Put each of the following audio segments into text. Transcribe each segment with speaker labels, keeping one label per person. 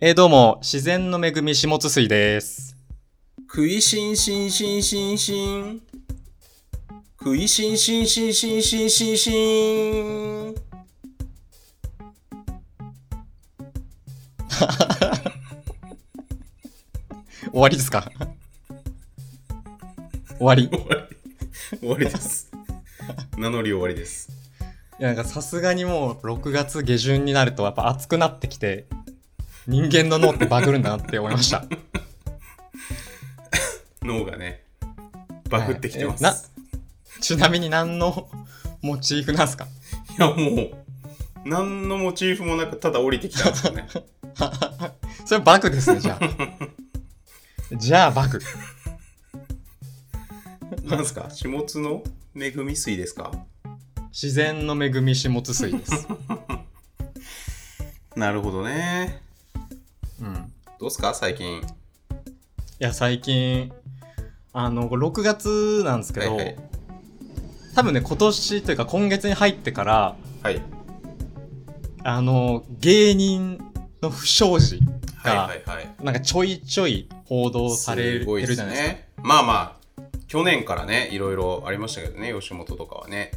Speaker 1: えー、どうも、自然の恵み下津水です。
Speaker 2: 食いしんしんしんしんしん。食いしんしんしんしんしんしんしん。
Speaker 1: 終わりですか 終わり。い
Speaker 2: 終わり。終わりです。名乗り終わりです。
Speaker 1: や、なんかさすがにもう6月下旬になるとやっぱ暑くなってきて、人間の脳ってバグるんだなって思いました。
Speaker 2: 脳がね、 バグってきてます。、
Speaker 1: はいちなみに何のモチーフなんすか
Speaker 2: や、もう、何のモチーフもなく、ただ降りてきたんですよね。
Speaker 1: それバグですね、じゃ あ。じゃあバグ。
Speaker 2: なんですか下津の恵み水ですか
Speaker 1: 自然の恵み下津水です。
Speaker 2: なるほどね。
Speaker 1: うん。
Speaker 2: どうっすか最近。
Speaker 1: いや最近あのこれ6月なんですけど、
Speaker 2: はいはい
Speaker 1: 多分ね今年というか今月に入ってから
Speaker 2: はい。
Speaker 1: あの芸人の不祥事が、
Speaker 2: はいはいはい。
Speaker 1: なんかちょいちょい報道されて
Speaker 2: ごい
Speaker 1: る
Speaker 2: で
Speaker 1: じゃ
Speaker 2: す
Speaker 1: ないですか
Speaker 2: ね。まあまあ、去年からね、いろいろありましたけどね、吉本とかはね。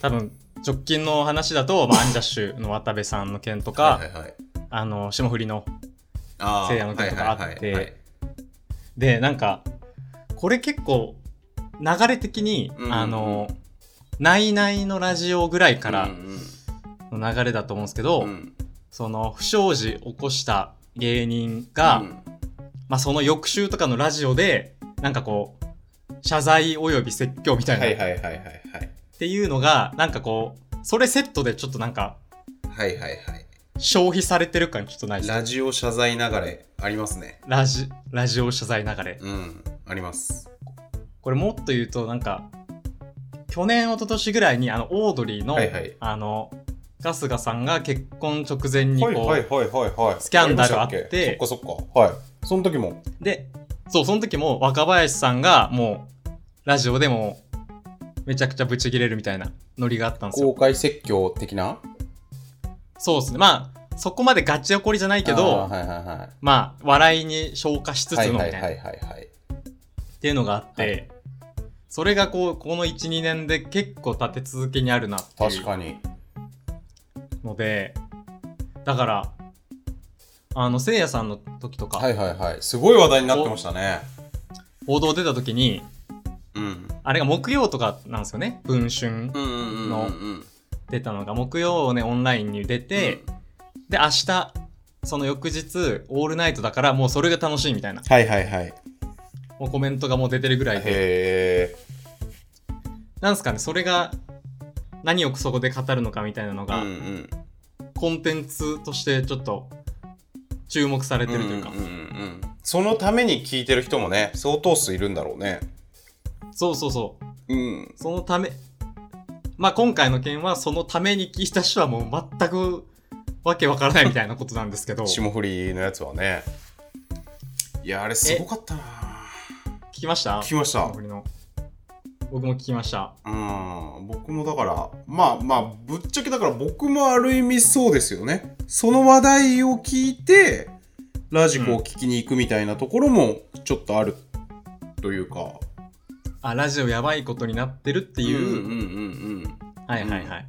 Speaker 1: 多分直近の話だと、まあ、アンジャッシュの渡部さんの件とか、
Speaker 2: はいはいはい、
Speaker 1: あの霜降りの
Speaker 2: あー
Speaker 1: せいやの件とかあって
Speaker 2: はいはいはい
Speaker 1: でなんかこれ結構流れ的に、
Speaker 2: うん
Speaker 1: あのないないのラジオぐらいから
Speaker 2: うん
Speaker 1: の流れだと思うんですけど、
Speaker 2: うんうん
Speaker 1: その不祥事起こした芸人が、
Speaker 2: うん
Speaker 1: まあ、その翌週とかのラジオでなんかこう謝罪および説教みたいな、
Speaker 2: はい
Speaker 1: っ
Speaker 2: はいはいはいはい
Speaker 1: ていうのがなんかこうそれセットでちょっとなんか
Speaker 2: はいはいはい
Speaker 1: 消費されてる感ちょっとないです
Speaker 2: ラジオ謝罪流れありますね
Speaker 1: ラジラジオ謝罪流れ
Speaker 2: うんあります
Speaker 1: これもっと言うとなんか去年一昨年ぐらいにあのオードリーの、
Speaker 2: はいはい
Speaker 1: あの春日さんが結婚直前にこう、
Speaker 2: はいはいはい
Speaker 1: スキャンダルあって
Speaker 2: そっかそっかはいその時も
Speaker 1: でそうその時も若林さんがもうラジオでもめちゃくちゃブチギレるみたいなノリがあったんですよ
Speaker 2: 公開説教的な
Speaker 1: そうですね。まあ、そこまでガチ怒りじゃないけ
Speaker 2: あー
Speaker 1: ど、
Speaker 2: はいはいはい
Speaker 1: まあ、笑いに消化しつつの
Speaker 2: は
Speaker 1: み
Speaker 2: い
Speaker 1: た
Speaker 2: はいい
Speaker 1: な、
Speaker 2: はいはいはい
Speaker 1: っていうのがあって、
Speaker 2: はい
Speaker 1: それがこう、この1、2年で結構立て続けにあるなってい
Speaker 2: 確
Speaker 1: う
Speaker 2: かに
Speaker 1: ので、だから、あの、せいやさんの時とか、
Speaker 2: はいはいはいすごい話題になってましたね
Speaker 1: 報道出た時に、
Speaker 2: うん
Speaker 1: あれが木曜とかなんですよね。文春
Speaker 2: うんうんうんうんうん
Speaker 1: 出たのが、木曜ね、オンラインに出て、で、明日、その翌日、オールナイトだから、もうそれが楽しいみたいな、
Speaker 2: はいはいはいへ
Speaker 1: もうコメントがもう出てるぐらいで、
Speaker 2: え
Speaker 1: なんすかね、それが何をそこで語るのかみたいなの
Speaker 2: うんう
Speaker 1: が、
Speaker 2: ん
Speaker 1: コンテンツとしてちょっと注目されてるというか、
Speaker 2: んんんうんそのために聞いてる人もね相当数いるんだろうね
Speaker 1: そうそうそう、
Speaker 2: うん
Speaker 1: そのため、まあ今回の件はそのために聞いた人はもう全くわけわからないみたいなことなんですけど、聞
Speaker 2: 霜降りのやつはねいやあれすごかったな
Speaker 1: きました
Speaker 2: 聞きました
Speaker 1: 僕の僕も聞きました。
Speaker 2: うん僕もだからまあまあぶっちゃけだから僕もある意味そうですよねその話題を聞いてラジコを聞きに行くみたいなところもちょっとあるというか、
Speaker 1: あ、ラジオやばいことになってるって
Speaker 2: う
Speaker 1: い
Speaker 2: ん
Speaker 1: う、
Speaker 2: うんうんうん
Speaker 1: はいはいはい。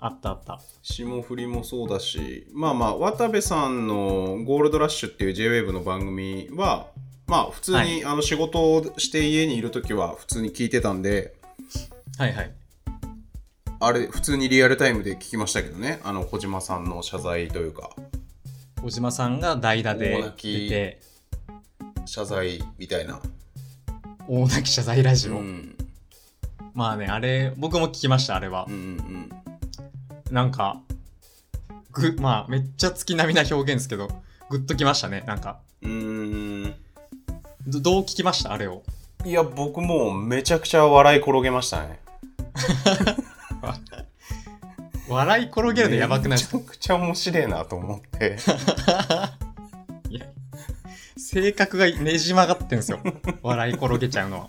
Speaker 1: あったあった。
Speaker 2: 霜降りもそうだしまあまあ渡部さんの「ゴールドラッシュ」っていう JWAVE の番組はまあ普通に、
Speaker 1: はい
Speaker 2: あの仕事をして家にいる時は普通に聞いてたんで
Speaker 1: はいはい。
Speaker 2: あれ普通にリアルタイムで聞きましたけどねあの小島さんの謝罪というか
Speaker 1: 小島さんが代打で
Speaker 2: 大泣き
Speaker 1: 出て、
Speaker 2: 謝罪みたいな、
Speaker 1: 大泣き謝罪ラジ
Speaker 2: うん、
Speaker 1: オ。
Speaker 2: うん
Speaker 1: まあね、あれ、僕も聞きました、あれは
Speaker 2: うんう。ん
Speaker 1: なんか、ぐ、まあ、めっちゃ月並みな表現ですけど、ぐっときましたね、なんか。
Speaker 2: うーん
Speaker 1: どどう聞きましたあれを。
Speaker 2: いや僕もうめちゃくちゃ笑い転げましたね
Speaker 1: 笑い転げるのやばくないですか、
Speaker 2: めちゃくちゃ面白いなと思って
Speaker 1: いや、性格がねじ曲がってんすよ。笑い転げちゃうのは。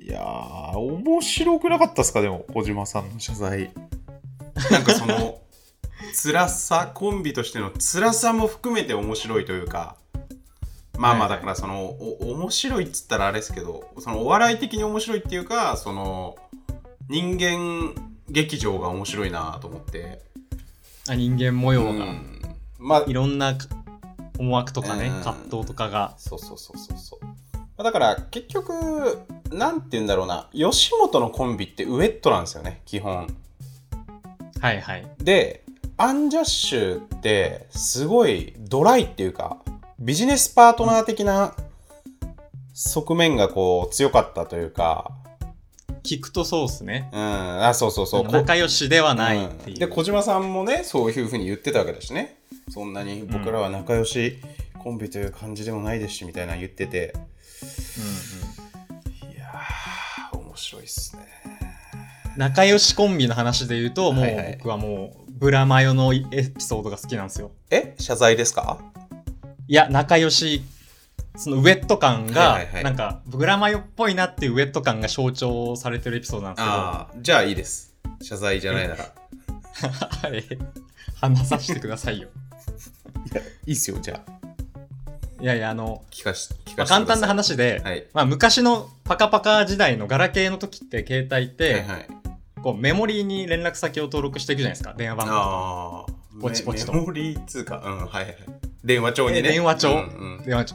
Speaker 2: いやー、面白くなかったっすか、でも、小島さんの謝罪。なんかその、辛さコンビとしての辛さも含めて面白いというかまあま
Speaker 1: はいは
Speaker 2: あだ
Speaker 1: い
Speaker 2: からその、お面白いっつったらあれですけどそのお笑い的に面白いっていうかその人間劇場が面白いなと思って、
Speaker 1: あ人間模様が、
Speaker 2: うんまあ
Speaker 1: いろんな思惑とかね、
Speaker 2: うん
Speaker 1: 葛藤とかが
Speaker 2: そうそうそうそうそうまあだから結局なんて言うんだろうな吉本のコンビってウエットなんですよね基本
Speaker 1: はいはい
Speaker 2: でアンジャッシュってすごいドライっていうかビジネスパートナー的な側面がこう強かったというか
Speaker 1: 聞くとそうっすね
Speaker 2: うんあそうそうそうこ
Speaker 1: 仲良しではないっていう、
Speaker 2: んで小島さんもねそういうふうに言ってたわけだしねそんなに僕らは仲良しコンビという感じでもないですしみたいなの言ってて
Speaker 1: うん
Speaker 2: いやー面白いっすね
Speaker 1: うん仲良しコンビの話で言うともう
Speaker 2: はいはい
Speaker 1: 僕はもうブラマヨのエピソードが好きなんですよ
Speaker 2: え謝罪ですか
Speaker 1: いや仲良しそのウェット感が、
Speaker 2: はいはいはい
Speaker 1: なんかブラマヨっぽいなっていうウェット感が象徴されてるエピソードなんですけど
Speaker 2: ああじゃあいいです謝罪じゃないならい
Speaker 1: はい。話させてくださいよ。
Speaker 2: いっすよじゃあ
Speaker 1: いやいや、あの、
Speaker 2: 聞かし聞
Speaker 1: ま
Speaker 2: か
Speaker 1: あ
Speaker 2: せて
Speaker 1: 簡
Speaker 2: くだ
Speaker 1: 単
Speaker 2: さ
Speaker 1: ない話で、
Speaker 2: はい
Speaker 1: まあ、昔のパカパカ時代のガラケーの時って携帯って、
Speaker 2: はいはい
Speaker 1: こうメモリーに連絡先を登録していくじゃないですか電話番号
Speaker 2: ああ
Speaker 1: ポチポチと
Speaker 2: メモリー通貨うんはいはい電話帳にね
Speaker 1: 電話帳
Speaker 2: うんうん
Speaker 1: 電話帳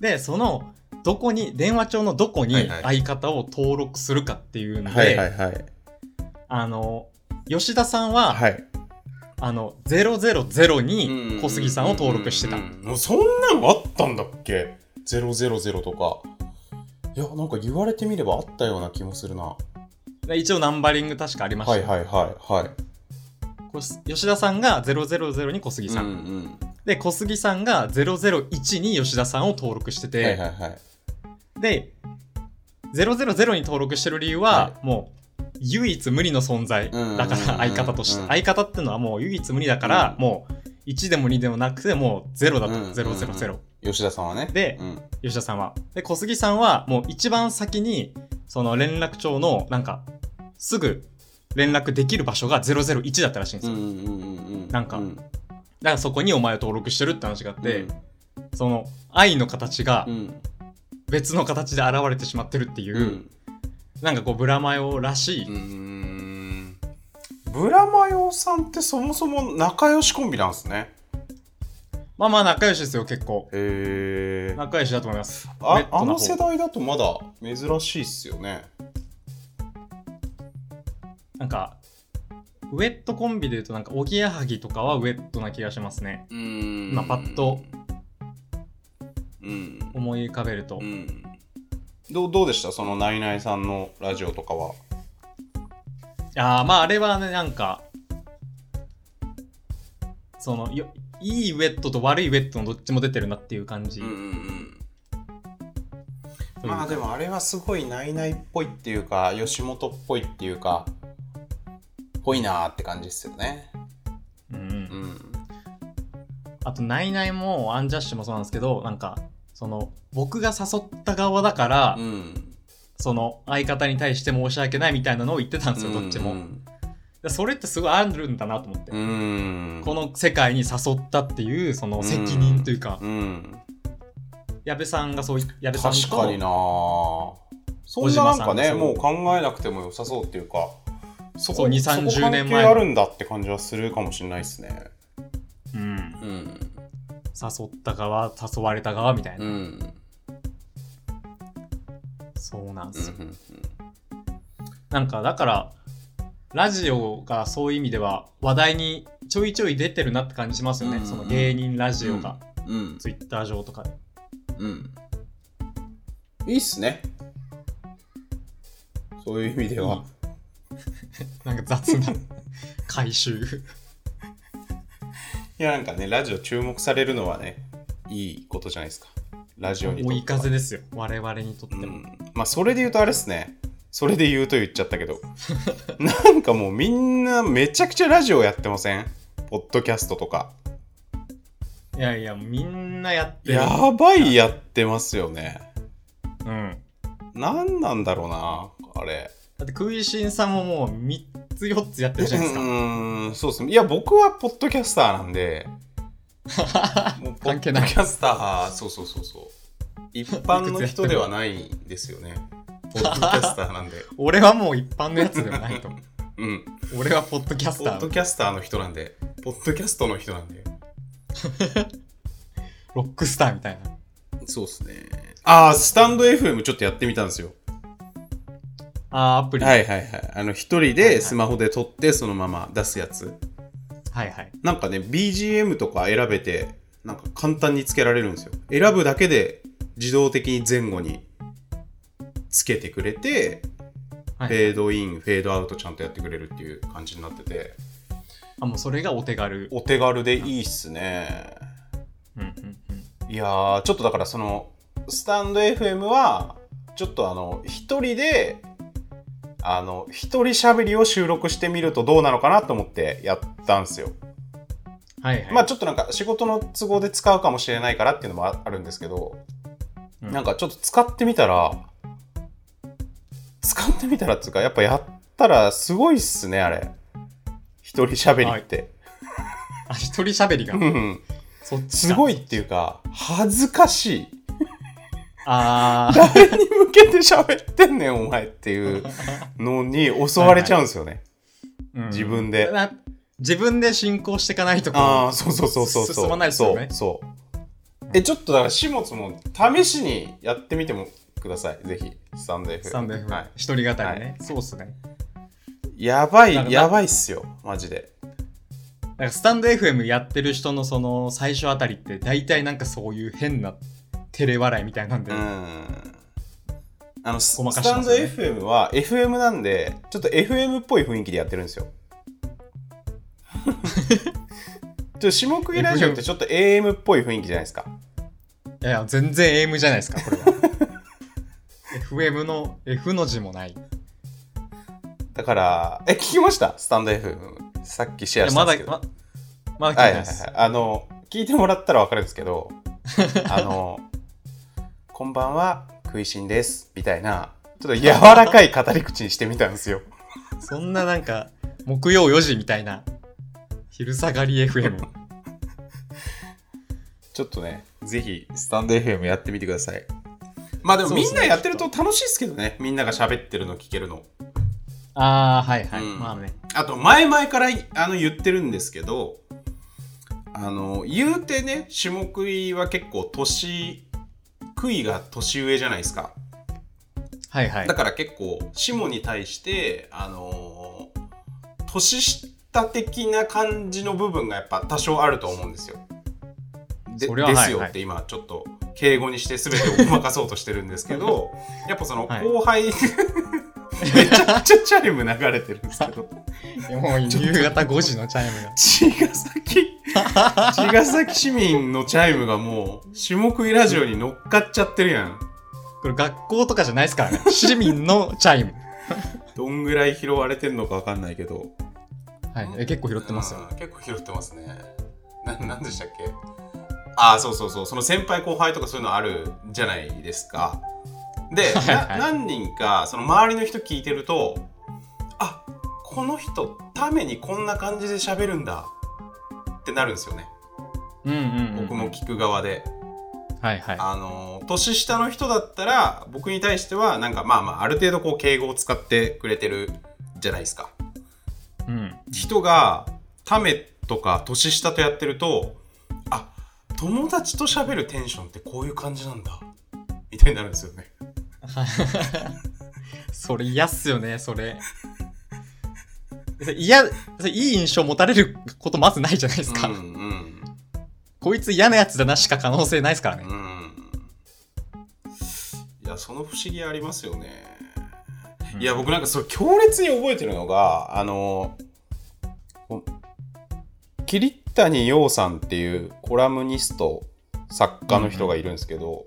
Speaker 1: でそのどこに電話帳のどこ
Speaker 2: はい
Speaker 1: に
Speaker 2: は
Speaker 1: 相
Speaker 2: い
Speaker 1: 方を登録するかっていうんで、
Speaker 2: はいはいはい
Speaker 1: あの吉田さんは、
Speaker 2: はい
Speaker 1: あの000に小杉さんを登録してた、
Speaker 2: うんうんうんうんもうそんなんあったんだっけ000とかいやなんか言われてみればあったような気もするなは
Speaker 1: で一応ナンバリング確かありました、
Speaker 2: いはいはいはい
Speaker 1: こす吉田さんが000に小杉さん、
Speaker 2: うん
Speaker 1: で小杉さんが001に吉田さんを登録して
Speaker 2: うん、
Speaker 1: て、
Speaker 2: はいはいはい
Speaker 1: で000に登録してる理由は、
Speaker 2: は
Speaker 1: もう唯一無二の存在
Speaker 2: うん
Speaker 1: だから相方とし
Speaker 2: うん
Speaker 1: て相方ってのはもう唯一無二だから、もう1でも2でもなくてもう0だと、
Speaker 2: うんうんうん
Speaker 1: 000
Speaker 2: 吉田さんはね
Speaker 1: で
Speaker 2: うん、
Speaker 1: 吉田さんはで小杉さんはもう一番先にその連絡帳のなんかすぐ連絡できる場所が001だったらしいんです
Speaker 2: うん
Speaker 1: よ、
Speaker 2: うんうんうん
Speaker 1: なんか
Speaker 2: う
Speaker 1: だからそこにお前を登録してるって話があって、
Speaker 2: で、
Speaker 1: その愛の形が
Speaker 2: うん
Speaker 1: 別の形で現れてしまってるっていう、
Speaker 2: うん
Speaker 1: なんかこうブラマヨらしい、
Speaker 2: うんブラマヨさんってそもそも仲良しコンビなんですね
Speaker 1: まあまあ仲良しですよ結構
Speaker 2: へえ
Speaker 1: 仲良しだと思いますレ
Speaker 2: あ
Speaker 1: ッド
Speaker 2: あ
Speaker 1: な
Speaker 2: の
Speaker 1: 方
Speaker 2: 世代だとまだ珍しいっすよね
Speaker 1: なんかウェットコンビでいうとなんかおぎやはぎとかはウェットな気がしますね
Speaker 2: うん
Speaker 1: 今パッと
Speaker 2: うん
Speaker 1: 思い浮かべると、
Speaker 2: うんどうどうでしたそのナイナイさんのラジオとかは
Speaker 1: ああまああれはねなんかそのよいいウェットと悪いウェットのどっちも出てるなっていう感じ、
Speaker 2: ん
Speaker 1: というか
Speaker 2: まあでもあれはすごいナイナイっぽいっていうか吉本っぽいっていうかぽいなーって感じっすよね
Speaker 1: うんうん
Speaker 2: うん
Speaker 1: あと、ナイナイもアンジャッシュもそうなんですけど、なんか、その、僕が誘った側だから、
Speaker 2: うん
Speaker 1: その、相方に対して申し訳ないみたいなのを言ってたんですよ、どっちも。
Speaker 2: うん
Speaker 1: でそれってすごいあるんだなと思って。
Speaker 2: うん
Speaker 1: この世界に誘ったっていう、その、責任というか、
Speaker 2: うん
Speaker 1: 矢部さんがそう、矢部さん
Speaker 2: 確
Speaker 1: と、
Speaker 2: かになそんななんかねもう考えなくても良さそうっていうかそ
Speaker 1: そう2 30
Speaker 2: そこ
Speaker 1: 年
Speaker 2: 関係
Speaker 1: 前
Speaker 2: あるんだって感じはするかもしれないですね
Speaker 1: うん、
Speaker 2: うん
Speaker 1: 誘った側、誘われた側みたいな。
Speaker 2: うん
Speaker 1: そうなんですよ。
Speaker 2: うん
Speaker 1: なんか、だから、ラジオがそういう意味では話題にちょいちょい出てるなって感じしますよね。
Speaker 2: うんうん
Speaker 1: その芸人ラジオが、
Speaker 2: うん
Speaker 1: ツイッター上とかで。
Speaker 2: うんいいっすねそういう意味では
Speaker 1: なんか雑 な回収。
Speaker 2: いやなんかねラジオ注目されるのはねいいことじゃないですかラジオにとって
Speaker 1: 追
Speaker 2: はい
Speaker 1: 風ですよ。我々にとって
Speaker 2: う
Speaker 1: も。
Speaker 2: ん、まあそれで言うとあれっすねそれで言うと言っちゃったけど なんかもうみんなめちゃくちゃラジオやってませんポッドキャストとか
Speaker 1: いやいや、みんなやってる。
Speaker 2: やばいやってますよね
Speaker 1: うん。
Speaker 2: 何なんだろうなあれ
Speaker 1: だって、クイシンさんももう3つ4つやってるじゃないです
Speaker 2: う
Speaker 1: か。
Speaker 2: ーん、そうですね。いや、僕はポッドキャスターなん で、もうポ
Speaker 1: 関
Speaker 2: ッ
Speaker 1: 係
Speaker 2: ド
Speaker 1: ない
Speaker 2: キャスター、そうそうそうそう。一般の人ではないんですよ ね。ポッドキャスターなんで。
Speaker 1: 俺はもう一般のやつではないと 思う。
Speaker 2: うん。
Speaker 1: 俺はポッドキャス
Speaker 2: ポ
Speaker 1: タ
Speaker 2: ッド
Speaker 1: ー。
Speaker 2: キャスターの人なんで、ポッドキャストの人なんで。
Speaker 1: ロックスターみたいな。
Speaker 2: そうですね。ああ、スタンド FM ちょっとやってみたんですよ。
Speaker 1: あー、アプリ。
Speaker 2: はいはいはい。あの、一人でスマホで撮って、そのまま出すやつ。
Speaker 1: はいはい。
Speaker 2: なんかね、BGM とか選べて、なんか簡単につけられるんですよ。選ぶだけで自動的に前後につけてくれて、
Speaker 1: はい
Speaker 2: フェードイン、フェードアウトちゃんとやってくれるっていう感じになってて、
Speaker 1: あ、もうそれがお手軽。
Speaker 2: お手軽でいいっすね。
Speaker 1: うんうんうん。
Speaker 2: いやー、ちょっとだからその、スタンド FM は、ちょっとあの、一人で、あの、一人喋りを収録してみるとどうなのかなと思ってやったんですよ。
Speaker 1: はいはい。
Speaker 2: まあちょっとなんか仕事の都合で使うかもしれないからっていうのもああるんですけど、
Speaker 1: うん
Speaker 2: なんかちょっと使ってみたら使ってみたらっつうかやっぱやったらすごいっすねあれ一人喋りって、
Speaker 1: あ、一人喋りが。
Speaker 2: うん
Speaker 1: そっちか
Speaker 2: すごいっていうか恥ずかしい
Speaker 1: あー。
Speaker 2: 誰に向けて喋ってんねんお前って いうのに襲われちゃうんですよね、
Speaker 1: うん
Speaker 2: 自分で
Speaker 1: な自分で進行していかないとこう
Speaker 2: ああそうそうそうそうそう
Speaker 1: 進まないですよね
Speaker 2: そうそうえちょっとだから始末も試しにやってみてもくださいぜひスタンド F
Speaker 1: スタンド F
Speaker 2: はい
Speaker 1: 一人語りね、
Speaker 2: はい
Speaker 1: そうっすね
Speaker 2: や
Speaker 1: な
Speaker 2: ば
Speaker 1: ん
Speaker 2: い
Speaker 1: か
Speaker 2: やばいっすよマジで
Speaker 1: だからスタンド FM やってる人のその最初あたりって大体なんかそういう変な照れ笑いみたいなんで、
Speaker 2: うんあのス
Speaker 1: ごまか
Speaker 2: ス
Speaker 1: し
Speaker 2: タ
Speaker 1: ま
Speaker 2: ン
Speaker 1: す
Speaker 2: ド
Speaker 1: ね
Speaker 2: FM は FM なんでちょっと FM っぽい雰囲気でやってる んですよちょ下食いラジオってちょっと AM っぽい雰囲気じゃないですか
Speaker 1: いやいや全然 AM じゃないですかこれは FM の F の字もないい
Speaker 2: だからえ聞きましたスタンド FM さっきシェア
Speaker 1: や
Speaker 2: した
Speaker 1: ま
Speaker 2: んで
Speaker 1: だ
Speaker 2: すけど
Speaker 1: ままだ聞いてな
Speaker 2: はいはいい
Speaker 1: で
Speaker 2: は
Speaker 1: す、
Speaker 2: い。あの、聞いてもらったらわかるんです けど、あの、こんばんは、食いしんです、みたいな、ちょっと柔らかい語り口にしてみたんですよ。
Speaker 1: そんななんか木曜4時みたいな昼下がり FM
Speaker 2: ちょっとね、ぜひ、スタンド FM やってみてください。まあでも、
Speaker 1: そうで
Speaker 2: み
Speaker 1: す
Speaker 2: ん
Speaker 1: ね
Speaker 2: なやってると楽しいですけどね、みんなが喋ってるの聞けるの。
Speaker 1: ああはいはい、
Speaker 2: うん
Speaker 1: まあね
Speaker 2: あと、前々からあの言ってるんですけど、あの、言うてね、下食いは結構年、食いが年上じゃないですか。
Speaker 1: はいはい
Speaker 2: だから結構下に対してあのー年下的な感じの部分がやっぱ多少あると思うんですよ。で
Speaker 1: それははい
Speaker 2: ですよ
Speaker 1: はい
Speaker 2: って今ちょっと敬語にして全てをごまかそうとしてるんですけどやっぱその
Speaker 1: はい
Speaker 2: 後輩 めちゃくちゃチャイム流れてるんですけど
Speaker 1: もう夕方5時のチャイムが
Speaker 2: 茅ヶ崎 茅ヶ崎市民のチャイムがもう下食いラジオに乗っかっちゃってるやん。
Speaker 1: これ学校とかじゃないですからね。市民のチャイム。
Speaker 2: どんぐらい拾われてんのかわかんないけど。
Speaker 1: はい。え結構拾ってますよ。
Speaker 2: うん結構拾ってますねななんでしたっけああそうそうそうその先輩後輩とかそういうのあるじゃないですかで、
Speaker 1: はいはい
Speaker 2: な何人かその周りの人聞いてるとあこの人ためにこんな感じで喋るんだってなるんですよね
Speaker 1: うんうん、うん。
Speaker 2: 僕も。聞く側で、
Speaker 1: はいはい。
Speaker 2: あの年下の人だったら僕に対してはなんかまあまあある程度こう敬語を使ってくれてるじゃないですか
Speaker 1: うん。
Speaker 2: 人がためとか年下とやってるとあ友達と喋るテンションってこういう感じなんだみたいになるんですよね
Speaker 1: それ嫌っすよね、それ。 それ嫌、それいい印象持たれることまずないじゃないですか。
Speaker 2: うんうん
Speaker 1: こいつ嫌なやつだなしか可能性ないですからね。
Speaker 2: うんいやその不思議ありますよねいや僕なんかそれ強烈に覚えてるのがあのこ桐谷陽さんっていうコラムニスト作家の人がいるんですけど、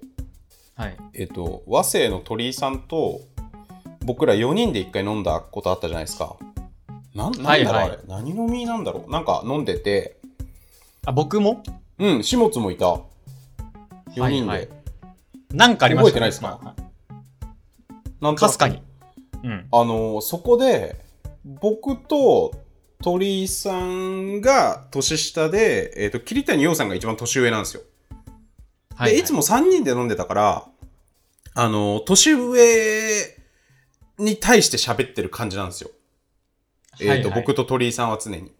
Speaker 1: はい。
Speaker 2: えっと、和製の鳥居さんと僕ら4人で1回飲んだことあったじゃないですか。なんなんだろう、
Speaker 1: はいはい
Speaker 2: あれ何飲みなんだろうなんか飲んでて、
Speaker 1: あ、僕も
Speaker 2: うん、始末もいた。4人で。
Speaker 1: はいはいなんかありました、
Speaker 2: 覚えてない
Speaker 1: か
Speaker 2: なんと
Speaker 1: か
Speaker 2: な
Speaker 1: す
Speaker 2: く
Speaker 1: かに。うん。
Speaker 2: あのーそこで僕と鳥居さんが年下で、えっと桐谷陽さんが一番年上なんですよ。
Speaker 1: はい
Speaker 2: でいつも3人で飲んでたからあの年上に対して喋ってる感じなんですよ。えっと僕
Speaker 1: と
Speaker 2: と鳥居さんは常に。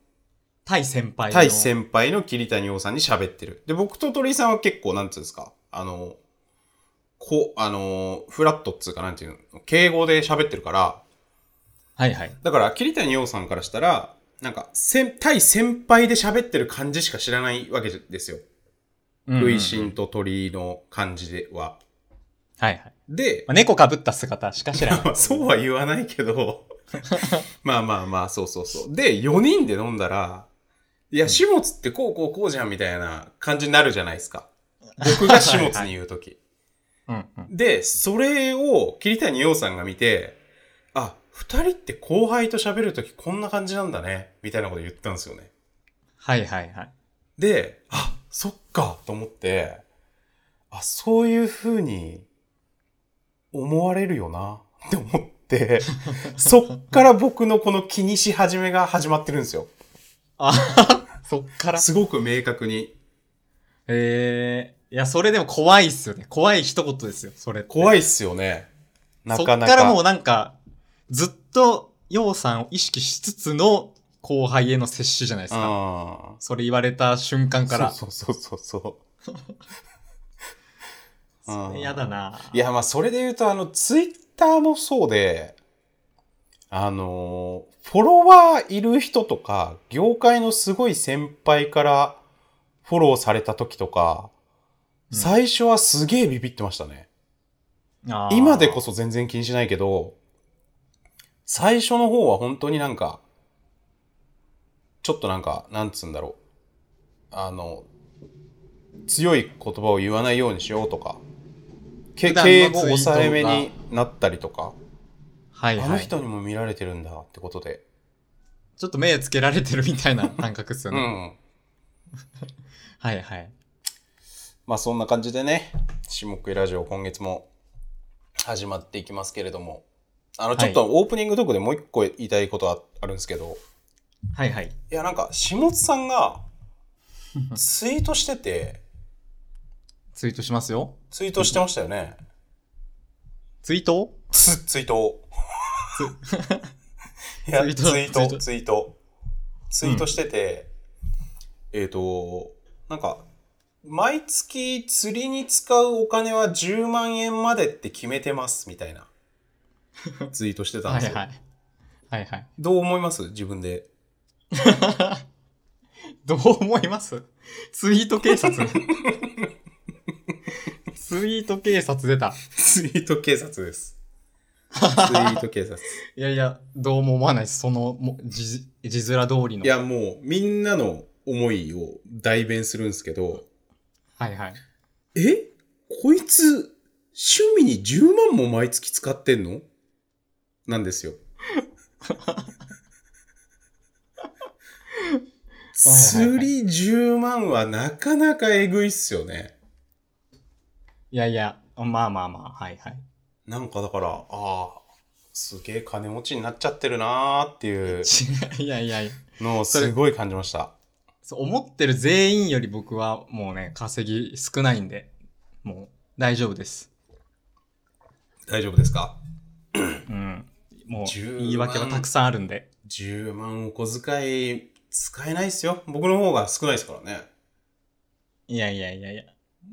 Speaker 1: 対先輩の
Speaker 2: 対先輩の桐谷陽さんに喋ってる。で、僕と鳥居さんは結構、なんつうんですか、あの、こう、あの、フラットっつうか、なんていうの、敬語で喋ってるから、
Speaker 1: はいはい
Speaker 2: だから、桐谷陽さんからしたら、なんか、先対先輩で喋ってる感じしか知らないわけですよ。類
Speaker 1: うんうん
Speaker 2: 心と鳥居の感じでは。
Speaker 1: はいはい
Speaker 2: で
Speaker 1: ま、あ猫かぶった姿しか知らない
Speaker 2: まあそうは言わない けど、まあまあまあ、そうそうそう。で、4人で飲んだら、いや、始末ってこうこうこうじゃんみたいな感じになるじゃないです か。僕が始末に言うとき。
Speaker 1: うんうん
Speaker 2: で、それを桐谷陽さんが見て、あ、二人って後輩と喋るときこんな感じなんだね、みたいなこと言ったんですよね。
Speaker 1: はいはいはい
Speaker 2: で、あ、そっか、と思って、あ、そういう風に思われるよな、って思 って、そっから僕のこの気にし始めが始まってるんですよ。
Speaker 1: そっから
Speaker 2: すごく明確に。
Speaker 1: えー、いやそれでも怖いっすよね怖い一言ですよそれって
Speaker 2: 怖いっすよね。なかなか。
Speaker 1: そっからもうなんか、ずっと、洋さんを意識しつつの後輩への接種じゃないですか。
Speaker 2: うん
Speaker 1: それ言われた瞬間から。
Speaker 2: そうそうそうそう。 そう
Speaker 1: それやだな。
Speaker 2: いや、まあ、それで言うと、あの、ツイッターもそうで、あのーフォロワーいる人とか、業界のすごい先輩からフォローされた時とか、
Speaker 1: うん
Speaker 2: 最初はすげえビビってましたね。
Speaker 1: あー
Speaker 2: 今でこそ全然気にしないけど、最初の方は本当になんか、ちょっとなんか、なんつうんだろう。あの、強い言葉を言わないようにしようとか、け
Speaker 1: 普段の
Speaker 2: 敬語抑えめ
Speaker 1: ツイ
Speaker 2: になったりとか、
Speaker 1: はい
Speaker 2: あの
Speaker 1: はい。
Speaker 2: 人にも見られてるんだってことで。
Speaker 1: ちょっと目つけられてるみたいな感覚っすよ
Speaker 2: う
Speaker 1: ね。
Speaker 2: ん。
Speaker 1: はいはい。
Speaker 2: まあそんな感じでね、下食いラジオ今月も始まっていきますけれども、あの、ちょっとオープニングトークでもう一個言いたいことああるんですけど、
Speaker 1: はいはい。
Speaker 2: いや、なんか、下津さんが、ツイートしてて、
Speaker 1: ツイートしますよ。
Speaker 2: ツイートしてましたよね。
Speaker 1: ツイート
Speaker 2: つ、ツイートを。いや、ツ
Speaker 1: ツ
Speaker 2: イ
Speaker 1: イ
Speaker 2: ー
Speaker 1: ー
Speaker 2: ト
Speaker 1: ト、
Speaker 2: ツイ
Speaker 1: ツイ
Speaker 2: ー
Speaker 1: ート
Speaker 2: ト、ツイート。ツイートしてて、えっ、と、なんか、毎月釣りに使うお金は10万円までって決めてます、みたいな。ツイートしてたん
Speaker 1: は
Speaker 2: です
Speaker 1: い
Speaker 2: よ。
Speaker 1: はい。はいはい。
Speaker 2: どう思います自分で。
Speaker 1: どう思いますツイート警察ツイート警察出た。
Speaker 2: ツイート警察 です。ツイート警察。
Speaker 1: いやいや、どうも思わないです。その、も字、字面通りの。
Speaker 2: いやもうみんなの思いを代弁するんですけど、
Speaker 1: はいはい。
Speaker 2: えこいつ趣味に10万も毎月使ってんのなんですよ。釣り10万はなかなかえぐいっすよね。
Speaker 1: いやいや、まあまあまあ、はいはい。
Speaker 2: なんかだから、ああ、すげえ金持ちになっちゃってるなーっていう
Speaker 1: 違ういやいやいや、
Speaker 2: のをすごい感じました。
Speaker 1: そう思ってる全員より僕はもうね、稼ぎ少ないんで、もう大丈夫です。
Speaker 2: 大丈夫ですか
Speaker 1: うん。もう
Speaker 2: 10
Speaker 1: 言い訳はたくさんあるんで。
Speaker 2: 10万お小遣い使えないっすよ。僕の方が少ないですからね。
Speaker 1: いやいやいやいや。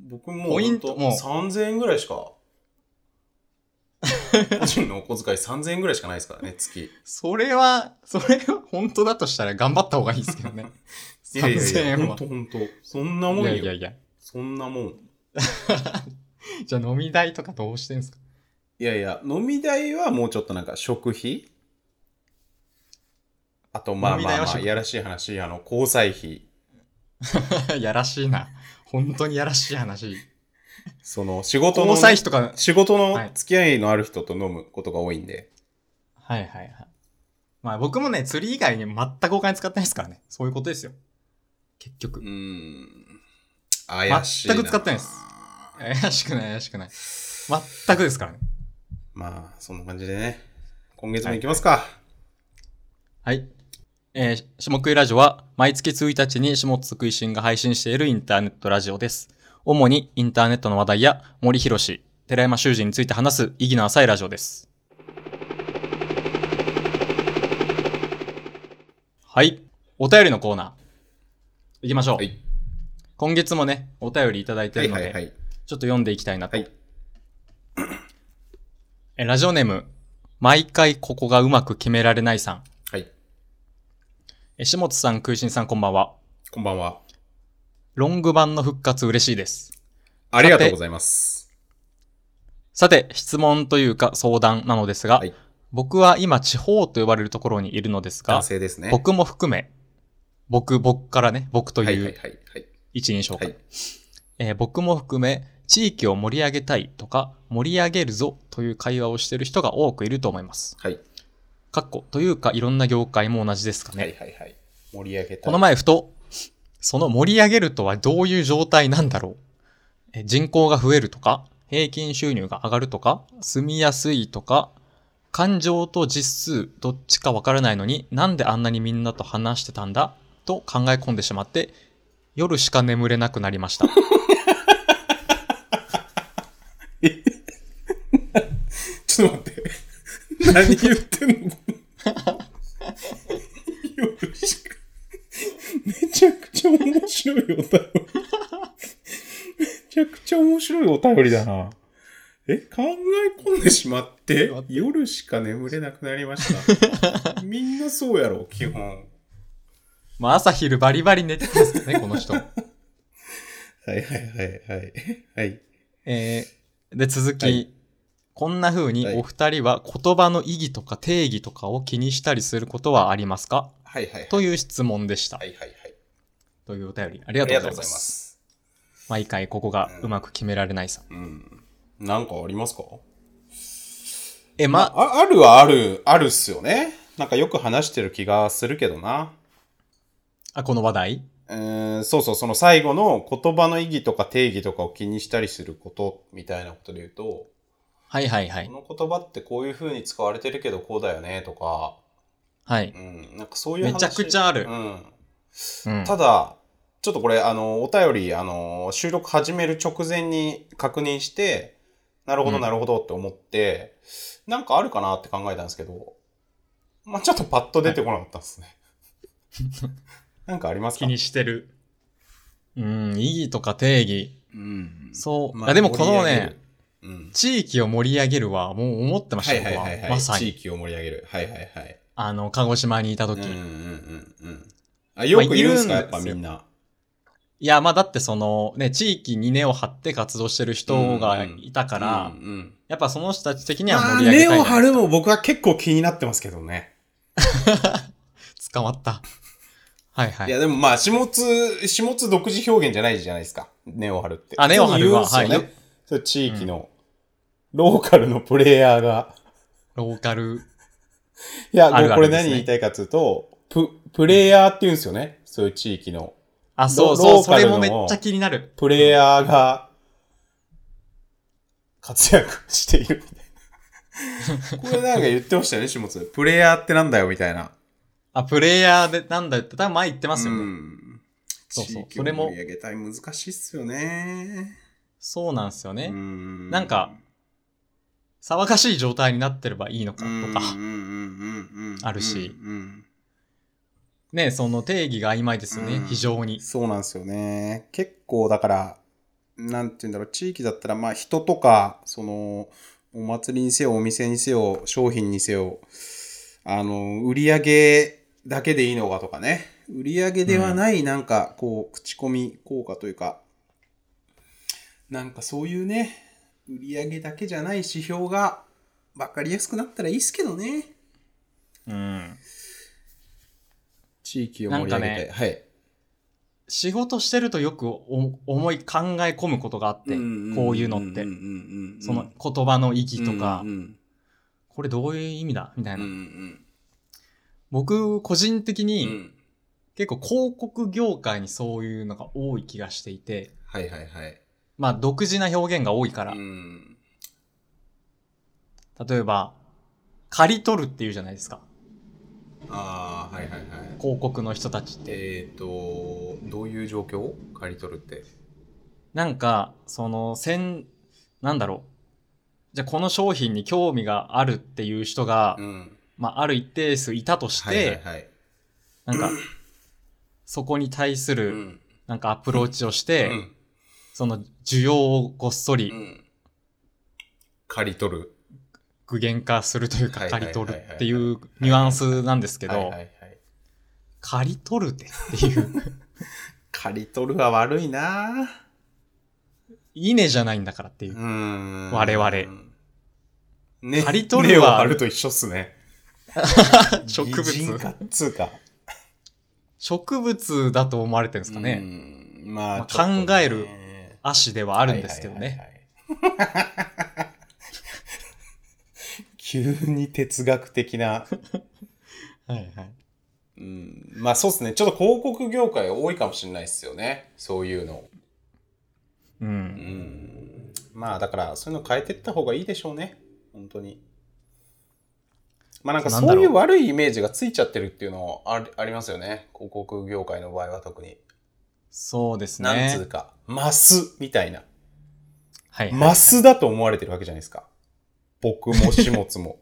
Speaker 2: 僕も
Speaker 1: ポ
Speaker 2: う
Speaker 1: イ
Speaker 2: ほん
Speaker 1: ント
Speaker 2: と
Speaker 1: もう
Speaker 2: 3000円ぐらいしか。 個人のお小遣い3000円ぐらいしかないですからね、月。
Speaker 1: それは、それは本当だとしたら頑張った方がいいですけど ね。3000円は
Speaker 2: ほん。とほんと。そんないもんよ。
Speaker 1: やいやいや。
Speaker 2: そんなもん。
Speaker 1: じゃあ飲み代とかどうしてんすか
Speaker 2: いやいや、飲み代はもうちょっとなんか食費あと、まあ
Speaker 1: 飲み
Speaker 2: まあ
Speaker 1: 代は
Speaker 2: ま
Speaker 1: 食
Speaker 2: あ、
Speaker 1: 費
Speaker 2: いやらしい話、あの、交際費。
Speaker 1: やらしいな。本当にやらしい話。
Speaker 2: その、仕事の
Speaker 1: 交、際費とか、
Speaker 2: 仕事の
Speaker 1: はい
Speaker 2: 付き合いのある人と飲むことが多いんで。
Speaker 1: はいはいはい。まあ僕もね、釣り以外に全くお金使ってないですからね。そういうことですよ。結
Speaker 2: う
Speaker 1: 局。
Speaker 2: ーん。怪しいな。
Speaker 1: 全く使ってないです怪しくない怪しくない。全くですからね。
Speaker 2: まあ、そんな感じでね。今月も行きますか。
Speaker 1: はい。えー、下食いラジオは、毎月1日に下津食いしんが配信しているインターネットラジオです。主にインターネットの話題や、森博氏、寺山修司について話す意義の浅いラジオです。はい。お便りのコーナー。行きましょう。
Speaker 2: はい
Speaker 1: 今月もね、お便りいただいて
Speaker 2: は
Speaker 1: る
Speaker 2: い
Speaker 1: の
Speaker 2: は
Speaker 1: で、
Speaker 2: いは
Speaker 1: ち
Speaker 2: い。
Speaker 1: ょっと読んでいきたいなと。
Speaker 2: はい
Speaker 1: えラジオネーム、毎回ここがうまく決められないさん。
Speaker 2: はい。
Speaker 1: え下津さん、空心さん、こんばんは。
Speaker 2: こんばんは。
Speaker 1: ロング版の復活嬉しいです。
Speaker 2: ありがとうございます。
Speaker 1: さて、質問というか相談なのですが、
Speaker 2: はい
Speaker 1: 僕は今地方と呼ばれるところにいるのですが
Speaker 2: 男、性ですね。
Speaker 1: 僕も含め、僕、僕からね、僕と
Speaker 2: はいはい
Speaker 1: い
Speaker 2: はいうはい。
Speaker 1: 一人称
Speaker 2: は
Speaker 1: か
Speaker 2: い。
Speaker 1: えー僕も含め、地域を盛り上げたいとか、盛り上げるぞという会話をしている人が多くいると思います。
Speaker 2: はい
Speaker 1: かっこというか、いろんな業界も同じですかね。
Speaker 2: はいはいはい。盛り上げたい。
Speaker 1: この前ふと、その盛り上げるとはどういう状態なんだろうえ人口が増えるとか、平均収入が上がるとか、住みやすいとか、感情と実数どっちかわからないのになんであんなにみんなと話してたんだと考え込んでしまって、夜しか眠れなくなりました。
Speaker 2: ちょっと待って。何言ってんの夜しか。めちゃくちゃ面白いお便り。めちゃくちゃ面白いお便りだな。え、考え込んでしまって
Speaker 1: 待っ、て
Speaker 2: 夜しか眠れなくなりました。みんなそうやろ、基本。
Speaker 1: まあ朝昼バリバリ寝てますよね、 この人。
Speaker 2: はいはい はいはい。はい。
Speaker 1: えーで、続き、
Speaker 2: はい
Speaker 1: こんな風にお二人は言葉の意義とか定義とかを気にしたりすることはありますか
Speaker 2: はいはいはい。
Speaker 1: という質問でした。
Speaker 2: はいはいはい。
Speaker 1: というお便り、ありが
Speaker 2: あ
Speaker 1: と
Speaker 2: り
Speaker 1: う
Speaker 2: が
Speaker 1: ございま。
Speaker 2: とうございますす。
Speaker 1: 毎回ここがうまく決められないさ。
Speaker 2: うん。なんかありますか
Speaker 1: え、ま、
Speaker 2: あ、あるはある、あるっすよね。なんかよく話してる気がするけどな。
Speaker 1: あ、この話題
Speaker 2: うーん、そうそう、その最後の言葉の意義とか定義とかを気にしたりすることみたいなことで言うと、
Speaker 1: はいはいはい
Speaker 2: こ。の言葉ってこういう風に使われてるけどこうだよねとか、
Speaker 1: はい。
Speaker 2: うん、なんかそういう話
Speaker 1: めちゃくちゃある
Speaker 2: う。ん。
Speaker 1: うん。
Speaker 2: ただ、ちょっとこれ、あの、お便り、あの、収録始める直前に確認して、なるほ
Speaker 1: う
Speaker 2: ど、
Speaker 1: ん
Speaker 2: なるほどって思って、なんかあるかなって考えたんですけど、まあちょっとパッと出てこなかったですね。 なんかありますか
Speaker 1: 気にしてる。うん、意義とか定義。
Speaker 2: うん。
Speaker 1: そう。
Speaker 2: まあ
Speaker 1: あ、でもこの
Speaker 2: 盛り上げ
Speaker 1: ね
Speaker 2: る、うん。
Speaker 1: 地域を盛り上げるはもう思ってまし
Speaker 2: は
Speaker 1: た
Speaker 2: い
Speaker 1: よ、
Speaker 2: はいはい
Speaker 1: 僕は
Speaker 2: は。
Speaker 1: いまさ
Speaker 2: 地
Speaker 1: に。
Speaker 2: 域を盛り上げる。はいはいはい。
Speaker 1: あの、鹿児島にいた
Speaker 2: うん
Speaker 1: 時。
Speaker 2: うんうんうん。あ、よく言うんですか、
Speaker 1: まあ
Speaker 2: やっぱ
Speaker 1: い
Speaker 2: み
Speaker 1: るんですよ
Speaker 2: んな。
Speaker 1: いや、まあだってその、ね、地域に根を張って活動してる人がいたから、
Speaker 2: うんうん。
Speaker 1: やっぱその人たち的には
Speaker 2: まあ、
Speaker 1: 盛り上げ
Speaker 2: 根
Speaker 1: たい
Speaker 2: を
Speaker 1: な。
Speaker 2: 張るも僕は結構気になってますけどね。
Speaker 1: 捕まった。はいはいい。
Speaker 2: や、でもまあ、下津、下津独自表現じゃないじゃないですか。ネオハルって。
Speaker 1: あネオハルは
Speaker 2: そう言うんです
Speaker 1: は
Speaker 2: よね。そう地域の、ローカルのプレイヤーが。
Speaker 1: ローカル。
Speaker 2: いや、
Speaker 1: あるある
Speaker 2: もうこれ
Speaker 1: ですね
Speaker 2: 何言いたいかっていうと、プ、プレイヤーって言うんですよね。そういう地域の。
Speaker 1: あ、そう
Speaker 2: ロ
Speaker 1: そう、
Speaker 2: ロー
Speaker 1: そ
Speaker 2: カ
Speaker 1: れ
Speaker 2: ルの
Speaker 1: もめっちゃ気になる。
Speaker 2: プレイヤーが、活躍してい るみたいな。これなんか言ってましたよね、下津。プレイヤーってなんだよ、みたいな。
Speaker 1: あ、プレイヤーでなんだよって、多分前言ってますよね。
Speaker 2: うん。
Speaker 1: そうそう
Speaker 2: 地域
Speaker 1: そ
Speaker 2: を
Speaker 1: れも
Speaker 2: 盛り上げたい難しいっすよね。
Speaker 1: そうなんですよね。
Speaker 2: うん
Speaker 1: なんか、騒がしい状態になってればいいのかとか。あ
Speaker 2: あ
Speaker 1: るし
Speaker 2: うんうん
Speaker 1: ね、その定義が曖昧ですよね、
Speaker 2: うん
Speaker 1: 非常に。
Speaker 2: そうなんですよね結構だからなんて言うんだろう地域だったらまあ人とかそのお祭りにせよお店にせよ商品にせよあの売り上げだけでいいのかとかね売り上げではないなんかこう口コミ効果というか、なんかそういうね売り上げだけじゃない指標が分かりやすくなったらいいっすけどね
Speaker 1: うん。
Speaker 2: 地域を盛り上げて、
Speaker 1: なん
Speaker 2: はい
Speaker 1: 仕事してるとよくお思い考え込むことがあって、こういうのって。その言葉の意義とか、これどういう意味だみたいな。僕、個人的に結構広告業界にそういうのが多い気がしていて、
Speaker 2: はいはいはい
Speaker 1: まあ独自な表現が多いから、例えば、刈り取るっていうじゃないですか。
Speaker 2: ああはいはいはい
Speaker 1: 広告の人たちって。
Speaker 2: えっ、とどういう状況を刈り取るって
Speaker 1: なんか、その、せん、なんだろう。じゃあこの商品に興味があるっていう人が、
Speaker 2: うん
Speaker 1: まあ、ある一定数いたとして、
Speaker 2: はいはいはい
Speaker 1: なんか、そこに対す
Speaker 2: う
Speaker 1: る、
Speaker 2: ん
Speaker 1: なんかアプローチをして、
Speaker 2: うん
Speaker 1: その需要をごっそり
Speaker 2: うん刈り取る
Speaker 1: 具現化するというか、
Speaker 2: はいはい
Speaker 1: 刈
Speaker 2: はい
Speaker 1: り
Speaker 2: はい
Speaker 1: 取るっていうニュアンスなんですけ
Speaker 2: はい
Speaker 1: ど
Speaker 2: は、いはい
Speaker 1: 刈り取るでっていう、
Speaker 2: 刈り取るは悪いなあ
Speaker 1: 稲じゃないんだからっていう
Speaker 2: う。ーん
Speaker 1: 我々
Speaker 2: ね
Speaker 1: 刈り取るは
Speaker 2: 根を張ると一緒っすね
Speaker 1: 植物
Speaker 2: 擬人化っつうか
Speaker 1: 植物だと思われてるんですかね。
Speaker 2: うんまあ、
Speaker 1: まあ
Speaker 2: ちょっとね
Speaker 1: 考える足ではあるんですけど
Speaker 2: はいはい
Speaker 1: ね。
Speaker 2: はいはい。 急に哲学的な。
Speaker 1: はいはい。
Speaker 2: うん、まあそうですね。ちょっと広告業界多いかもしれないですよね。そういうの。
Speaker 1: う。
Speaker 2: うんん。まあだから、そういうの変えてった方がいいでしょうね。本当に。まあなんか
Speaker 1: なん
Speaker 2: そ
Speaker 1: だ
Speaker 2: う
Speaker 1: ろう
Speaker 2: いう悪いイメージがついちゃってるっていうのはありありますよね。広告業界の場合は特に。
Speaker 1: そうです
Speaker 2: なんつ
Speaker 1: ね
Speaker 2: う。か、マスみたいな。
Speaker 1: はいはい。
Speaker 2: マスだと思われてるわけじゃないですか。僕も始末 も。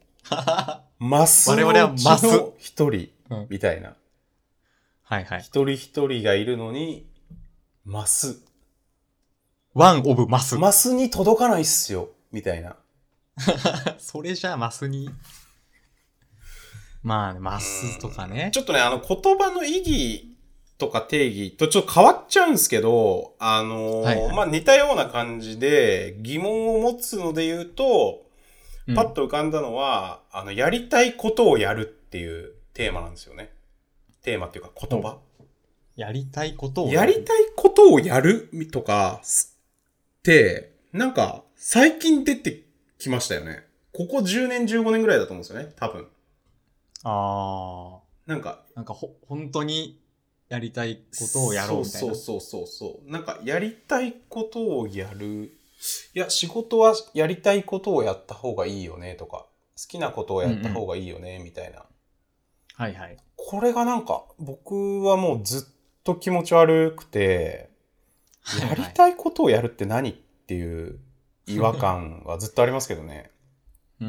Speaker 2: マス
Speaker 1: 我々はマス
Speaker 2: の一人
Speaker 1: うん
Speaker 2: みたいな。
Speaker 1: はいはい。
Speaker 2: 一人一人がいるのに、マス。
Speaker 1: ワンオブマス。
Speaker 2: マスに届かないっすよ、みたいな。
Speaker 1: それじゃあマスに。まあね、マスとかね
Speaker 2: ち。ょっとね、あの、言葉の意義とか定義とちょっと変わっちゃうんですけど、あのー
Speaker 1: はいはい
Speaker 2: まあ、似たような感じで疑問を持つので言うと、
Speaker 1: うん
Speaker 2: パッと浮かんだのは、あの、やりたいことをやるっていうテーマなんですよね。テーマっていうか言葉。
Speaker 1: やりたいことを。
Speaker 2: やりたいことをやるとか、すって、なんか、最近出てきましたよね。ここ10年、15年ぐらいだと思うんですよね、多分。
Speaker 1: あ
Speaker 2: なんか、
Speaker 1: あ。なんかほ、本当にやりたいことをやろうみたいな。
Speaker 2: そうそうそうそうそう。なんか、やりたいことをやる。いや、仕事はやりたいことをやった方がいいよね、とか、好きなことをやった方がいいよね、みたいな。
Speaker 1: はいはい。
Speaker 2: これがなんか、僕はもうずっと気持ち悪くて、やり
Speaker 1: い。
Speaker 2: たいことをやるって何っていう違和感はずっとありますけどね。
Speaker 1: うん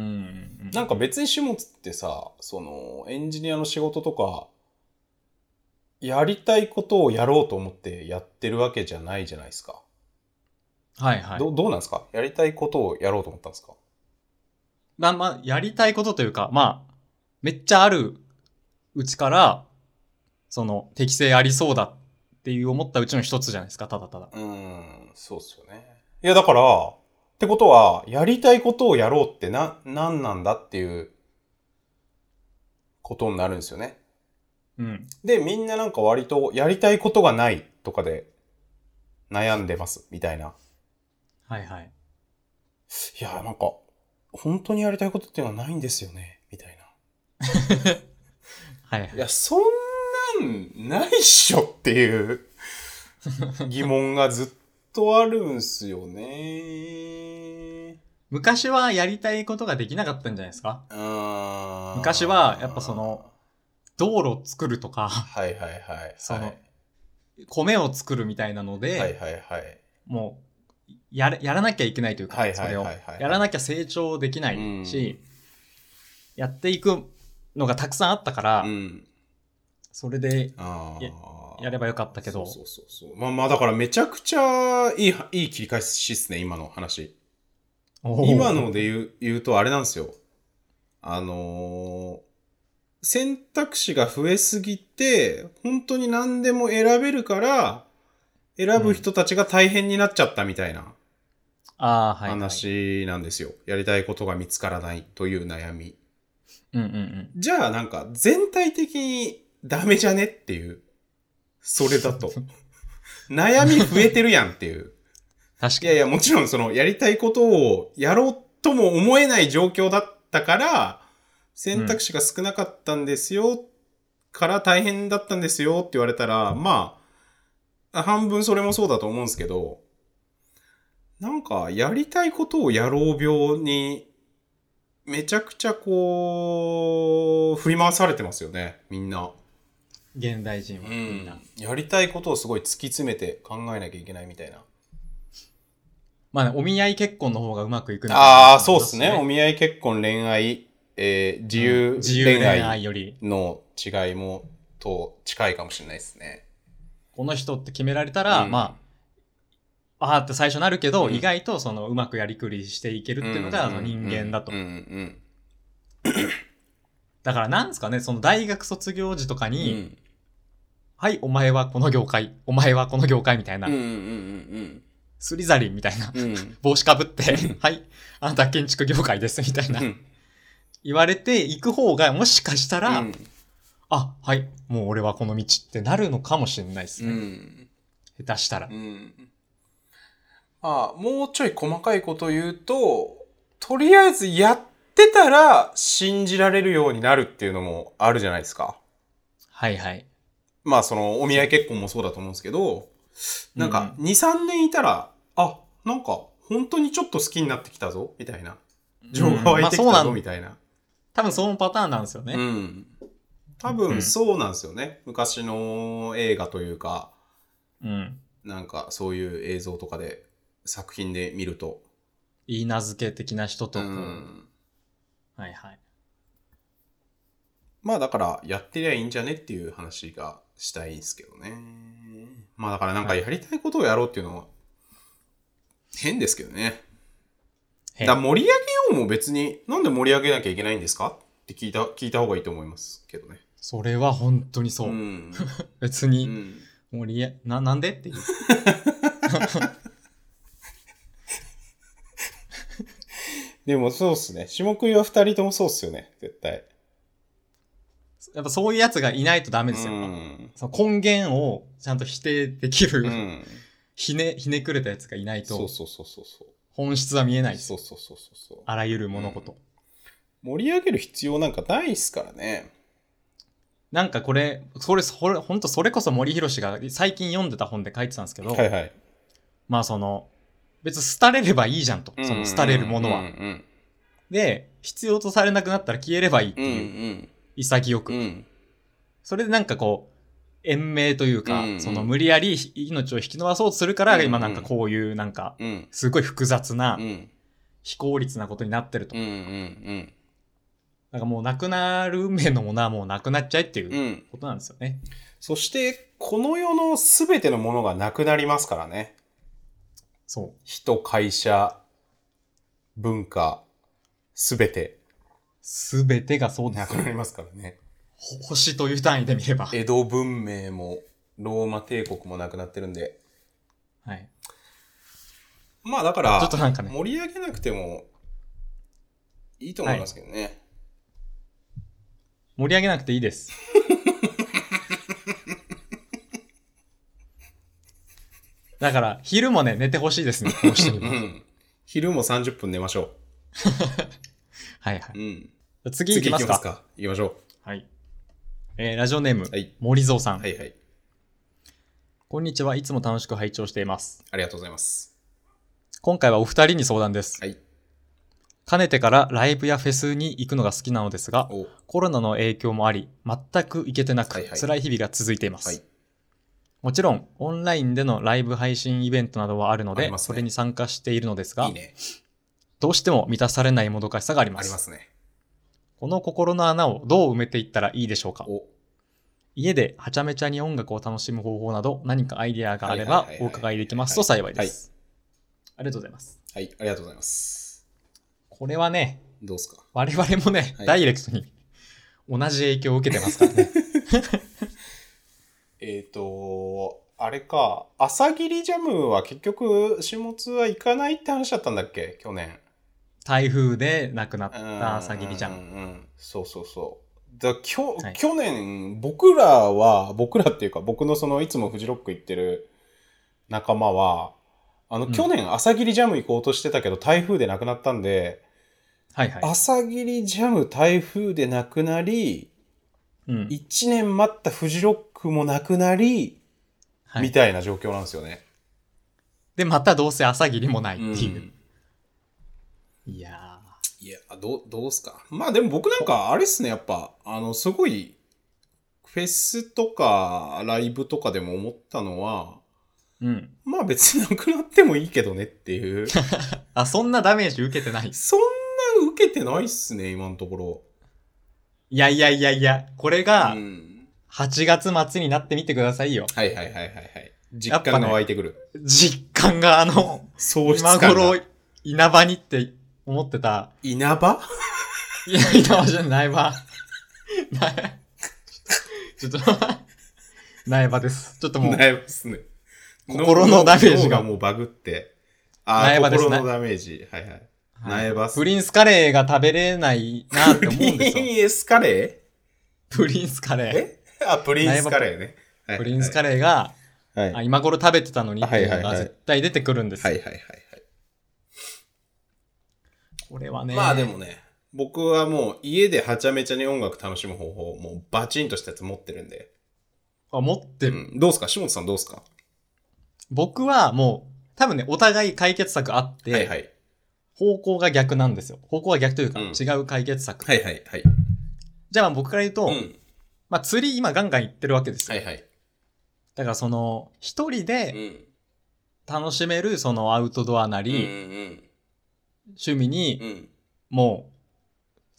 Speaker 1: うん。
Speaker 2: なんか別に種物ってさ、そのエンジニアの仕事とか、やりたいことをやろうと思ってやってるわけじゃないじゃないですか。
Speaker 1: はいはい。
Speaker 2: どどうなんですかやりたいことをやろうと思ったんですか
Speaker 1: まあまあ、やりたいことというか、まあ、めっちゃあるうちから、その、適性ありそうだっていう思ったうちの一つじゃないですか、ただただ。
Speaker 2: うーん、そうっすよね。いやだから、ってことは、やりたいことをやろうってな、何なんだっていうことになるんですよね。
Speaker 1: うん。
Speaker 2: で、みんななんか割とやりたいことがないとかで悩んでますみたいな。
Speaker 1: はいはい。
Speaker 2: いや、なんか、本当にやりたいことっていうのはないんですよね、みたい
Speaker 1: はいは
Speaker 2: な。
Speaker 1: い。
Speaker 2: いや、そんなんないっしょっていう 疑問がずっとあるんすよね。
Speaker 1: 昔はやりたいことができなかったんじゃないですか昔
Speaker 2: 昔
Speaker 1: はやっぱその、道路作るとか、
Speaker 2: はいはいはい。
Speaker 1: その
Speaker 2: はい
Speaker 1: 米を作るみたいなので、
Speaker 2: はいはいはい。
Speaker 1: もうやれ、やらなきゃいけないというか、
Speaker 2: はいはいはいはい
Speaker 1: それを。やらなきゃ成長できな
Speaker 2: うん
Speaker 1: いし、やっていくのがたくさんあったから、
Speaker 2: うん。
Speaker 1: それで
Speaker 2: あー
Speaker 1: ややればよかったけど
Speaker 2: そうそうそうそう。まあまあだからめちゃくちゃいい、いい切り返しっすね、今の話。
Speaker 1: おー
Speaker 2: 今ので言う言うとあれなんですよ。あのー選択肢が増えすぎて、本当に何でも選べるから、選ぶ人たちが大変になっちゃったみたいな
Speaker 1: あーはい、はい。
Speaker 2: 話なんですよ。やりたいことが見つからないという悩み。
Speaker 1: うんうんうん。
Speaker 2: じゃあなんか全体的にダメじゃねっていう。それだと。悩み増えてるやんっていう。
Speaker 1: 確
Speaker 2: い
Speaker 1: か
Speaker 2: や
Speaker 1: に。
Speaker 2: いや、もちろんそのやりたいことをやろうとも思えない状況だったから、選択肢が少なかったんですよ、から大変だったんですよって言われたら、まあ、半分それもそうだと思うんですけど、なんかやりたいことをやろう病にめちゃくちゃこう、振り回されてますよね、みんな。
Speaker 1: 現代人はみんな。
Speaker 2: やりたいことをすごい突き詰めて考えなきゃいけないみたいな。
Speaker 1: まあね、お見合い結婚の方がうまくいくな
Speaker 2: ああ、そうですね。お見合い結婚、恋愛、えー自由
Speaker 1: 自由
Speaker 2: 恋
Speaker 1: 恋
Speaker 2: 愛
Speaker 1: 愛より。
Speaker 2: の違いも、と近いかもしれないですね。
Speaker 1: この人って決められたら、
Speaker 2: うん
Speaker 1: まあ、ああって最初なるけど、
Speaker 2: うん
Speaker 1: 意外とそのうまくやりくりしていけるっていうのが、あの人間だと。
Speaker 2: うんうん
Speaker 1: だからなんですかね、その大学卒業時とか
Speaker 2: うん。
Speaker 1: に、
Speaker 2: うん
Speaker 1: はい、お前はこの業界、お前はこの業界みたいな、
Speaker 2: うんうん
Speaker 1: スリザリンみたいな、
Speaker 2: うんうん。うん
Speaker 1: 帽子かぶって
Speaker 2: うん、
Speaker 1: はい、あなた建築業界ですみたいな
Speaker 2: う、ん
Speaker 1: 言われて行く方が、もしかしたら、
Speaker 2: うん
Speaker 1: あ、はい、もう俺はこの道ってなるのかもしれないです
Speaker 2: う
Speaker 1: ね。
Speaker 2: ん
Speaker 1: 下手したら
Speaker 2: う。ん。まあ、もうちょい細かいこと言うと、とりあえずやってたら信じられるようになるっていうのもあるじゃないですか。
Speaker 1: はいはい。
Speaker 2: まあ、その、お見合い結婚もそうだと思うんですけど、なんか、2、3年いたら、あ、なんか、本当にちょっと好きになってきたぞ、みたいな。情が湧いてき
Speaker 1: うんまあそ
Speaker 2: た
Speaker 1: う
Speaker 2: ぞ、
Speaker 1: なん
Speaker 2: みたいな。
Speaker 1: 多分そのパターンなんですよね。
Speaker 2: うん。多
Speaker 1: う
Speaker 2: 分
Speaker 1: ん
Speaker 2: そうなんですよね。昔の映画というか、
Speaker 1: うん。
Speaker 2: なんかそういう映像とかで、作品で見ると。
Speaker 1: 言い名付け的な人と、
Speaker 2: うん
Speaker 1: はいはい。
Speaker 2: まあだからやってりゃいいんじゃねっていう話がしたいんですけどね。まあだからなんかやりたいことをやろうっていうのは変ですけどね。
Speaker 1: 変
Speaker 2: だから盛り上げようも別になんで盛り上げなきゃいけないんですかって聞いた、聞いた方がいいと思いますけどね。
Speaker 1: それは本当にそう。
Speaker 2: ん。
Speaker 1: 別
Speaker 2: う
Speaker 1: に、
Speaker 2: ん
Speaker 1: もうリア、な、なんでっていう。
Speaker 2: でもそうっすね。下食いは二人ともそうっすよね。絶対。
Speaker 1: やっぱそういうやつがいないとダメですよ。
Speaker 2: うん。
Speaker 1: その根源をちゃんと否定できる、
Speaker 2: うん。
Speaker 1: ひね、ひねくれたやつがいない
Speaker 2: そう
Speaker 1: と、
Speaker 2: そうそうそうそう。
Speaker 1: 本質は見えないです
Speaker 2: そ
Speaker 1: よ。
Speaker 2: うそうそうそうそう。
Speaker 1: あらゆる物事。
Speaker 2: 盛り上げる必要なんかないっすからね。
Speaker 1: なんかこれ、それ、それ、ほんとそれこそ森博氏が最近読んでた本で書いてたんですけど、
Speaker 2: はいはい。
Speaker 1: まあその、別に廃れればいいじゃんと。その廃れるもの
Speaker 2: うんう
Speaker 1: は。
Speaker 2: ん
Speaker 1: で、必要とされなくなったら消えればいいって
Speaker 2: うん。うんう
Speaker 1: いう、
Speaker 2: ん。
Speaker 1: 潔く。
Speaker 2: ん。
Speaker 1: それでなんかこう、延命というか、
Speaker 2: うんうん
Speaker 1: その無理やり命を引き延ばそうとするから、
Speaker 2: うんうん
Speaker 1: 今なんかこういうなんか、
Speaker 2: うん。
Speaker 1: すごい複雑な、
Speaker 2: うん。
Speaker 1: 非効率なことになってると。
Speaker 2: うん。うん。
Speaker 1: なんかもうなくなる運命のものはもうなくなっちゃえって
Speaker 2: うん。う。
Speaker 1: いうんことなんですよね。
Speaker 2: そして、この世のすべてのものがなくなりますからね。
Speaker 1: そ
Speaker 2: 人、会社、文化、すべて
Speaker 1: う。すべてがそうで
Speaker 2: な
Speaker 1: す
Speaker 2: く。なりますからね。
Speaker 1: ほ星という単位で見れば。
Speaker 2: 江戸文明も、ローマ帝国もなくなってるんで。
Speaker 1: はい。
Speaker 2: まあだか
Speaker 1: ちょっと
Speaker 2: ら、
Speaker 1: なんかね、
Speaker 2: 盛り上げなくてもいいと思いますけどね。
Speaker 1: 盛り上げなくていい です。だから、昼もね、寝てほしい ですね、この人に
Speaker 2: う
Speaker 1: も。
Speaker 2: ん。昼も30分寝ましょ
Speaker 1: はいは
Speaker 2: う。うん。
Speaker 1: い。次行
Speaker 2: 次
Speaker 1: き
Speaker 2: 行
Speaker 1: ま
Speaker 2: き
Speaker 1: す
Speaker 2: ま
Speaker 1: か。
Speaker 2: すか。行きましょ
Speaker 1: はい。えーラジオネーム、
Speaker 2: う。はい。
Speaker 1: 森蔵さん、
Speaker 2: はいはい。
Speaker 1: こんにちは。いつも楽しく拝聴しています。
Speaker 2: ありがとうございます。
Speaker 1: 今回はお二人に相談です。
Speaker 2: はい。
Speaker 1: かねてからライブやフェスに行くのが好きなのですが、
Speaker 2: お
Speaker 1: コロナの影響もあり、全く行けてなく、
Speaker 2: はいはい
Speaker 1: 辛い日々が続いています、
Speaker 2: はい
Speaker 1: もちろん、オンラインでのライブ配信イベントなどはあるの
Speaker 2: あ
Speaker 1: で、
Speaker 2: りますね
Speaker 1: それに参加しているのですが
Speaker 2: いいね。
Speaker 1: どうしても満たされないもどかしさがありま
Speaker 2: あ
Speaker 1: す。
Speaker 2: りますね。
Speaker 1: この心の穴をどう埋めていったらいいでしょうか
Speaker 2: お、
Speaker 1: 家ではちゃめちゃに音楽を楽しむ方法など、何かアイデアがあれ
Speaker 2: はい
Speaker 1: ば
Speaker 2: はいはいはい
Speaker 1: お伺いできますと幸いです。ありがとうございます。
Speaker 2: はい、ありがとうございます。
Speaker 1: これはね、
Speaker 2: どうですか
Speaker 1: 我々もね、
Speaker 2: はい
Speaker 1: ダイレクトに同じ影響を受けてますから ね。
Speaker 2: えっ、と、あれか、朝霧ジャムは結局、下津は行かないって話だったんだっけ去年。
Speaker 1: 台風で亡くなった朝
Speaker 2: 霧
Speaker 1: 霧ちゃ。
Speaker 2: うんんうん。そうそうそう。だきょ、
Speaker 1: はい
Speaker 2: 去年、僕らは、僕らっていうか、僕のその、いつもフジロック行ってる仲間は、あの、
Speaker 1: うん
Speaker 2: 去年、朝霧ジャム行こうとしてたけど、台風でなくなったんで、
Speaker 1: はいはい。
Speaker 2: 朝霧ジャム台風でなくなり、
Speaker 1: うん
Speaker 2: 1年待ったフジロックもなくなり、
Speaker 1: はい
Speaker 2: みたいな状況なんですよね。
Speaker 1: で、またどうせ朝霧もないって
Speaker 2: うん
Speaker 1: いう。いや
Speaker 2: いや、どう、どうすか。まあでも僕なんか、あれっすね、やっぱ、あの、すごい、フェスとか、ライブとかでも思ったのは、
Speaker 1: うん。
Speaker 2: まあ別になくなってもいいけどねって いう。
Speaker 1: あ、そんなダメージ受けてない。
Speaker 2: そんな受けてないっすね、今のところ。
Speaker 1: いやいやいやいや、これが
Speaker 2: うん。
Speaker 1: 8月末になってみてくださいよ。
Speaker 2: はいはいはいはいはい。
Speaker 1: や
Speaker 2: 実
Speaker 1: っぱ
Speaker 2: 感
Speaker 1: ね
Speaker 2: が湧いてくる。
Speaker 1: 実感があの、
Speaker 2: 喪失
Speaker 1: 今
Speaker 2: 感が
Speaker 1: 頃。稲葉にって思ってた。
Speaker 2: 稲葉
Speaker 1: いや、稲葉じゃないわ。な ちょっと、苗場です。ちょっともう、
Speaker 2: ないですね。
Speaker 1: 心のダメージが
Speaker 2: 脳もうバグって。あ
Speaker 1: 苗
Speaker 2: あ、
Speaker 1: 場ですね
Speaker 2: 心のダメージ。はいはい。
Speaker 1: はい
Speaker 2: 苗場っす
Speaker 1: プリンスカレーが食べれないなって思うんです よ。
Speaker 2: エスカレ
Speaker 1: プリンスカレ
Speaker 2: え ーあ、プリンスカレーね。
Speaker 1: ー。プリンスカ
Speaker 2: レ
Speaker 1: レーが、
Speaker 2: ー。はい。は
Speaker 1: あ
Speaker 2: い
Speaker 1: 今頃食べてたのにっていうの
Speaker 2: はいはいは
Speaker 1: が
Speaker 2: い
Speaker 1: 絶対出てくるんです
Speaker 2: は
Speaker 1: よ。
Speaker 2: いはいはい。
Speaker 1: これはね。
Speaker 2: まあでもね、僕はもう家ではちゃめちゃに音楽楽しむ方法、もうバチンとしたやつ持ってるんで。
Speaker 1: あ。持って
Speaker 2: う
Speaker 1: る。
Speaker 2: ん。どうすか下本さんどうすか
Speaker 1: 僕はもう、多分ね、お互い解決策あって、
Speaker 2: はいはい。
Speaker 1: 方向が逆なんですよ。方向が逆というか、
Speaker 2: うん
Speaker 1: 違う解決策。
Speaker 2: はいはいはい。
Speaker 1: じゃあまあ僕から言うと、
Speaker 2: うん。
Speaker 1: まあ釣り今ガンガン行ってるわけですよ。
Speaker 2: はいはい。
Speaker 1: だからその、一人
Speaker 2: う
Speaker 1: で
Speaker 2: ん。
Speaker 1: 楽しめるそのアウトドアな
Speaker 2: うん
Speaker 1: り、趣味
Speaker 2: うんう
Speaker 1: に
Speaker 2: ん。
Speaker 1: も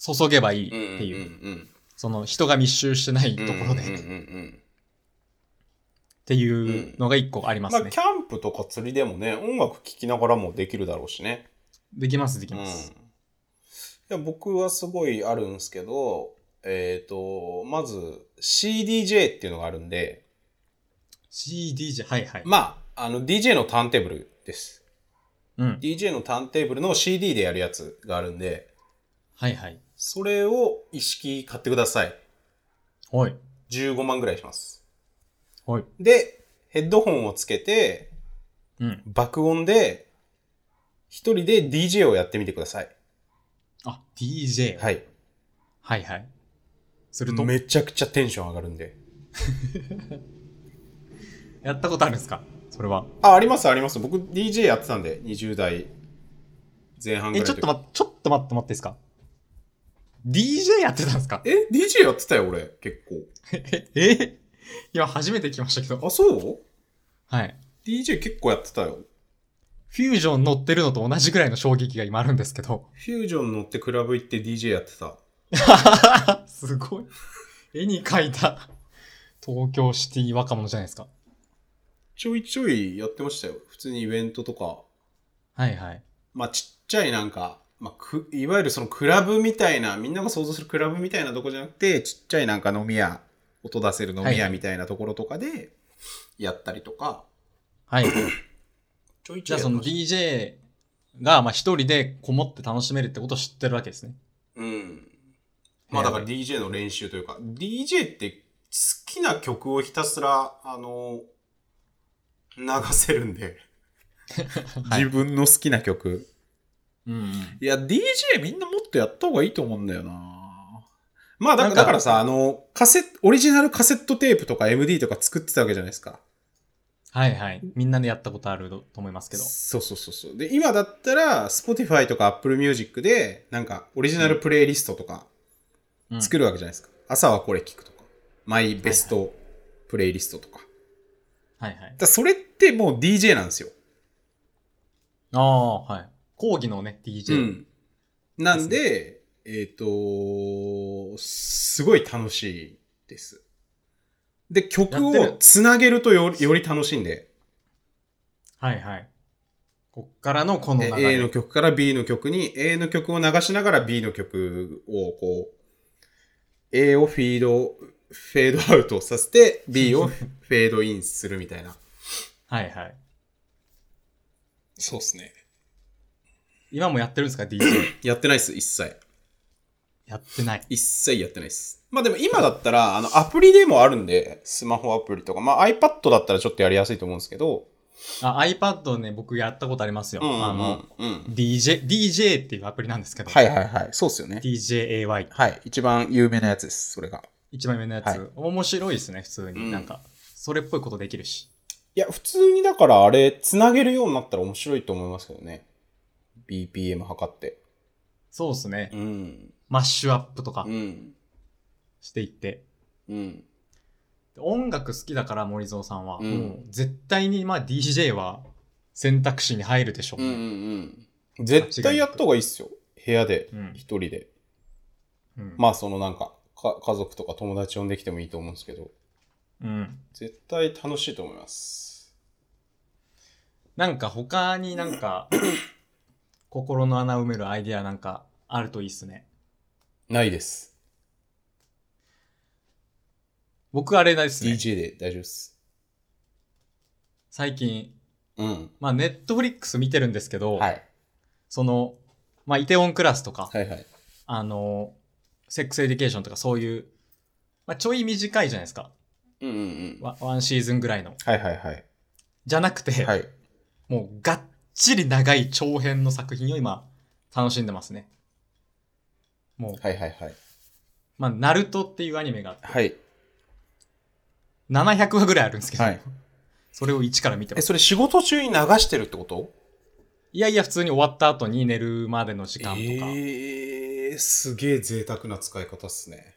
Speaker 1: う注げばいいっ
Speaker 2: う
Speaker 1: て
Speaker 2: ん。
Speaker 1: いう、
Speaker 2: うん
Speaker 1: その人が密集してない
Speaker 2: うん。
Speaker 1: ところで、
Speaker 2: うんう
Speaker 1: っ
Speaker 2: んうん。
Speaker 1: ていうのが一個ありま
Speaker 2: ますあ、
Speaker 1: ね
Speaker 2: キ。ャンプとか釣りでもね、音楽聴きながらもできるだろうしね。
Speaker 1: できます、でき
Speaker 2: うん。い
Speaker 1: ます。
Speaker 2: や、僕はすごいあるんですけど、えっ、と、まず CDJ っていうのがあるんで、
Speaker 1: CDJ、はいはい。
Speaker 2: まあ、あの DJ のターンテーブルです。
Speaker 1: うん。
Speaker 2: DJ のターンテーブルの CD でやるやつがあるんで、
Speaker 1: はいはい。
Speaker 2: それを一式買ってください。
Speaker 1: ほい。
Speaker 2: 15万ぐらいします。
Speaker 1: ほい。
Speaker 2: で、ヘッドホンをつけて、
Speaker 1: うん。
Speaker 2: 爆音で、一人で DJ をやってみてください。
Speaker 1: あ、DJ。はい、
Speaker 2: はい。
Speaker 1: はいはいすると、
Speaker 2: めちゃくちゃテンション上がるんで。
Speaker 1: やったことあるんですかそれは。
Speaker 2: あ、ありますあります。僕 DJ やってたんで、20代前半ぐ
Speaker 1: え、
Speaker 2: らい
Speaker 1: ち
Speaker 2: の
Speaker 1: ょっと
Speaker 2: 時
Speaker 1: 待って、ちょっと待って待っていいですか ?DJ やってたんですか
Speaker 2: え、DJ やってたよ、俺。結構。
Speaker 1: え、え今初めて来ましたけど。
Speaker 2: あ、そう
Speaker 1: はい。
Speaker 2: ?DJ 結構やってたよ。
Speaker 1: フュージョン乗ってるのと同じぐらいの衝撃が今あるんですけど。
Speaker 2: フュージョン乗ってクラブ行って DJ やってた。
Speaker 1: すごい。絵に描いた東京シティ若者じゃないですか。
Speaker 2: ちょいちょいやってましたよ。普通にイベントとか。
Speaker 1: はいはい。
Speaker 2: まあ、ちっちゃいなんか、まあ、くいわゆるそのクラブみたいな、みんなが想像するクラブみたいなとこじゃなくて、ちっちゃいなんか飲み屋、音出せる飲み
Speaker 1: はいは
Speaker 2: 屋
Speaker 1: い
Speaker 2: みたいなところとかでやったりとか、
Speaker 1: はい。
Speaker 2: ちょいち
Speaker 1: じ
Speaker 2: ょ
Speaker 1: ゃ
Speaker 2: い
Speaker 1: あ
Speaker 2: や
Speaker 1: その
Speaker 2: ってました
Speaker 1: DJ が、まあ一人でこもって楽しめるってことを知ってるわけですね。
Speaker 2: うん。まあだから DJ の練習というか、DJ って好きな曲をひたすら、あの、流せるん で、
Speaker 1: はい
Speaker 2: 自分の好きな曲。
Speaker 1: うんうん。
Speaker 2: いや、DJ みんなもっとやった方がいいと思うんだよなまあだ
Speaker 1: なん
Speaker 2: か
Speaker 1: か
Speaker 2: だからさ、あの、カセット、オリジナルカセットテープとか MD とか作ってたわけじゃないですか。
Speaker 1: はいはい。みんなでやったことあると思いますけど。
Speaker 2: そうそうそうそう。で、今だったら、Spotify とか Apple Music で、なんか、オリジナルプレイリストとか、
Speaker 1: うん
Speaker 2: 作るわけじゃないですか。朝はこれ聞くとか、マイベストプレイリストとか。
Speaker 1: はいはい
Speaker 2: だ。からそれってもう DJ なんですよ。
Speaker 1: ああ、はい。講義のね、
Speaker 2: う
Speaker 1: DJ。
Speaker 2: ん。なんで、えっ、と、すごい楽しいです。で、曲
Speaker 1: やって
Speaker 2: を
Speaker 1: る
Speaker 2: つなげるとよりより楽しいんで、
Speaker 1: はいはい。こっからのこの
Speaker 2: で
Speaker 1: 流
Speaker 2: A の
Speaker 1: れ。
Speaker 2: 曲から B の曲に、A の曲を流しながら B の曲をこう、A をフィード、フェードアウトさせて、B をフェードインするみたいな。
Speaker 1: はいはい。
Speaker 2: そうっすね。
Speaker 1: 今もやってるんですか ?DJ。
Speaker 2: やってないっす、一切。
Speaker 1: やってない。
Speaker 2: 一切やってないっす。まあでも今だったら、あの、アプリでもあるんで、スマホアプリとか、まあ iPad だったらちょっとやりやすいと思うんですけど、
Speaker 1: あ、iPad ね、僕やったことありますよ。あの、
Speaker 2: うんうん。
Speaker 1: DJ、DJ っていうアプリなんですけど。
Speaker 2: はいはいはい。そうっすよね。
Speaker 1: DJAY。
Speaker 2: はい。一番有名なやつです、それが。
Speaker 1: 一番上のやつ、
Speaker 2: はい
Speaker 1: 面白いですね普通に、
Speaker 2: うん
Speaker 1: なんかそれっぽいことできるし
Speaker 2: いや、普通にだからあれ、つなげるようになったら面白いと思いますけどね。BPM 測って。
Speaker 1: そうですね。
Speaker 2: うん。
Speaker 1: マッシュアップとか
Speaker 2: うん。
Speaker 1: していって。
Speaker 2: うん。
Speaker 1: 音楽好きだから森蔵さんは、
Speaker 2: うん
Speaker 1: もう絶対にまあ DJ は選択肢に入るでしょう
Speaker 2: うんう
Speaker 1: ね。
Speaker 2: んうん。絶対やった方がいいっすよ。部屋で
Speaker 1: う、ん
Speaker 2: 一人で。
Speaker 1: うん
Speaker 2: まあ、そのなんかか、家族とか友達呼んできてもいいと思うんですけど、
Speaker 1: うん
Speaker 2: 絶対楽しいと思います。
Speaker 1: なんか他になんか 心の穴埋めるアイディアなんかあるといいっすね。
Speaker 2: ないです。
Speaker 1: 僕あれですね。
Speaker 2: DJ で大丈夫です。
Speaker 1: 最近、
Speaker 2: うん。
Speaker 1: まあネットフリックス見てるんですけど、
Speaker 2: はい。
Speaker 1: その、まあイテウォンクラスとか、
Speaker 2: はいはい。
Speaker 1: あの、セックスエディケーションとかそういう、まあちょい短いじゃないですか。
Speaker 2: うんうんうん。
Speaker 1: ワワンシーズンぐらいの。
Speaker 2: はいはいはい。
Speaker 1: じゃなくて、
Speaker 2: はい。
Speaker 1: もうがっちり長い長編の作品を今楽しんでますね。もう、
Speaker 2: はいはいはい。
Speaker 1: まあ、ナルトっていうアニメがあって、
Speaker 2: はい。
Speaker 1: 700話ぐらいあるんですけど、
Speaker 2: はい
Speaker 1: それを一から見てま
Speaker 2: え、
Speaker 1: す。
Speaker 2: それ仕事中に流してるってこと
Speaker 1: いやいや、普通に終わった後に寝るまでの時間とか、
Speaker 2: えー、すげえ贅沢な使い方っすね。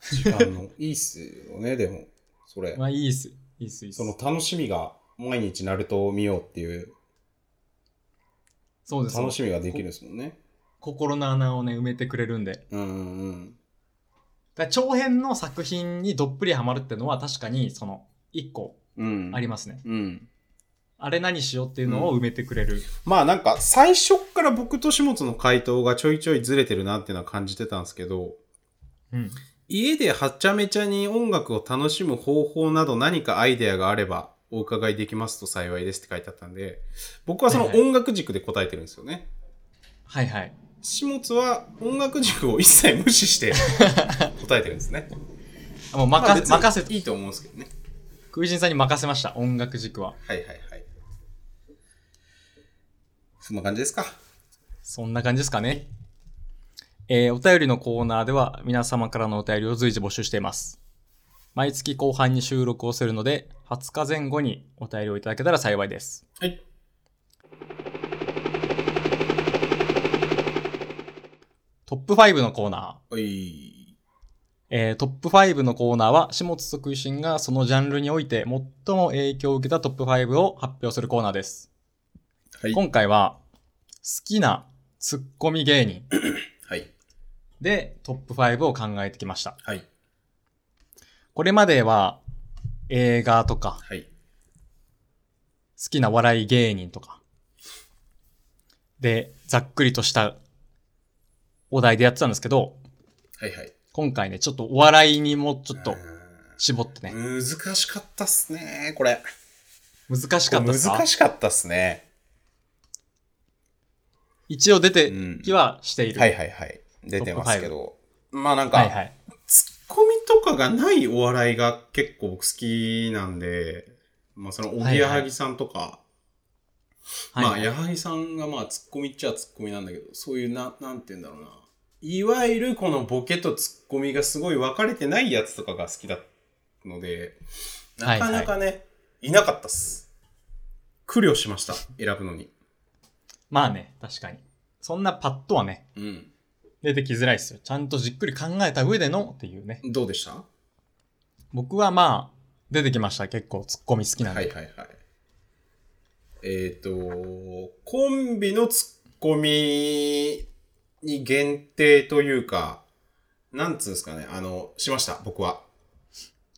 Speaker 2: 時間 の。いいっすよね、でも。それ
Speaker 1: ま。あいいっす。いいっす、いいっす。
Speaker 2: その楽しみが、毎日ナルトを見ようっていう
Speaker 1: そうです。
Speaker 2: 楽しみができるんですもんね。
Speaker 1: 心の穴をね、埋めてくれるんで。だか
Speaker 2: うんうんうん。
Speaker 1: ら長編の作品にどっぷりハマるってのは確かに、その、一個
Speaker 2: うん。
Speaker 1: ありますね。
Speaker 2: うん。
Speaker 1: あれ何しようっていうのを埋めてくれる。
Speaker 2: まあなんか、最初っから僕と下津の回答がちょいちょいずれてるなっていうのは感じてたんですけど、
Speaker 1: うん。
Speaker 2: 家ではちゃめちゃに音楽を楽しむ方法など何かアイデアがあればお伺いできますと幸いですって書いてあったんで、僕はその
Speaker 1: はいはい
Speaker 2: 音楽軸で答えてるんですよね。
Speaker 1: はいはい。
Speaker 2: 下津は音楽軸を一切無 視して答えてるんですね。
Speaker 1: もう
Speaker 2: ま
Speaker 1: 任
Speaker 2: あ別
Speaker 1: せ、
Speaker 2: に
Speaker 1: 任せ
Speaker 2: いいと思うんですけどね。
Speaker 1: クイジンさんに任せました、音楽軸は。
Speaker 2: はいはいはい。そんな感じですか。
Speaker 1: そんな感じですかね。えーお便りのコーナーでは皆様からのお便りを随時募集しています。毎月後半に収録をするので、20日前後にお便りをいただけたら幸いです。
Speaker 2: はい。
Speaker 1: トップ5のコーナ
Speaker 2: おい。
Speaker 1: ー。えートップ5のコーナーは、下津とクイシンがそのジャンルにおいて最も影響を受けたトップ5を発表するコーナーです。
Speaker 2: はい。
Speaker 1: 今回は、好きなツッコミ芸人
Speaker 2: はい。
Speaker 1: でトップ5を考えてきました。
Speaker 2: はい。
Speaker 1: これまでは映画とか
Speaker 2: はい。
Speaker 1: 好きな笑い芸人とかでざっくりとしたお題でやってたんですけど
Speaker 2: はいはい。
Speaker 1: 今回ねちょっとお笑いにもちょっと絞ってね
Speaker 2: 難しかったっすね、これ。
Speaker 1: 難しかったっすか
Speaker 2: 難しかったっすね。
Speaker 1: 一応出て
Speaker 2: うん
Speaker 1: きはしている、
Speaker 2: はいはいはい。出てますけど。まあなんか、
Speaker 1: はいはい
Speaker 2: ツッコミとかがないお笑いが結構僕好きなんで、まあその、おぎやはぎさんとか、ま
Speaker 1: は
Speaker 2: あ、
Speaker 1: いはい
Speaker 2: 矢作さんがまあ、ツッコミっちゃツッコミなんだけど、そういう、な、なんて言うんだろうな。いわゆるこのボケとツッコミがすごい分かれてないやつとかが好きだったので、
Speaker 1: は
Speaker 2: ない
Speaker 1: は
Speaker 2: か
Speaker 1: い
Speaker 2: なかね、いなかったっす。苦慮しました、選ぶのに。
Speaker 1: まあね確かにそんなパッとはね
Speaker 2: うん。
Speaker 1: 出てきづらいですよちゃんとじっくり考えた上でのっていうね
Speaker 2: どうでしたは
Speaker 1: 僕はまあ出てきました結構ツッコミ好き
Speaker 2: い
Speaker 1: なんで、
Speaker 2: はいはい。えっ、と、コンビのツッコミに限定というか、なんつうんですかね、あの、しました、僕は。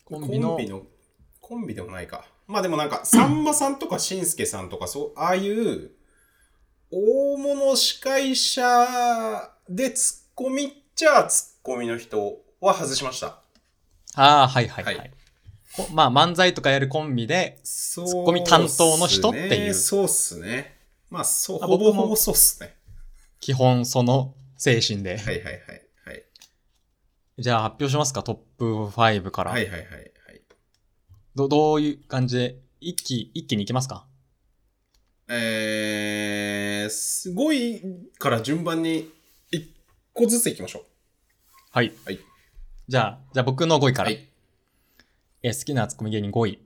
Speaker 1: コンビの
Speaker 2: コンビの、コンビでもないか。まあでもなんか、 さんまさんとかしんすけさんとか、そう、ああいう、大物司会者でツッコミっちゃツッコミの人は外しました。
Speaker 1: ああ、はいはいはい。
Speaker 2: はい
Speaker 1: こまあ、漫才とかやるコンビで、
Speaker 2: ツ
Speaker 1: ッコミ担当の人っていう
Speaker 2: そうっすね。まあ、そう、
Speaker 1: あ
Speaker 2: ほぼ
Speaker 1: 僕も
Speaker 2: ほぼそうっすね。
Speaker 1: 基本その精神で。
Speaker 2: はいはいはい。はい
Speaker 1: じゃあ発表しますか、トップ5から。
Speaker 2: はいはいはいはい。
Speaker 1: どどういう感じで、一気、一気に行きますか
Speaker 2: えー、すごいから順番に一個ずついきましょ
Speaker 1: はい。
Speaker 2: はい
Speaker 1: じゃあ、じゃあ僕の5位
Speaker 2: う。
Speaker 1: から。
Speaker 2: はい。
Speaker 1: え好きなツッコミ芸人5位。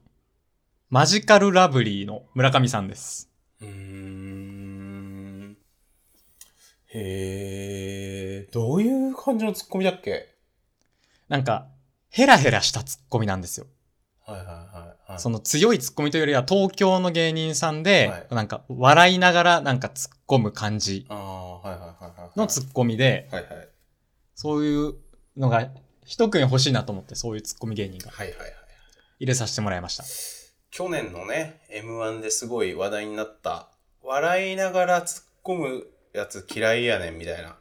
Speaker 1: マジカルラブリーの村上さんです。
Speaker 2: うーんへどういう感じのツッコミだっけ
Speaker 1: なんか、ヘラヘラしたツッコミなんですよ。
Speaker 2: はいはいはい、はい。
Speaker 1: その強いツッコミというよりは東京の芸人さんで、
Speaker 2: はい
Speaker 1: なんか笑いながらなんか突っ込む感じ
Speaker 2: ああ、はいはいはいはい。
Speaker 1: のツッコミで、
Speaker 2: はいはい。はい
Speaker 1: そういうのが一組欲しいなと思って、そういうツッコミ芸人が
Speaker 2: はいはい。
Speaker 1: 入れさせてもらいました。
Speaker 2: 去年のね、M1 ですごい話題になった、笑いながら突っ込むやつ嫌いやねんみたいな、
Speaker 1: はいはい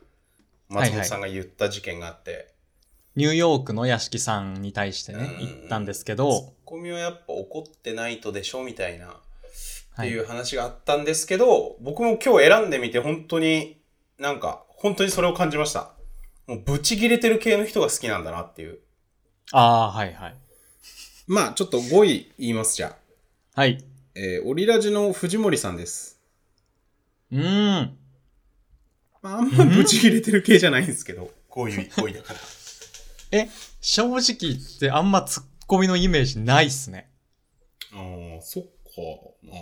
Speaker 2: 松本さんが言った事件があって、
Speaker 1: ニューヨークの屋敷さんに対してね
Speaker 2: うん、
Speaker 1: 行ったんですけ
Speaker 2: ツッ
Speaker 1: ど、
Speaker 2: コミはやっぱ怒ってないとでしょみたいな、っ
Speaker 1: は
Speaker 2: て
Speaker 1: い
Speaker 2: い。う話があったんですけど、僕も今日選んでみて本当になんか、本当にそれを感じました。もうブチ切れてる系の人が好きなんだなっていう。
Speaker 1: ああー、はいはい。
Speaker 2: まあちょっと5位言いますじゃあ。
Speaker 1: はい。
Speaker 2: えー、オリラジの藤森さんです。
Speaker 1: うーん。
Speaker 2: まあ、あんまブチ切れてる系じゃないんですけど。こういう、こういうだから。
Speaker 1: 正直言ってあんまツッコミのイメージないっすね。
Speaker 2: ああ、そっか。まあ、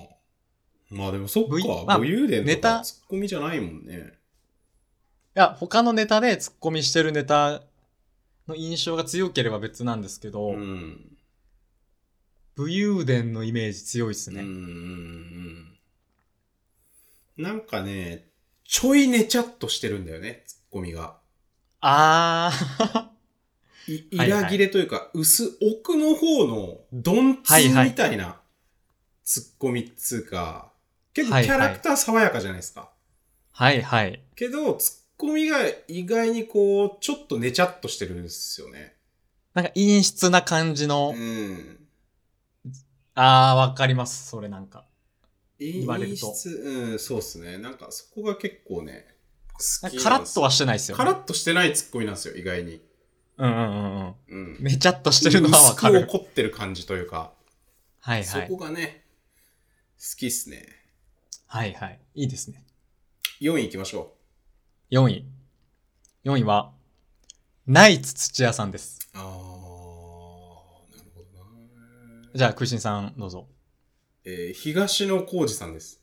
Speaker 2: まあでもそっ
Speaker 1: ぶいまあ
Speaker 2: 有伝
Speaker 1: ネタ
Speaker 2: ツッコミじゃないもんね。
Speaker 1: いや、他のネタでツッコミしてるネタの印象が強ければ別なんですけど、
Speaker 2: うん。
Speaker 1: 武勇伝のイメージ強いっすね。
Speaker 2: うんうんうん。なんかね、ちょいねちゃっとしてるんだよね、ツッコミが。
Speaker 1: あー。
Speaker 2: い、い
Speaker 1: はいはい
Speaker 2: らぎれというか、薄、奥の方の、ドンツ
Speaker 1: はいは
Speaker 2: ン
Speaker 1: い
Speaker 2: みたいな、ツッコミっつうか、結
Speaker 1: は
Speaker 2: 構
Speaker 1: い
Speaker 2: キ
Speaker 1: はい
Speaker 2: ャラクター爽やかじゃないですか。
Speaker 1: はいはい。
Speaker 2: けど、ツッコミが意外にこう、ちょっとねちゃっとしてるんですよね。
Speaker 1: なんか陰湿な感じの、
Speaker 2: うん。
Speaker 1: あー、わかります。それなんか。
Speaker 2: 言
Speaker 1: われると
Speaker 2: うん、そうですね。なんかそこが結構ね、好
Speaker 1: なん
Speaker 2: き
Speaker 1: かカラッとは
Speaker 2: し
Speaker 1: してないっす
Speaker 2: て
Speaker 1: よ、
Speaker 2: カ
Speaker 1: ね。
Speaker 2: ラッとしてないツッコミなんですよ、意外に。
Speaker 1: うんうんうんうん。
Speaker 2: うん。
Speaker 1: めちゃっとしてるのはわかる
Speaker 2: 薄。く怒ってる感じというか、
Speaker 1: はい
Speaker 2: そ
Speaker 1: はい
Speaker 2: こ。がね、好きっすね。
Speaker 1: はいはい。いいですね。
Speaker 2: 4位行きましょ
Speaker 1: 4位。4位は、ナイツ土屋さんです。
Speaker 2: う。あー、なるほどな。
Speaker 1: じゃあ、空心さん、どうぞ。
Speaker 2: えー、東野幸治さんです。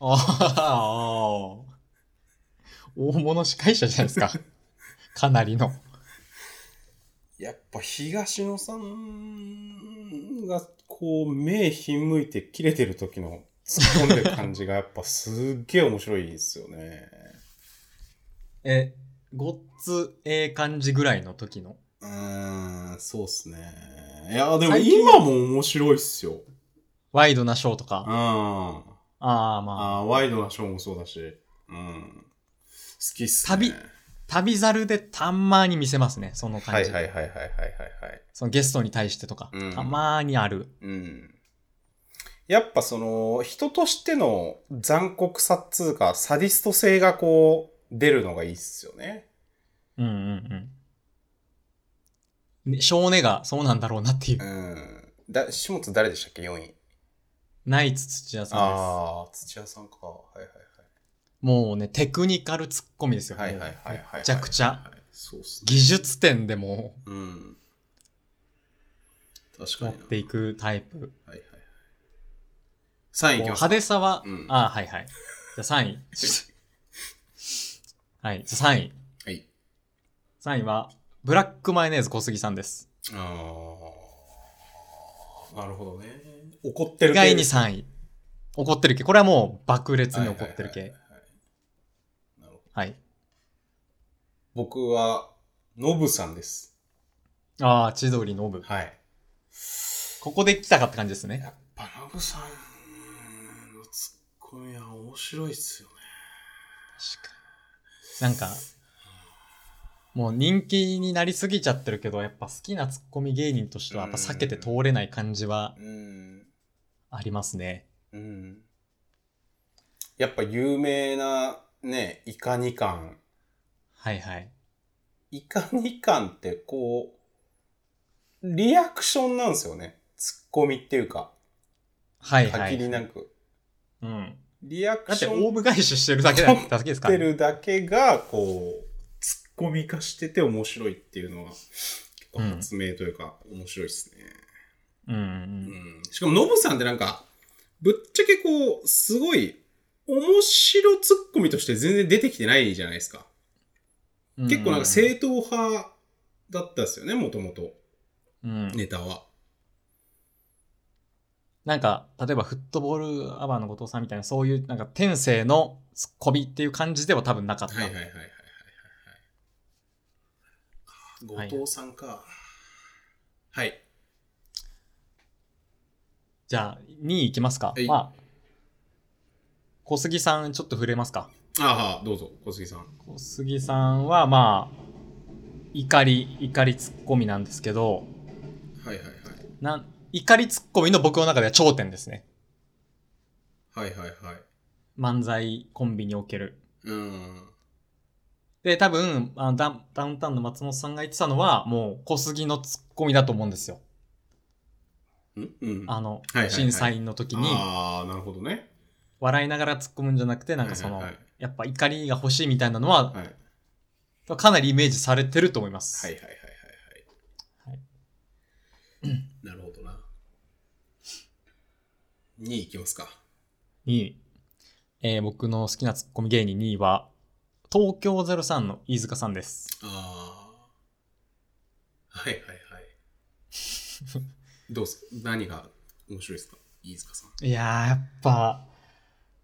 Speaker 1: ああ。大物司会者じゃないですか。かなりの。
Speaker 2: やっぱ東野さんがこう目ひんむいて切れてる時の突っ込んでる感じがやっぱすっげえ面白いですよね。
Speaker 1: え、ごっつええ感じぐらいの時の。
Speaker 2: うーん、そうっすね。いや、でも
Speaker 1: 最近
Speaker 2: 今も面白いっすよ。
Speaker 1: ワイドなショーと
Speaker 2: うん。
Speaker 1: か。
Speaker 2: あ
Speaker 1: ああ、まあ。
Speaker 2: ーワイドなショーもそうだし。うん。好きっすね。
Speaker 1: 旅旅猿でたんまに見せますね、その
Speaker 2: は
Speaker 1: 感
Speaker 2: い
Speaker 1: じ。
Speaker 2: はいはいはいはいはいはい。
Speaker 1: そのゲストに対してとか。
Speaker 2: うん
Speaker 1: たまーにある。
Speaker 2: うん。やっぱその、人としての残酷さっつうか、サディスト性がこう、出るのがいいっすよね。
Speaker 1: うんうんうん。ね、少年がそうなんだろうなっていうう。
Speaker 2: ん。だ、下津誰でしたっけ ?4 位。
Speaker 1: ナイツ土屋さんです。
Speaker 2: ああ、土屋さんか。はいはい
Speaker 1: もうね、テクニカルツッコミですよ。
Speaker 2: はい。はいはいはいはい。
Speaker 1: めちゃくちゃ。。
Speaker 2: そうっすね。
Speaker 1: 技術点でも
Speaker 2: うん。
Speaker 1: う持
Speaker 2: 確か
Speaker 1: っ
Speaker 2: にな。
Speaker 1: ていくタイプ。
Speaker 2: はいはい。3
Speaker 1: こ
Speaker 2: 位い
Speaker 1: う
Speaker 2: きます
Speaker 1: 派
Speaker 2: か。
Speaker 1: 手さは、
Speaker 2: うん
Speaker 1: あはいはい。じゃあ3位。 はい、じゃあ3位。
Speaker 2: はい。
Speaker 1: 3位は、ブラックマヨネーズ小杉さんです。
Speaker 2: ああ。なるほどね。怒って
Speaker 1: 意
Speaker 2: る系
Speaker 1: 外に3位。怒ってる系。これはもう爆裂に怒ってる
Speaker 2: はい
Speaker 1: 系
Speaker 2: は。いはいはいなるほど
Speaker 1: はい。
Speaker 2: 僕は、ノブさんです。
Speaker 1: ああ、千鳥ノブ。
Speaker 2: はい。
Speaker 1: ここで来たかって感じですね。
Speaker 2: やっぱノブさんのツッコミは面白いっすよね。
Speaker 1: 確かに。なんか、もう人気になりすぎちゃってるけど、やっぱ好きなツッコミ芸人としては、やっぱ避けて通れない感じは
Speaker 2: うん。
Speaker 1: ありますね。
Speaker 2: うん。やっぱ有名なね、イカニカン。
Speaker 1: はいはい。
Speaker 2: イカニカンってこう、リアクションなんですよね。ツッコミっていうか、
Speaker 1: はいは
Speaker 2: 限り
Speaker 1: い。
Speaker 2: なく。
Speaker 1: うん。
Speaker 2: リア
Speaker 1: だ
Speaker 2: ク
Speaker 1: って、
Speaker 2: ショ
Speaker 1: オー
Speaker 2: ン
Speaker 1: ブ返ししてるだけだだけです
Speaker 2: っ
Speaker 1: か
Speaker 2: て
Speaker 1: ら、ね。
Speaker 2: るだけが、こう、ツッコミ化してて面白いっていうのは、結構発明というか、面白いです
Speaker 1: う
Speaker 2: ね。
Speaker 1: んうん
Speaker 2: う
Speaker 1: うん。
Speaker 2: ん。しかも、ノブさんってなんか、ぶっちゃけこう、すごい、面白ツッコミとして全然出てきてないじゃないですか。結構なんか正統派だったですよね、もともと。
Speaker 1: うん、
Speaker 2: ネタは。
Speaker 1: なんか、例えばフットボールアワーの後藤さんみたいな、そういうなんか天性のツッコミっていう感じでは多分なかった。
Speaker 2: はいはいはいはいはいはいはい。後藤さんか。はい。
Speaker 1: じゃあ、2位いきますか。
Speaker 2: はい
Speaker 1: まあ、小杉さんちょっと触れますか。
Speaker 2: ああ、どうぞ、小杉さん。
Speaker 1: 小杉さんはまあ、怒り、怒りツッコミなんですけど、
Speaker 2: はいはいはい。
Speaker 1: なん怒りツッコミの僕の中では頂点ですね。
Speaker 2: はいはいはい。
Speaker 1: 漫才コンビにおける。
Speaker 2: うーん。
Speaker 1: で、多分あのダウン、ダウンタウンの松本さんが言ってたのは、もう小杉のツッコミだと思うんですよ。
Speaker 2: うんうん。
Speaker 1: あの、
Speaker 2: いはいはい
Speaker 1: 審査員の時に、
Speaker 2: ああ、なるほどね。
Speaker 1: 笑いながら突っ込むんじゃなくて、なんかその、
Speaker 2: はいはいはい
Speaker 1: やっぱ怒りが欲しいみたいなのは、
Speaker 2: はい。はい
Speaker 1: かなりイメージされてると思います。
Speaker 2: はいはいはいはい。
Speaker 1: はい
Speaker 2: なるほどな。2位いきますか。
Speaker 1: 2位、えー僕の好きなツッコミ芸人2位は、東京03の飯塚さんです。
Speaker 2: ああ。はいはいはい。 どうす何が面白いですか飯塚さん。
Speaker 1: いやー、やっぱ、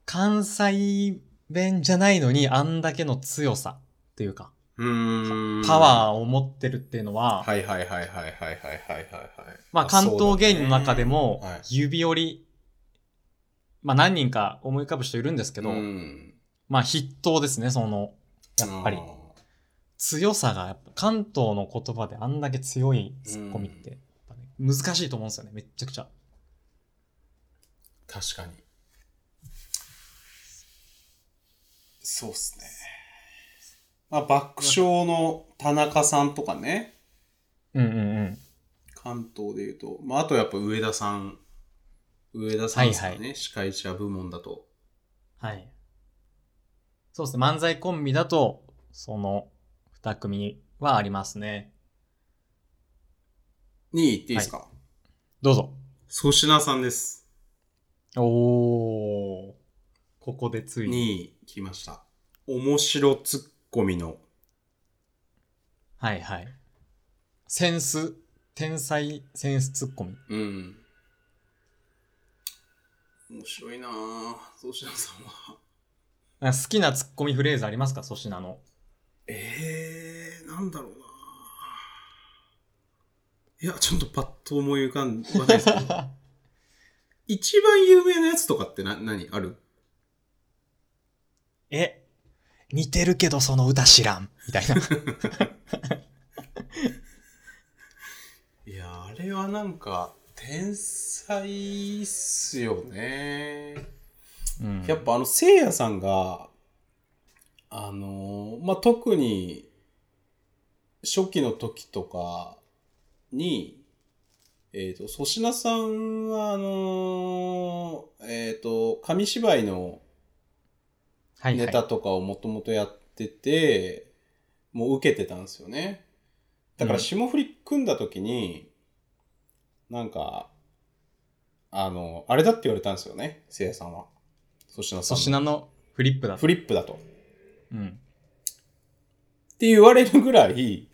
Speaker 1: 関西弁じゃないのに、あんだけの強さというか、
Speaker 2: うーん
Speaker 1: パワーを持ってるっていうのは、
Speaker 2: はいはいはいはいはいはいはいはい。
Speaker 1: まあ、関東芸人の中でも
Speaker 2: はい、
Speaker 1: 指折り、まあ、何人か思い浮かぶ人いるんですけ
Speaker 2: け
Speaker 1: ど、まあ、筆頭ですね、その、やっぱり。強さが、やっぱ関東の言葉であんだけ強いツッコミって、やっぱね難しいと思うんですよね、めっちゃくちゃ。
Speaker 2: 確かに。そうっすね。まあ、爆笑の田中さんとかね、
Speaker 1: うんうんうん。
Speaker 2: 関東で言うと、まあ、あとやっぱ上田さん、上田さんですかね、
Speaker 1: はい
Speaker 2: 司会者部門だと。
Speaker 1: はい。そうですね、漫才コンビだと、その、二組はありますね。
Speaker 2: 2位いっていいですか、
Speaker 1: どうぞ。
Speaker 2: 粗品さんです。
Speaker 1: おー。ここでつい
Speaker 2: 2
Speaker 1: に。
Speaker 2: 位来ました。面白ツッコミの。
Speaker 1: はいはい。センス、天才センスツッコミ。
Speaker 2: うん。面白いなぁ、粗品さんは。
Speaker 1: なんか好きなツッコミフレーズありますか粗品の。
Speaker 2: えー、なんだろうな。いや、ちょっとパッと思い浮かんわかんない ですけど一番有名なやつとかってな何ある
Speaker 1: え、似てるけどその歌知らん。みたいな。
Speaker 2: いや、あれはなんか、天才っすよね。
Speaker 1: うん
Speaker 2: やっぱあの、せいやさんが、あのーまあ、特に、初期の時とかに、えっ、と、粗品さんは、あのーえっ、と、紙芝居の
Speaker 1: はいはい
Speaker 2: ネタとかをもともとやってて、もう受けてたんですよね。だか
Speaker 1: う
Speaker 2: ら
Speaker 1: ん
Speaker 2: 霜降り組んだ時に、なんか、あの、あれだって言われたんですよね、せいやさんは。粗品さ
Speaker 1: 粗
Speaker 2: んの。
Speaker 1: 品のフリップだと。
Speaker 2: フリップだと。っ
Speaker 1: うん。
Speaker 2: て言われるぐらい、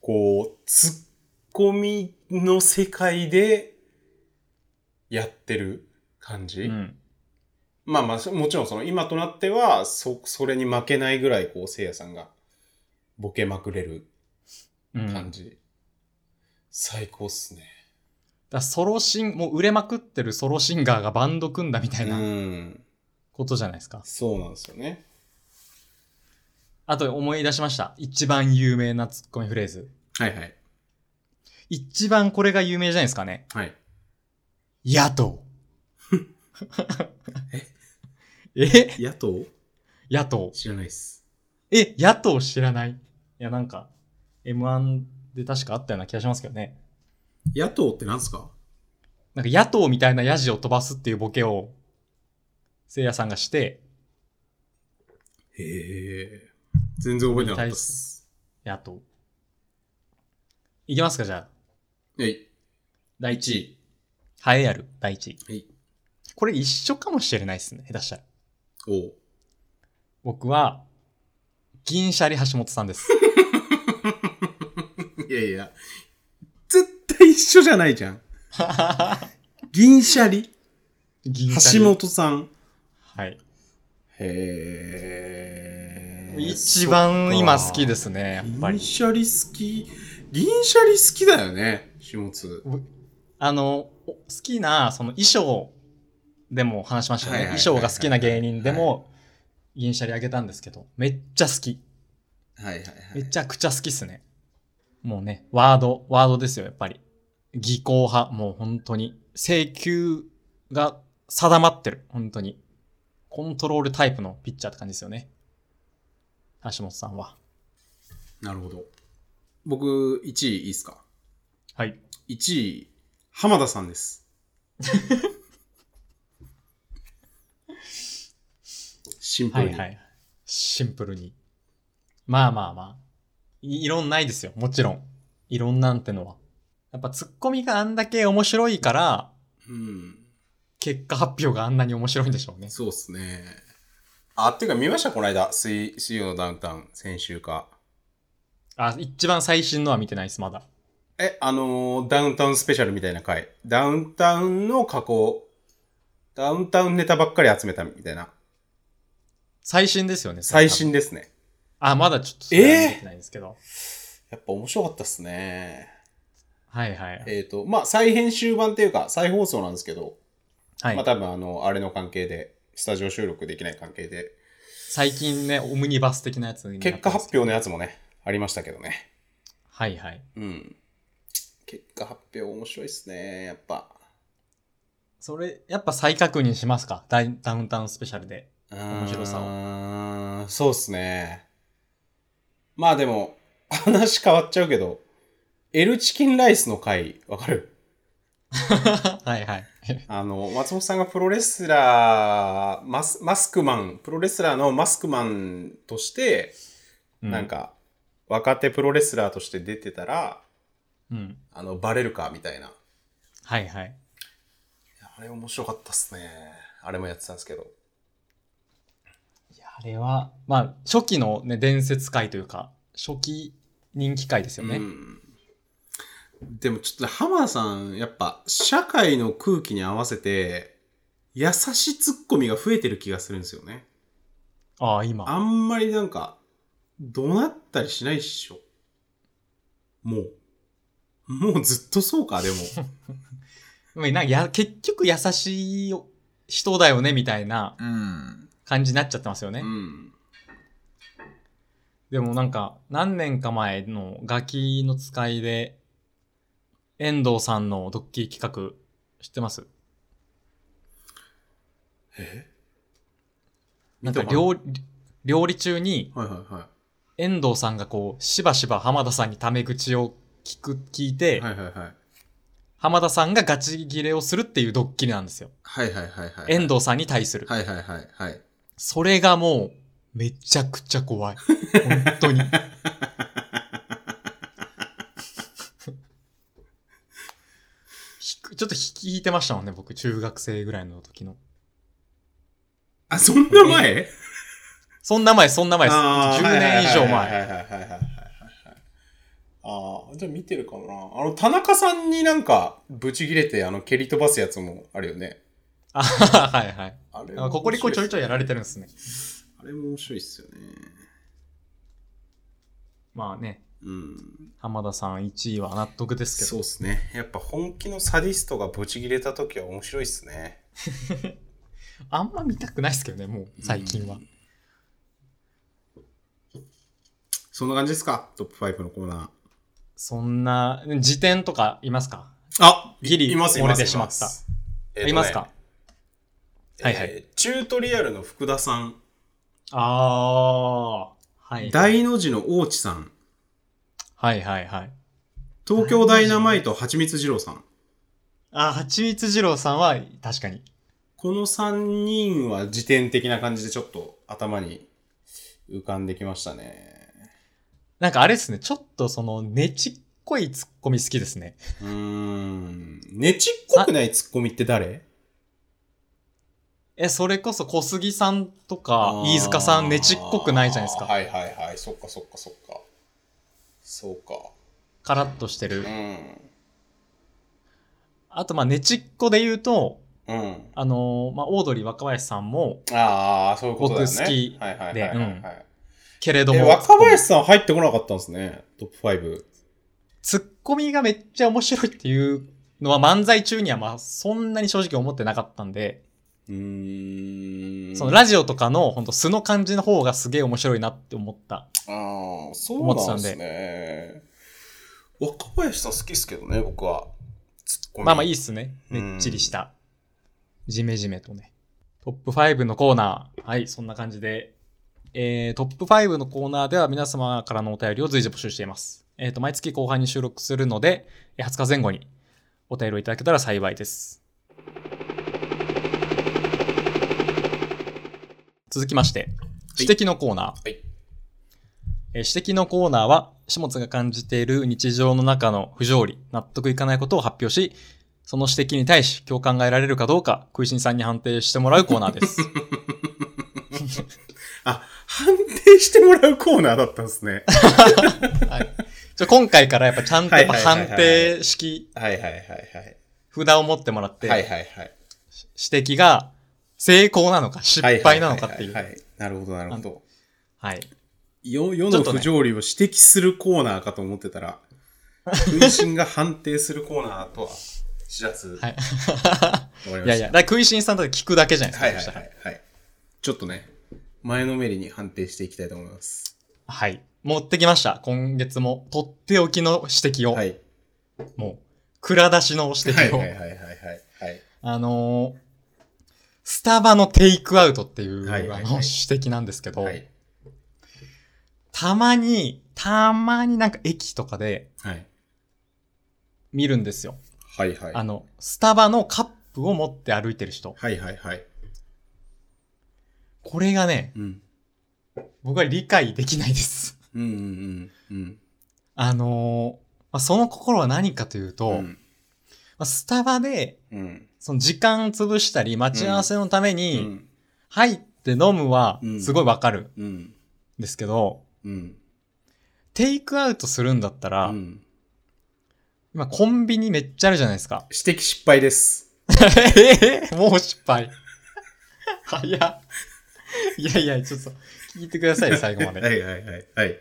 Speaker 2: こう、ツッコミの世界でやってる感じ。
Speaker 1: うん。
Speaker 2: まあまあ、そもちろんその今となっては、そ、それに負けないぐらい、こう、せいやさんがボケまくれる
Speaker 1: うん。だ
Speaker 2: 感
Speaker 1: か
Speaker 2: じ。最高っすね。。
Speaker 1: らソロシン、もう売れまくってるソロシンガーがバンド組んだみたいうなんことじゃないですか。
Speaker 2: そうなんですよね。
Speaker 1: あと思い出しました。一番有名なツッコミフレーズ。
Speaker 2: はいはい。
Speaker 1: 一番これが有名じゃないですかね。
Speaker 2: はい。
Speaker 1: 野党。 え
Speaker 2: 野党
Speaker 1: 野党。
Speaker 2: 知らないっす。
Speaker 1: え、野党知らないいや、なんか、M1 で確かあったような気がしますけどね。
Speaker 2: 野党ってなんすか
Speaker 1: なんか野党みたいなヤジを飛ばすっていうボケを、せいやさんがして、
Speaker 2: へえ。全然覚えてなかったっす。
Speaker 1: 野党。いきますか、じゃあ。
Speaker 2: はい。
Speaker 1: 第
Speaker 2: 1位。
Speaker 1: 栄えある、第一位。
Speaker 2: はい。
Speaker 1: これ一緒かもしれないですね、下手したら。
Speaker 2: おう。
Speaker 1: 僕は、銀シャリ橋本さんです。
Speaker 2: いやいや、絶対一緒じゃないじゃん。銀シャリ、
Speaker 1: 銀シャリ
Speaker 2: 橋。本さん。
Speaker 1: はい。
Speaker 2: へー。
Speaker 1: 一番今好きですすね、やっぱ
Speaker 2: 銀
Speaker 1: り。
Speaker 2: シャリ好き。銀シャリ好きだよね、下津。
Speaker 1: あの、お好きな、その衣装でも話しましたよね。
Speaker 2: はいはいはい
Speaker 1: 衣
Speaker 2: はい
Speaker 1: 装が好きな芸人でも、銀シャリあげたんですけど、めっちゃ好き。
Speaker 2: はいはいは
Speaker 1: めちゃくちゃ好きっすね。もうね、ワード、ワードですよ、やっぱり。技巧派、もう本当に。請求が定まってる、本当に。コントロールタイプのピッチャーって感じですよね。橋本さんは。
Speaker 2: なるほど。僕、1位いいですか
Speaker 1: はい。
Speaker 2: ?1 位、浜田さん です。シンプ
Speaker 1: は
Speaker 2: ル
Speaker 1: い
Speaker 2: に。
Speaker 1: はい。シンプルに。まあまあまあ。い異論ないですよ、もちろん。異論なんてのは。やっぱツッコミがあんだけ面白いから、
Speaker 2: うん。
Speaker 1: 結果発表があんなに面白いんでしょうね。
Speaker 2: そうっすね。あ、ていうか見ましたこの間。水水曜のダウンタウン、先週か。
Speaker 1: あ、一番最新のは見てないです、まだ。
Speaker 2: え、あのーダウンタウンスペシャルみたいな回。ダウンタウンの加工。ダウンタウンネタばっかり集めたみたいな。
Speaker 1: 最新ですよね。それ
Speaker 2: 最新ですね。
Speaker 1: あ、まだちょっとそれは見れてないんですけど。
Speaker 2: やっぱ面白かったっすね。
Speaker 1: はいはい。
Speaker 2: えっ、と、まあ、再編集版っていうか、再放送なんですけど、
Speaker 1: はい、
Speaker 2: まあ、多分あの、あれの関係で、スタジオ収録できない関係で、
Speaker 1: 最近ね、オムニバス的なやつになって
Speaker 2: 結
Speaker 1: ます
Speaker 2: 果発表のやつもね、ありましたけどね。
Speaker 1: はいはい。
Speaker 2: うん。結果発表面白いっすね、やっぱ。
Speaker 1: それ、やっぱ再確認しますかダイダウンタウンスペシャルで。 面白さを
Speaker 2: を。そうっすね。まあでも、 話変わっちゃうけど、エルチキンライスの回、わかる
Speaker 1: はいはい。
Speaker 2: あの、松本さんがプロレスラー、マスマスクマン、プロレスラーのマスクマンとして、
Speaker 1: う
Speaker 2: なん、か、若手プロレスラーとして出てたら、
Speaker 1: うん。
Speaker 2: あの、バレるか、みたいな。
Speaker 1: はいはい。
Speaker 2: あれ面白かったっすね。あれもやってたんですけど。
Speaker 1: いや、あれは、まあ、初期のね、伝説回というか、初期人気回ですよね。
Speaker 2: うんでもちょっとね浜田さん、やっぱ、社会の空気に合わせて、優しいツッコミが増えてる気がするんですよね。
Speaker 1: ああ、今。
Speaker 2: あんまりなんか、怒鳴ったりしないっしょ。もう。もうずっとそう か、でも。
Speaker 1: なんかや結局優しい人だよね、みたいな
Speaker 2: うん。
Speaker 1: 感じになっちゃってますよね。
Speaker 2: うん。
Speaker 1: でもなんか、何年か前のガキの使いで、遠藤さんのドッキリ企画、知ってます
Speaker 2: え
Speaker 1: なんか
Speaker 2: 見たか
Speaker 1: 料理、料理中に、
Speaker 2: はいはいは
Speaker 1: 遠藤さんがこう、しばしば浜田さんにタメ口を聞く、聞いて、
Speaker 2: い。はいはいはい。
Speaker 1: 浜田さんがガチ切れをするっていうドッキリなんですよ。
Speaker 2: はいはいはいはい。
Speaker 1: 遠藤さんに対する。
Speaker 2: はいはいはいはい。
Speaker 1: それがもう、めちゃくちゃ怖い。本当に。 ひくちょっと引いてましたもんね、僕、中学生ぐらいの時の。
Speaker 2: あ、そんな前
Speaker 1: そんな前、そんな前です。
Speaker 2: あー
Speaker 1: 10年以上
Speaker 2: は
Speaker 1: 前。
Speaker 2: いはいはいはいはいはいはいはい。ああ、じゃあ見てるかもな。あの、田中さんになんか、ぶち切れて、あの、蹴り飛ばすやつもあるよね。
Speaker 1: あはいはい。
Speaker 2: あれ
Speaker 1: あここにこうちょいちょ
Speaker 2: い。
Speaker 1: いやられてるんですね。
Speaker 2: あれも面白いっすよね。
Speaker 1: まあね、
Speaker 2: うん。
Speaker 1: 浜田さん1位は納得ですけど。
Speaker 2: そうっすね。やっぱ本気のサディストがぶち切れた時は面白いっすね。
Speaker 1: あんま見たくないですけどね、もう最近は。
Speaker 2: そんな感じですかトップ5のコーナー。
Speaker 1: そんな、辞典とかいますか
Speaker 2: あ
Speaker 1: ギリ
Speaker 2: いますい
Speaker 1: 漏
Speaker 2: ま
Speaker 1: れ
Speaker 2: す。
Speaker 1: てしまった
Speaker 2: ます。えーと
Speaker 1: あ
Speaker 2: ね
Speaker 1: りますか、はいは
Speaker 2: え
Speaker 1: い。
Speaker 2: ーチュートリアルの福田さん、
Speaker 1: あー、はい。
Speaker 2: 大の字の大地さん、
Speaker 1: はいはいはい。
Speaker 2: 東京ダイナマイト蜂蜜二郎さん。
Speaker 1: あ、蜂蜜二郎さんは確かに。
Speaker 2: この3人は時点的な感じでちょっと頭に浮かんできましたね。
Speaker 1: なんかあれですね、ちょっとその、ねちっこいツッコミ好きですね。
Speaker 2: うーん。ねちっこくないツッコミって誰
Speaker 1: え、それこそ小杉さんとか、飯塚さんねちっこくないじゃないですか。
Speaker 2: はいはいはい。そっかそっかそっか。そうか。
Speaker 1: カラッとしてる
Speaker 2: う。ん。
Speaker 1: あと、まあ、ねちっこで言うと、
Speaker 2: うん。
Speaker 1: あのーまあ、オードリー若林さんも、
Speaker 2: ああ、そういうことだよね。
Speaker 1: 僕好き
Speaker 2: はいはいはい
Speaker 1: で
Speaker 2: はい、
Speaker 1: う
Speaker 2: は
Speaker 1: ん
Speaker 2: い
Speaker 1: けれど
Speaker 2: え、
Speaker 1: も、
Speaker 2: 若林さん入ってこなかったんですね。トップ5。
Speaker 1: ツッコミがめっちゃ面白いっていうのは漫才中にはまあそんなに正直思ってなかったんで、
Speaker 2: うーん。
Speaker 1: そのラジオとかのほんと素の感じの方がすげえ面白いなって思った。
Speaker 2: ああ、そうなんですね。若林さん好きですけどね、僕は。ツッコミ
Speaker 1: まあまあいいっすね。めっちりした。ジメジメとね。トップ5のコーナー。はい、そんな感じで。えー、トップ5のコーナーでは皆様からのお便りを随時募集しています。えっ、と、毎月後半に収録するので、えー20日前後にお便りをいただけたら幸いです。続きまして、指摘のコーナー。
Speaker 2: はい
Speaker 1: えー指摘のコーナーは、始末が感じている日常の中の不条理、納得いかないことを発表し、その指摘に対し共感が得られるかどうか、食いしんさんに判定してもらうコーナー です。
Speaker 2: あ、判定してもらうコーナーだったんで すね。
Speaker 1: はい、じゃあ今回からやっぱちゃんとやっぱ
Speaker 2: はいはいはい
Speaker 1: 判
Speaker 2: はい
Speaker 1: 定式、
Speaker 2: はいはいはいはい。
Speaker 1: 札を持ってもらって、
Speaker 2: はいはいはい。
Speaker 1: 指摘が成功なのか失敗なのかっていう。
Speaker 2: は
Speaker 1: はい
Speaker 2: はいはいはいなるほどなるほど。
Speaker 1: い。
Speaker 2: 世世
Speaker 1: ちょ
Speaker 2: の
Speaker 1: っとね
Speaker 2: 不条理を指摘するコーナーかと思って たら、食いしんが判定するコーナーとは知らず。
Speaker 1: はい
Speaker 2: わかりました
Speaker 1: いやいや、だから食いしんさんだって聞くだけじゃないですか。
Speaker 2: はいはい
Speaker 1: そし
Speaker 2: は
Speaker 1: たら
Speaker 2: いはい。ちょっとね、前のめりに判定していきたいと思います。
Speaker 1: はい持ってきました。今月も、とっておきの指摘を。
Speaker 2: はい。
Speaker 1: もう、蔵出しの指
Speaker 2: はい
Speaker 1: 摘を。
Speaker 2: はいはいはいはい。
Speaker 1: あのースタバのテイクアウトっていう、
Speaker 2: はいはいはい
Speaker 1: あの指摘なんですけど、
Speaker 2: はい。
Speaker 1: たまに、たまになんか駅とかで
Speaker 2: はい。
Speaker 1: 見るんですよ。
Speaker 2: はいはい。
Speaker 1: あの、スタバのカップを持って歩いてる人。
Speaker 2: はいはいはい。
Speaker 1: これがね、
Speaker 2: うん。
Speaker 1: 僕は理解できないです。
Speaker 2: うんうんうんうん。
Speaker 1: あのーまあ、その心は何かというと、
Speaker 2: うん
Speaker 1: まあ、スタバで、
Speaker 2: うん。
Speaker 1: その時間潰したり、待ち合わせのため
Speaker 2: う
Speaker 1: に、
Speaker 2: ん。
Speaker 1: 入って飲むは
Speaker 2: う、ん
Speaker 1: すごいわかるん
Speaker 2: うん。
Speaker 1: ですけど、
Speaker 2: うん。
Speaker 1: テイクアウトするんだったら、
Speaker 2: うん
Speaker 1: 今コンビニめっちゃあるじゃないですか。
Speaker 2: 指摘失敗です。
Speaker 1: えー もう失敗。早っ。いやいや、ちょっと、聞いてください、最後まで。
Speaker 2: はいはいはいはい。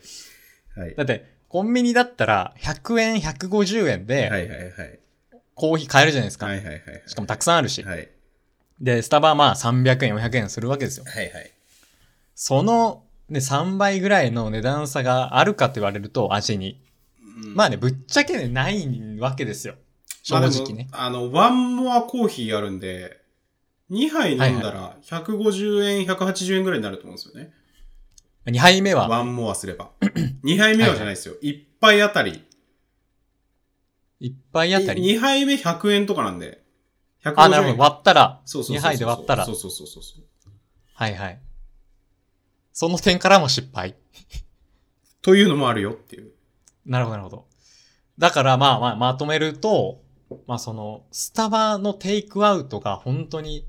Speaker 2: はい。
Speaker 1: だって、コンビニだったら、100円、150円
Speaker 2: は
Speaker 1: で、
Speaker 2: いはいはい。
Speaker 1: コーヒー買えるじゃないですか。
Speaker 2: はいはいはい。
Speaker 1: しかもたくさんあるし。
Speaker 2: はいはい
Speaker 1: で、スタバはまあ300円、400円するわけですよ。
Speaker 2: はい。
Speaker 1: その、ね、3倍ぐらいの値段差があるかって言われると、味に。
Speaker 2: うん
Speaker 1: まあね、、ぶっちゃけね、ないわけですよ。正
Speaker 2: まあでも
Speaker 1: 直ね。
Speaker 2: あの、ワンモアコーヒーあるんで、2杯飲んだら150円、180円ぐらいになると思うんですよね。
Speaker 1: 2杯目は、
Speaker 2: ワンモアすれば。2杯 目はじゃないですよ。1杯あたり。
Speaker 1: 1杯あたり。
Speaker 2: 2杯目100円とかなんで。150円
Speaker 1: あ、なるほど。割ったら、
Speaker 2: そうそうそうそ
Speaker 1: 2
Speaker 2: う
Speaker 1: 杯で割ったら
Speaker 2: そうそうそうそうそう。
Speaker 1: はいはい。その点からも失敗。
Speaker 2: というのもあるよっていう。
Speaker 1: なるほど、なるほど。だからまあまあまとめると、まあその、スタバのテイクアウトが本当に、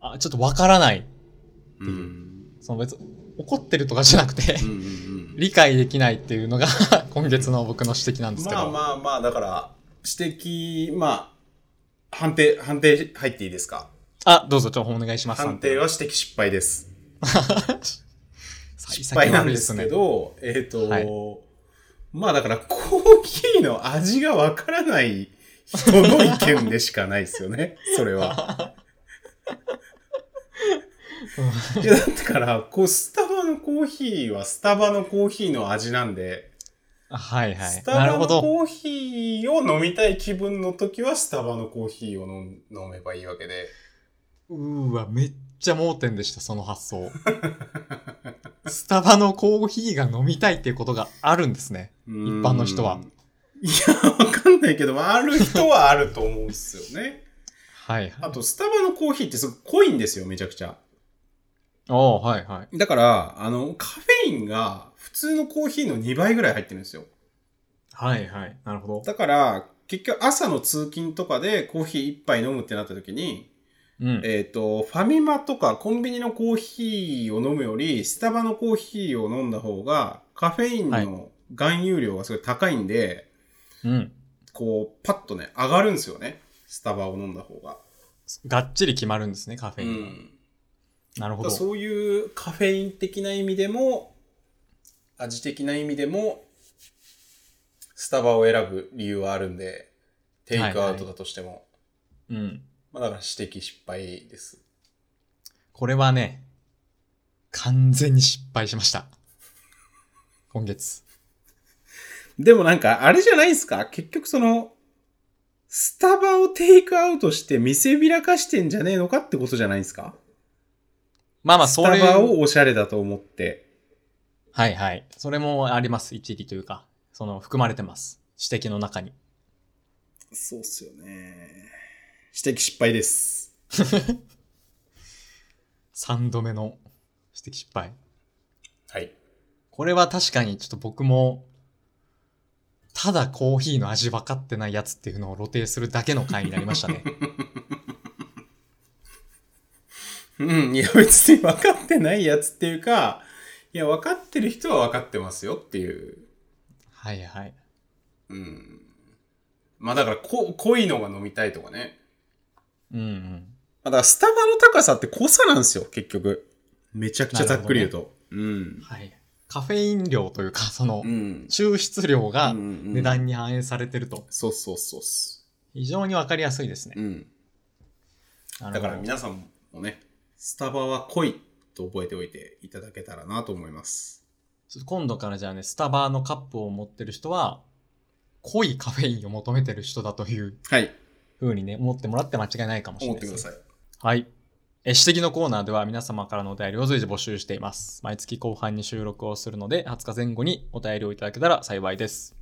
Speaker 1: あ、ちょっとわからない。
Speaker 2: うん。うん
Speaker 1: その別、怒ってるとかじゃなくて、
Speaker 2: うんうん。
Speaker 1: 理解できないっていうのが 今月の僕の指摘なんですけど。
Speaker 2: まあまあまあ、だから、指摘、まあ、判定、判定入っていいですか
Speaker 1: あ、どうぞ、情報お願いします。
Speaker 2: 判定は指摘失敗です。
Speaker 1: 幸
Speaker 2: 失
Speaker 1: 先悪
Speaker 2: 敗
Speaker 1: い
Speaker 2: なんですけ
Speaker 1: ね。
Speaker 2: ど、えっ、と、
Speaker 1: はい
Speaker 2: まあだからコーヒーの味がわからない人の意見でしかないですよ ね、それは。いやだってから、こう、スタバのコーヒーはスタバのコーヒーの味なんで、
Speaker 1: はいはい
Speaker 2: ス。タ
Speaker 1: なる
Speaker 2: バ
Speaker 1: ほ
Speaker 2: の
Speaker 1: ど。
Speaker 2: コーヒーを飲みたい気分の時はスタバのコーヒーを飲ん飲めばいいわけで。
Speaker 1: うーわ、めっちゃ盲点でした、その発想。 スタバのコーヒーが飲みたいっていうことがあるんですね。
Speaker 2: 一
Speaker 1: 般の人はい
Speaker 2: や、わかんないけど、まあある人はあると思うんですよね。
Speaker 1: はいはい。
Speaker 2: あと、スタバのコーヒーってすごい濃いんですよ、めちゃくちゃ。
Speaker 1: おーはいはい。
Speaker 2: だから、あの、カフェインが普通のコーヒーの2倍ぐらい入ってるんですよ。
Speaker 1: はいはい。なるほど。
Speaker 2: だから、結局朝の通勤とかでコーヒー1杯飲むってなった時に、
Speaker 1: うん。
Speaker 2: えっ、と、ファミマとかコンビニのコーヒーを飲むより、スタバのコーヒーを飲んだ方が、カフェイン
Speaker 1: はい
Speaker 2: の含有量がすごい高いんで、
Speaker 1: うん。
Speaker 2: こう、パッとね、上がるんですよね。スタバを飲んだ方が。
Speaker 1: がっちり決まるんですね、カフ
Speaker 2: う
Speaker 1: ェインが。
Speaker 2: ん。
Speaker 1: なる
Speaker 2: だ
Speaker 1: ほ
Speaker 2: から
Speaker 1: ど。
Speaker 2: そういうカフェイン的な意味でも、味的な意味でも、スタバを選ぶ理由はあるんで、テイクアウトだとしても。
Speaker 1: うん。
Speaker 2: まあだから指摘失敗です。
Speaker 1: これはね、完全に失敗しました。今月。
Speaker 2: でもなんか、あれじゃないですか結局その、スタバをテイクアウトして見せびらかしてんじゃねえのかってことじゃないですか
Speaker 1: まあまあ、
Speaker 2: ス
Speaker 1: そ
Speaker 2: タ
Speaker 1: れ
Speaker 2: バをおしゃれだと思って。
Speaker 1: はいはい。それもあります。一理というか、その、含まれてます。指摘の中に。
Speaker 2: そうっすよね。指摘失敗です。
Speaker 1: 3度目の指摘失敗。
Speaker 2: はい。
Speaker 1: これは確かにちょっと僕も、ただコーヒーの味分かってないやつっていうのを露呈するだけの回になりま したね。
Speaker 2: うん、いや別に分かってないやつっていうか、いや分かってる人は分かってますよっていう。
Speaker 1: はいはい。
Speaker 2: うん。まあだからこ、濃いのが飲みたいとかね。
Speaker 1: うんうん。
Speaker 2: まあだからスタバの高さって濃さなんですよ、結局。めちゃくちゃざっくり言うと。
Speaker 1: はい。カフェイン量というか、その
Speaker 2: うん。う、ん。
Speaker 1: 抽出量が値
Speaker 2: 値
Speaker 1: 段に反映されてると。
Speaker 2: そうそうそうっす。
Speaker 1: 非常に分かりやすいですね。
Speaker 2: うん。
Speaker 1: だ
Speaker 2: だから皆さんもね、スタバは濃いと覚えておいていただけたらなと思います。
Speaker 1: ちょっと今度からじゃあね、スタバのカップを持ってる人は、濃いカフェインを求めてる人だという
Speaker 2: はい。
Speaker 1: 風にね、思ってもらって間違いないかもしれ
Speaker 2: 思
Speaker 1: な
Speaker 2: っ
Speaker 1: い
Speaker 2: て
Speaker 1: で
Speaker 2: く
Speaker 1: す
Speaker 2: だ
Speaker 1: ね。
Speaker 2: さい。
Speaker 1: はい。え指摘のコーナーでは皆様からのお便りを随時募集しています。毎月後半に収録をするので、20日前後にお便りをいただけたら幸いです。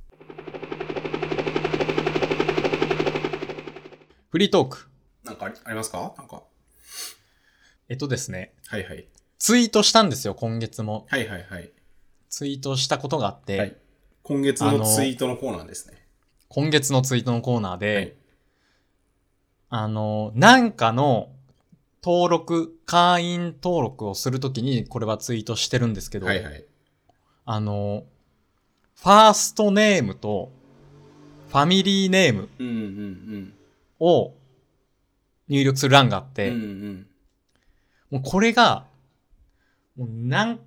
Speaker 1: フリートーク。
Speaker 2: なんかありありますかなんか。
Speaker 1: えっとですね、
Speaker 2: はいはい。
Speaker 1: ツイートしたんですよ、今月も。
Speaker 2: はいはいはい。
Speaker 1: ツイートしたことがあって、
Speaker 2: はい今月のツイートのコーナーですね。
Speaker 1: 今月のツイートのコーナーで、
Speaker 2: はい
Speaker 1: あの、なんかの登録、会員登録をするときに、これはツイートしてるんですけど、
Speaker 2: はいはい。
Speaker 1: あの、ファーストネームとファミリーネーム
Speaker 2: うんうん
Speaker 1: を入力する欄があっ
Speaker 2: うん。
Speaker 1: て、
Speaker 2: うんうん。
Speaker 1: もうこれが、もう何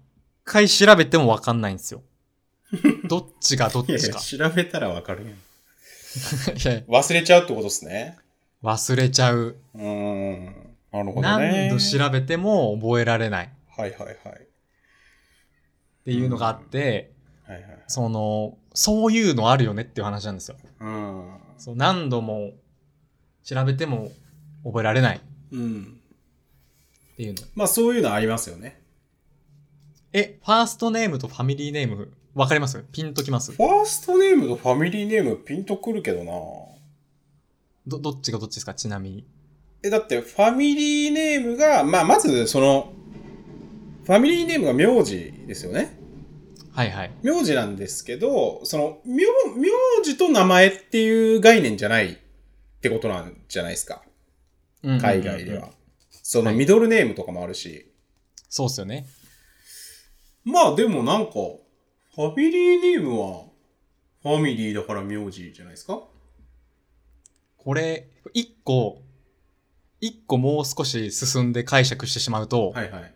Speaker 1: 回調べてもわかんないんです よ。どっちがどっ
Speaker 2: いやい
Speaker 1: ち
Speaker 2: や、
Speaker 1: か。
Speaker 2: 調べたらわかるやん。
Speaker 1: いやいや
Speaker 2: 忘れちゃうってことですね。
Speaker 1: 忘れちゃう。
Speaker 2: うーん。なるほどね。
Speaker 1: 何度調べても覚えられないっ
Speaker 2: はいはいはい。
Speaker 1: ていうのがあって、
Speaker 2: はいはい。
Speaker 1: その、そういうのあるよねっていう話なんですよ。
Speaker 2: うん。
Speaker 1: そう何度も調べても覚えられないっ
Speaker 2: うん。
Speaker 1: ていうの。
Speaker 2: まあそういうのありますよね。
Speaker 1: え、ファーストネームとファミリーネーム、わかりますピンときます
Speaker 2: ファーストネームとファミリーネームピンとくるけどな
Speaker 1: ど、どっちがどっちですかちなみに。
Speaker 2: え、だってファミリーネームが、まあまずその、ファミリーネームが名字ですよね。
Speaker 1: はいはい。
Speaker 2: 名字なんですけど、その、名、名字と名前っていう概念じゃないってことなんじゃないですか。
Speaker 1: うんうんうん
Speaker 2: 海外では。。その
Speaker 1: はい
Speaker 2: ミドルネームとかもあるし。
Speaker 1: そうっすよね。
Speaker 2: まあでもなんか、ファミリーネームは、ファミリーだから名字じゃないですか
Speaker 1: これ、一個、一個もう少し進んで解釈してしまうと、
Speaker 2: はいはい。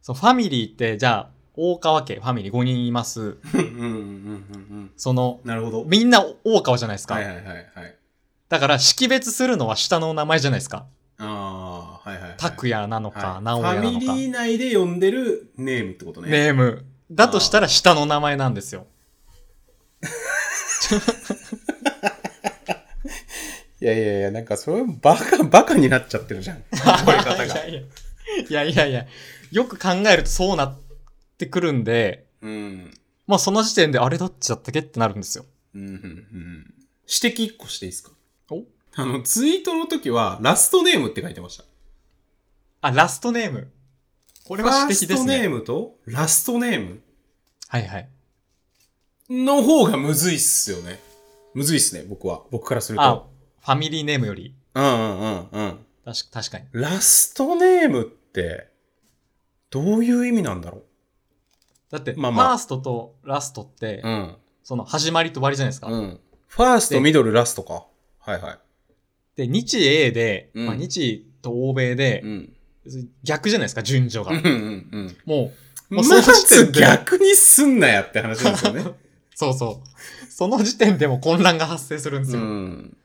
Speaker 1: そうファミリーって、じゃあ、大川家、ファミリー5人います。
Speaker 2: うんうんうんうん
Speaker 1: その
Speaker 2: うん。、なるほど。
Speaker 1: みんな大川じゃないですか。
Speaker 2: はいはいはいはい。
Speaker 1: だから、識別するのは下の名前じゃないですか。
Speaker 2: ああ、はいはい、はい。
Speaker 1: 拓也なのか、
Speaker 2: はい
Speaker 1: 直哉なの
Speaker 2: フ
Speaker 1: か
Speaker 2: ァミ。リー内で呼んでるネームってことね。
Speaker 1: ネーム。だとしたら下の名前なんですよ。
Speaker 2: いやいやいや、なんかそれバカ、バカになっちゃってる じゃん。覚え方が。
Speaker 1: いやいやいやいやいや、よく考えるとそうなってくるんで、
Speaker 2: うん。
Speaker 1: まあその時点であれどっちだったっけってなるんですよ。
Speaker 2: うんうんうん。指摘一個していいですか
Speaker 1: お
Speaker 2: あの、ツイートの時は、ラストネームって書いてました。
Speaker 1: あ、ラストネーム。これ
Speaker 2: フ
Speaker 1: は
Speaker 2: ァー
Speaker 1: 指摘
Speaker 2: ス
Speaker 1: で
Speaker 2: ト
Speaker 1: す
Speaker 2: ネー
Speaker 1: ね。
Speaker 2: ムとラストネーム
Speaker 1: はいはい。
Speaker 2: の方がむずいっすよね。むずいっすね、僕は。僕からする
Speaker 1: あ
Speaker 2: と。、
Speaker 1: ファミリーネームより。
Speaker 2: うんうんうんうん。
Speaker 1: 確か確かに。
Speaker 2: ラストネームって、どういう意味なんだろ
Speaker 1: だって、
Speaker 2: まあまあ
Speaker 1: ファーストとラストって、
Speaker 2: うん。
Speaker 1: その始まりと終わりじゃないですか。
Speaker 2: うん。ファースト、
Speaker 1: で
Speaker 2: ミドル、ラストか。はいはい。
Speaker 1: で、日英で、
Speaker 2: うん
Speaker 1: まあ、日と欧米で、
Speaker 2: ん。
Speaker 1: 逆じゃないですか、順序が。
Speaker 2: うんうんうん。
Speaker 1: も う、も
Speaker 2: ま
Speaker 1: うその時
Speaker 2: ず
Speaker 1: 点で、
Speaker 2: 逆にすんなやって話なんですよね。
Speaker 1: そうそう。その時点でも混乱が発生するんですよ。
Speaker 2: ん。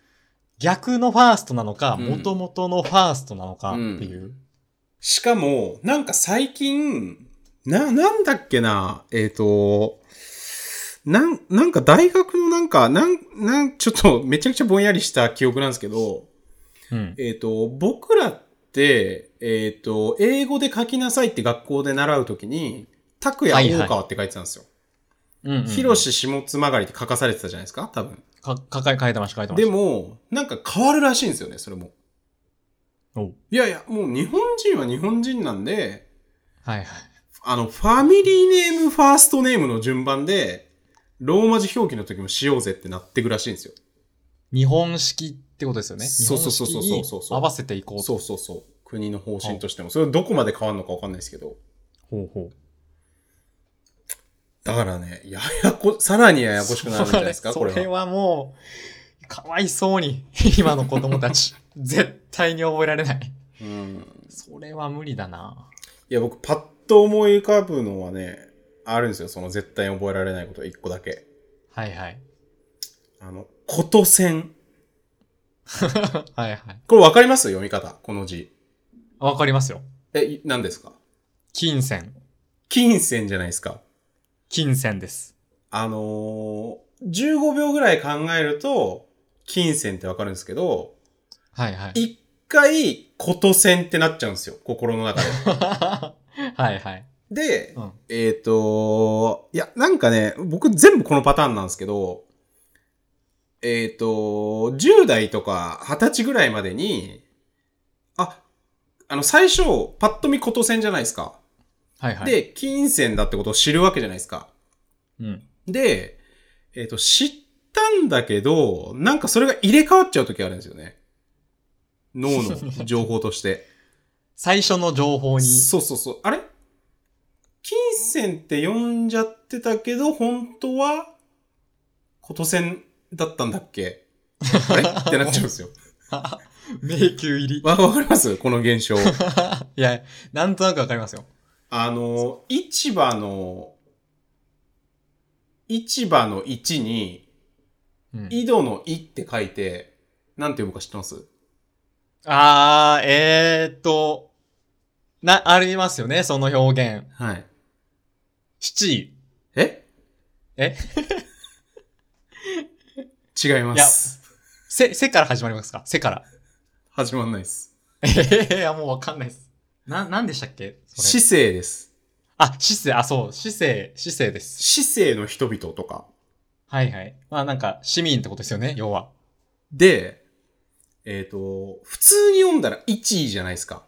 Speaker 1: 逆のファーストなのか、
Speaker 2: うん
Speaker 1: 元々のファーストなのかっていう。
Speaker 2: しかも、なんか最近、な、なんだっけな、えっ、と、なん、なんか大学のなんか、なん、なん、ちょっとめちゃくちゃぼんやりした記憶なんですけど、
Speaker 1: うん。
Speaker 2: えっ、と、僕らって、えっ、と、英語で書きなさいって学校で習うときに、拓
Speaker 1: は
Speaker 2: 也
Speaker 1: いはい
Speaker 2: 大川って書いてたんですよ。
Speaker 1: うん、うん。
Speaker 2: 広し下妻がりって書かされてたじゃないですか、多分。
Speaker 1: か、かか、書いてました、書いてまし
Speaker 2: で
Speaker 1: た。
Speaker 2: も、なんか変わるらしいんですよね、それも。
Speaker 1: おう
Speaker 2: いやいや、もう日本人は日本人なんで、
Speaker 1: はいはい。
Speaker 2: あの、ファミリーネーム、ファーストネームの順番で、ローマ字表記の時もしようぜってなってくらしいんですよ。
Speaker 1: 日本式ってことですよね。
Speaker 2: そうそうそうそう
Speaker 1: 日本式に
Speaker 2: そうそうそう
Speaker 1: 合わせていこうと。
Speaker 2: そうそうそう。国の方針としても。それどこまで変わるのかわかんないですけど。
Speaker 1: ほうほう。
Speaker 2: だからね、ややこ、さらにややこしくなるんじゃないですか、
Speaker 1: そ
Speaker 2: こ
Speaker 1: れそ
Speaker 2: れ
Speaker 1: れ
Speaker 2: は。
Speaker 1: はもう、かわいそうに、今の子供た ち、絶対に覚えられない。
Speaker 2: うん。
Speaker 1: それは無理だな。
Speaker 2: いや、僕、パッと思い浮かぶのはね、あるんですよ。その絶対覚えられないことは一個だけ。
Speaker 1: はいはい。
Speaker 2: あの、ことせん。
Speaker 1: はいはい。
Speaker 2: これわかります読み方。この字。
Speaker 1: わかりますよ。
Speaker 2: え、い何ですか
Speaker 1: 金銭。
Speaker 2: 金銭じゃないですか。
Speaker 1: 金銭です。
Speaker 2: あのー、15秒ぐらい考えると、金銭ってわかるんですけど、
Speaker 1: はいはい。
Speaker 2: 一回、こと線ってなっちゃうんですよ、心の中で。
Speaker 1: はいはい。
Speaker 2: で、
Speaker 1: うん。
Speaker 2: えっ、といや、なんかね、僕全部このパターンなんですけど、えっ、と10代とか20歳ぐらいまでに、あ、あの、最初、パッと見こと線じゃないですか。
Speaker 1: はいはい。、
Speaker 2: で、金銭だってことを知るわけじゃないですか。
Speaker 1: うん。
Speaker 2: で、えっ、と、知ったんだけど、なんかそれが入れ替わっちゃう時あるんですよね。脳の情報として。
Speaker 1: 最初の情報に。
Speaker 2: そうそうそう。あれ金銭って呼んじゃってたけど、本当は、ことせんだったんだっけあれってなっちゃうんですよ。
Speaker 1: 迷宮入り。
Speaker 2: わ、わかりますこの現象。
Speaker 1: いや、なんとなくわかりますよ。
Speaker 2: あの、市場の、市場の1に、
Speaker 1: うん、
Speaker 2: 井戸の井って書いて、なんて読むか知ってます
Speaker 1: あー、えーっと、な、ありますよね、その表現。
Speaker 2: はい。
Speaker 1: 七位。
Speaker 2: え
Speaker 1: え
Speaker 2: 違います。
Speaker 1: せ、せから始まりますかせから。
Speaker 2: 始まんないです。
Speaker 1: えー、いやもうわかんないです。な、なんでしたっけそれ
Speaker 2: 市政です。
Speaker 1: あ、姿勢、あ、そう、姿勢、姿勢です。
Speaker 2: 市政の人々とか。
Speaker 1: はいはい。まあなんか、市民ってことですよね、要は。
Speaker 2: で、えっ、と、普通に読んだら1位じゃないですか。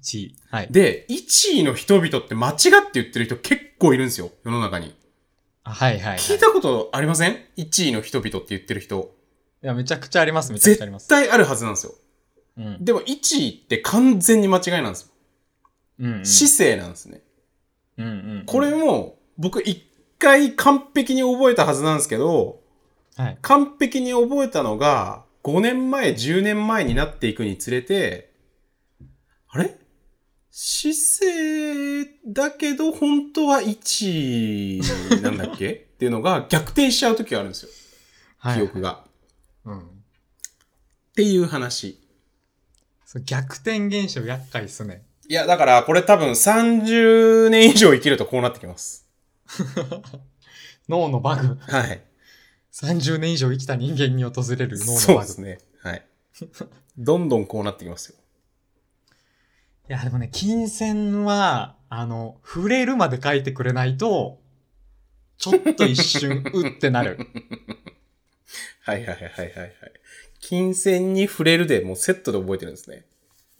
Speaker 1: 1位。はい。
Speaker 2: で、1位の人々って間違って言ってる人結構いるんですよ、世の中に。
Speaker 1: あはいはい、はい。
Speaker 2: 聞い
Speaker 1: い
Speaker 2: たことありません ?1 位の人々って言ってる人。
Speaker 1: や、めちゃくちゃあります、めちゃくちゃありま
Speaker 2: 絶
Speaker 1: す。
Speaker 2: 対あるはずなんですよ。
Speaker 1: うん。
Speaker 2: でも1位って完全に間違いなんですよ。
Speaker 1: うん、うん。
Speaker 2: 市政なんですね。
Speaker 1: うんうん。
Speaker 2: これ、も僕一回完璧に覚えたはずなんですけど、
Speaker 1: はい。
Speaker 2: 完璧に覚えたのが5年前、10年前になっていくにつれて、あれ姿勢だけど本当は1なんだ っけっていうのが逆転しちゃう時があるんですよ、
Speaker 1: はい。
Speaker 2: 記憶が。
Speaker 1: うん。
Speaker 2: っていう話。
Speaker 1: そう逆転現象厄介っすね。
Speaker 2: いや、だからこれ多分30年以上生きるとこうなってきます。
Speaker 1: 脳のバグ。
Speaker 2: はい。
Speaker 1: 30年以上生きた人間に訪れる脳の
Speaker 2: そう
Speaker 1: バ
Speaker 2: で
Speaker 1: グ。
Speaker 2: すね。はい。どんどんこうなってきますよ。
Speaker 1: いや、でもね、金銭は、あの、触れるまで書いてくれないと、ちょっと一 瞬、うってなる。
Speaker 2: はいはいはいはいはい。金銭に触れるでもうセットで覚えてるんですね。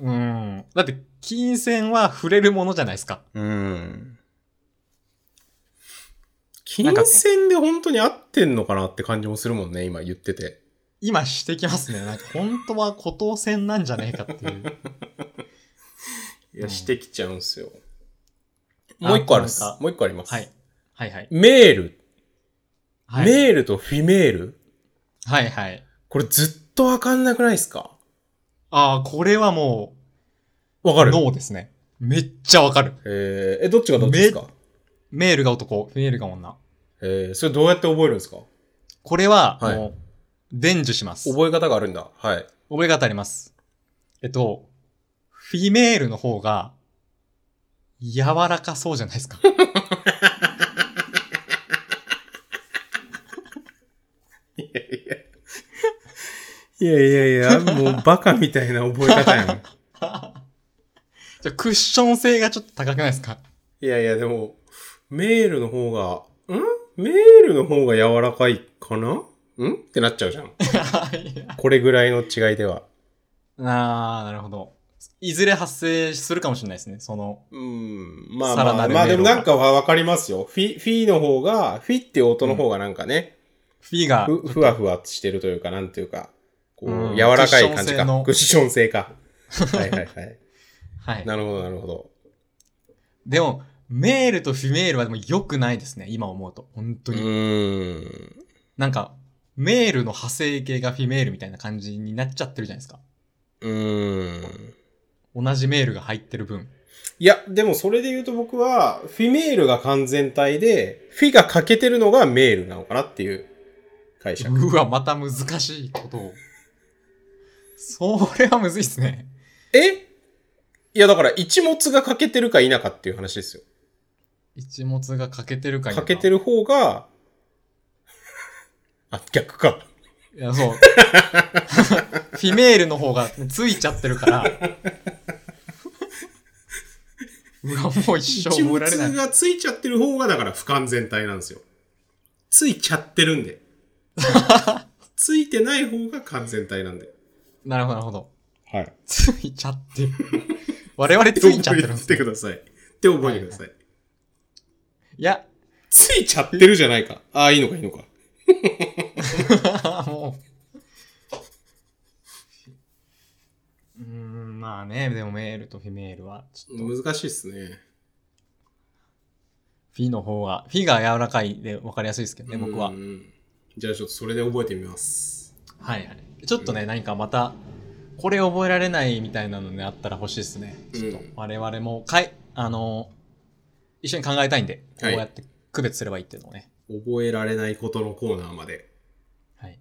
Speaker 1: うん。だって、金銭は触れるものじゃないですか。
Speaker 2: うん。
Speaker 1: なん
Speaker 2: 金
Speaker 1: か
Speaker 2: 銭で本当に合ってんのかなって感じもするもんね、今言ってて。
Speaker 1: 今してきますね。なんか、本当は孤島戦 なんじゃねえかっていう。
Speaker 2: いや、してきちゃうんすよ。もう一個あるっす
Speaker 1: あなんか
Speaker 2: もう一個あります。
Speaker 1: はい。はいはい。
Speaker 2: メール。
Speaker 1: はい。
Speaker 2: メールとフィメール
Speaker 1: はいはい。
Speaker 2: これずっとわかんなくないですか
Speaker 1: ああ、これはも
Speaker 2: わ
Speaker 1: う、
Speaker 2: かる
Speaker 1: ノーですね。めっちゃわかる。
Speaker 2: えー、え、どっちがどっちですか
Speaker 1: メールが男、メールが女。
Speaker 2: えー、それどうやって覚えるんですか
Speaker 1: これは、
Speaker 2: はい
Speaker 1: もう、伝授します。
Speaker 2: 覚え方があるんだ。はい。
Speaker 1: 覚え方あります。えっと、フィメールの方が、柔らかそうじゃない ですか。
Speaker 2: いやいやいや、もうバカみたいな覚え方 やん。
Speaker 1: じゃあクッション性がちょっと高くないですか
Speaker 2: いやいや、でも、メールの方が、んメールの方が柔らかいかなんってなっちゃうじゃ ん。これぐらいの違いでは。
Speaker 1: ああ、なるほど。いずれ発生するかもしれないですね。その、
Speaker 2: うん。まあ
Speaker 1: さら
Speaker 2: ま
Speaker 1: な
Speaker 2: あ、
Speaker 1: る
Speaker 2: まあで
Speaker 1: 迷
Speaker 2: も
Speaker 1: 路が
Speaker 2: なんかはわかりますよ。フィ、フィの方が、フィっていう音の方がなんかね、
Speaker 1: フィが、
Speaker 2: ふ、ふわふわしてるというか、なんていうか、こ
Speaker 1: う
Speaker 2: う、
Speaker 1: ん
Speaker 2: 柔らかい感じか。ク
Speaker 1: ク
Speaker 2: ッション性 か。はいはいはい。
Speaker 1: はい。
Speaker 2: なるほどなるほど。
Speaker 1: でも、メールとフィメールはでも良くないですね。今思うと。本当
Speaker 2: う
Speaker 1: に。
Speaker 2: ーん。
Speaker 1: なんか、メールの派生系がフィメールみたいな感じになっちゃってるじゃないですか。
Speaker 2: うーん。
Speaker 1: 同じメールが入ってる分。
Speaker 2: いや、でもそれで言うと僕は、フィメールが完全体で、フィが欠けてるのがメールなのかなっていう解釈。
Speaker 1: うわ、また難しいことを。それはむずいっすね。
Speaker 2: えいや、だから、一物が欠けてるか否かっていう話ですよ。
Speaker 1: 一物が欠けてるか
Speaker 2: 欠けて
Speaker 1: る。
Speaker 2: る方が、あ、逆か。
Speaker 1: いや、 そう。フィメールの方がついちゃってるから。うわ、もう一生
Speaker 2: 一
Speaker 1: 覚
Speaker 2: 物
Speaker 1: えられない。
Speaker 2: がついちゃってる方が、だから不完全体なんですよ。ついちゃってるん で。ついてない方が完全体なんで。
Speaker 1: なるほど、なるほど。
Speaker 2: はい。
Speaker 1: ついちゃってる。我々つ
Speaker 2: つ
Speaker 1: い
Speaker 2: い
Speaker 1: ち
Speaker 2: ち
Speaker 1: ゃ
Speaker 2: ゃ
Speaker 1: っ
Speaker 2: ってて
Speaker 1: るんです
Speaker 2: て
Speaker 1: ね
Speaker 2: ください。って覚えてください。
Speaker 1: いや、
Speaker 2: ついちゃってるじゃないか。ああ、いいのか、いいのか。
Speaker 1: もう。うーん、まあね、でもメールとフィメールは、ちょっと、
Speaker 2: 難しいっすね。
Speaker 1: フィの方が、フィが柔らかいで分かりやすいですけどね、僕は
Speaker 2: うん。うん。じゃあちょっとそれで覚えてみます。
Speaker 1: はいはい。ちょっとね、何かまた、これ覚えられないみたいなのね、あったら欲しいですね。ちょっと
Speaker 2: うん、
Speaker 1: 我々も、かい、あの、一緒に考えたいんで、こう
Speaker 2: はい
Speaker 1: やって区別すればいいっていうのをね。
Speaker 2: 覚えられないことのコーナーまで。
Speaker 1: はい。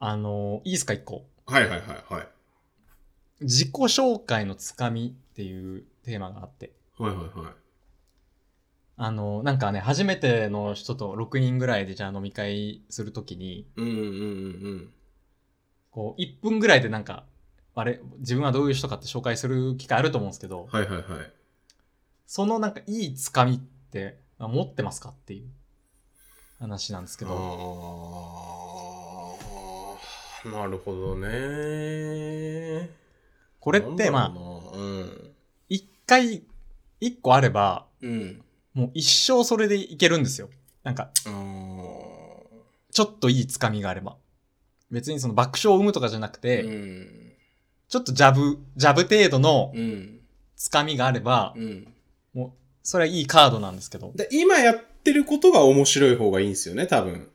Speaker 1: あの、いいですか、一個。
Speaker 2: はいはいはいはい。
Speaker 1: 自己紹介のつかみっていうテーマがあって。
Speaker 2: はいはいはい。
Speaker 1: あの、なんかね、初めての人と6人ぐらいでじゃあ飲み会するときに、
Speaker 2: うんうんうん
Speaker 1: こう、1分ぐらいでなんか、あれ、自分はどういう人かって紹介する機会あると思うんですけど
Speaker 2: うん。、はいはいはい。
Speaker 1: そのなんかいいつかみってあ持ってますかっていう話なんですけど、
Speaker 2: あー、なるほどね。
Speaker 1: これってまあ、
Speaker 2: あ、うん。
Speaker 1: 一回、一個あれば、
Speaker 2: うん。
Speaker 1: もう一生それでいけるんですよ。なんか、
Speaker 2: あ
Speaker 1: ちょっといいつかみがあれば。別にその爆笑を生むとかじゃなくて、
Speaker 2: ーうん。
Speaker 1: ちょっとジャブ、ジャブ程度の
Speaker 2: うん。
Speaker 1: つかみがあれば、
Speaker 2: うん。
Speaker 1: もう、それはいいカードなんですけど、
Speaker 2: で今やってることが面白い方がいいんですよね、多分。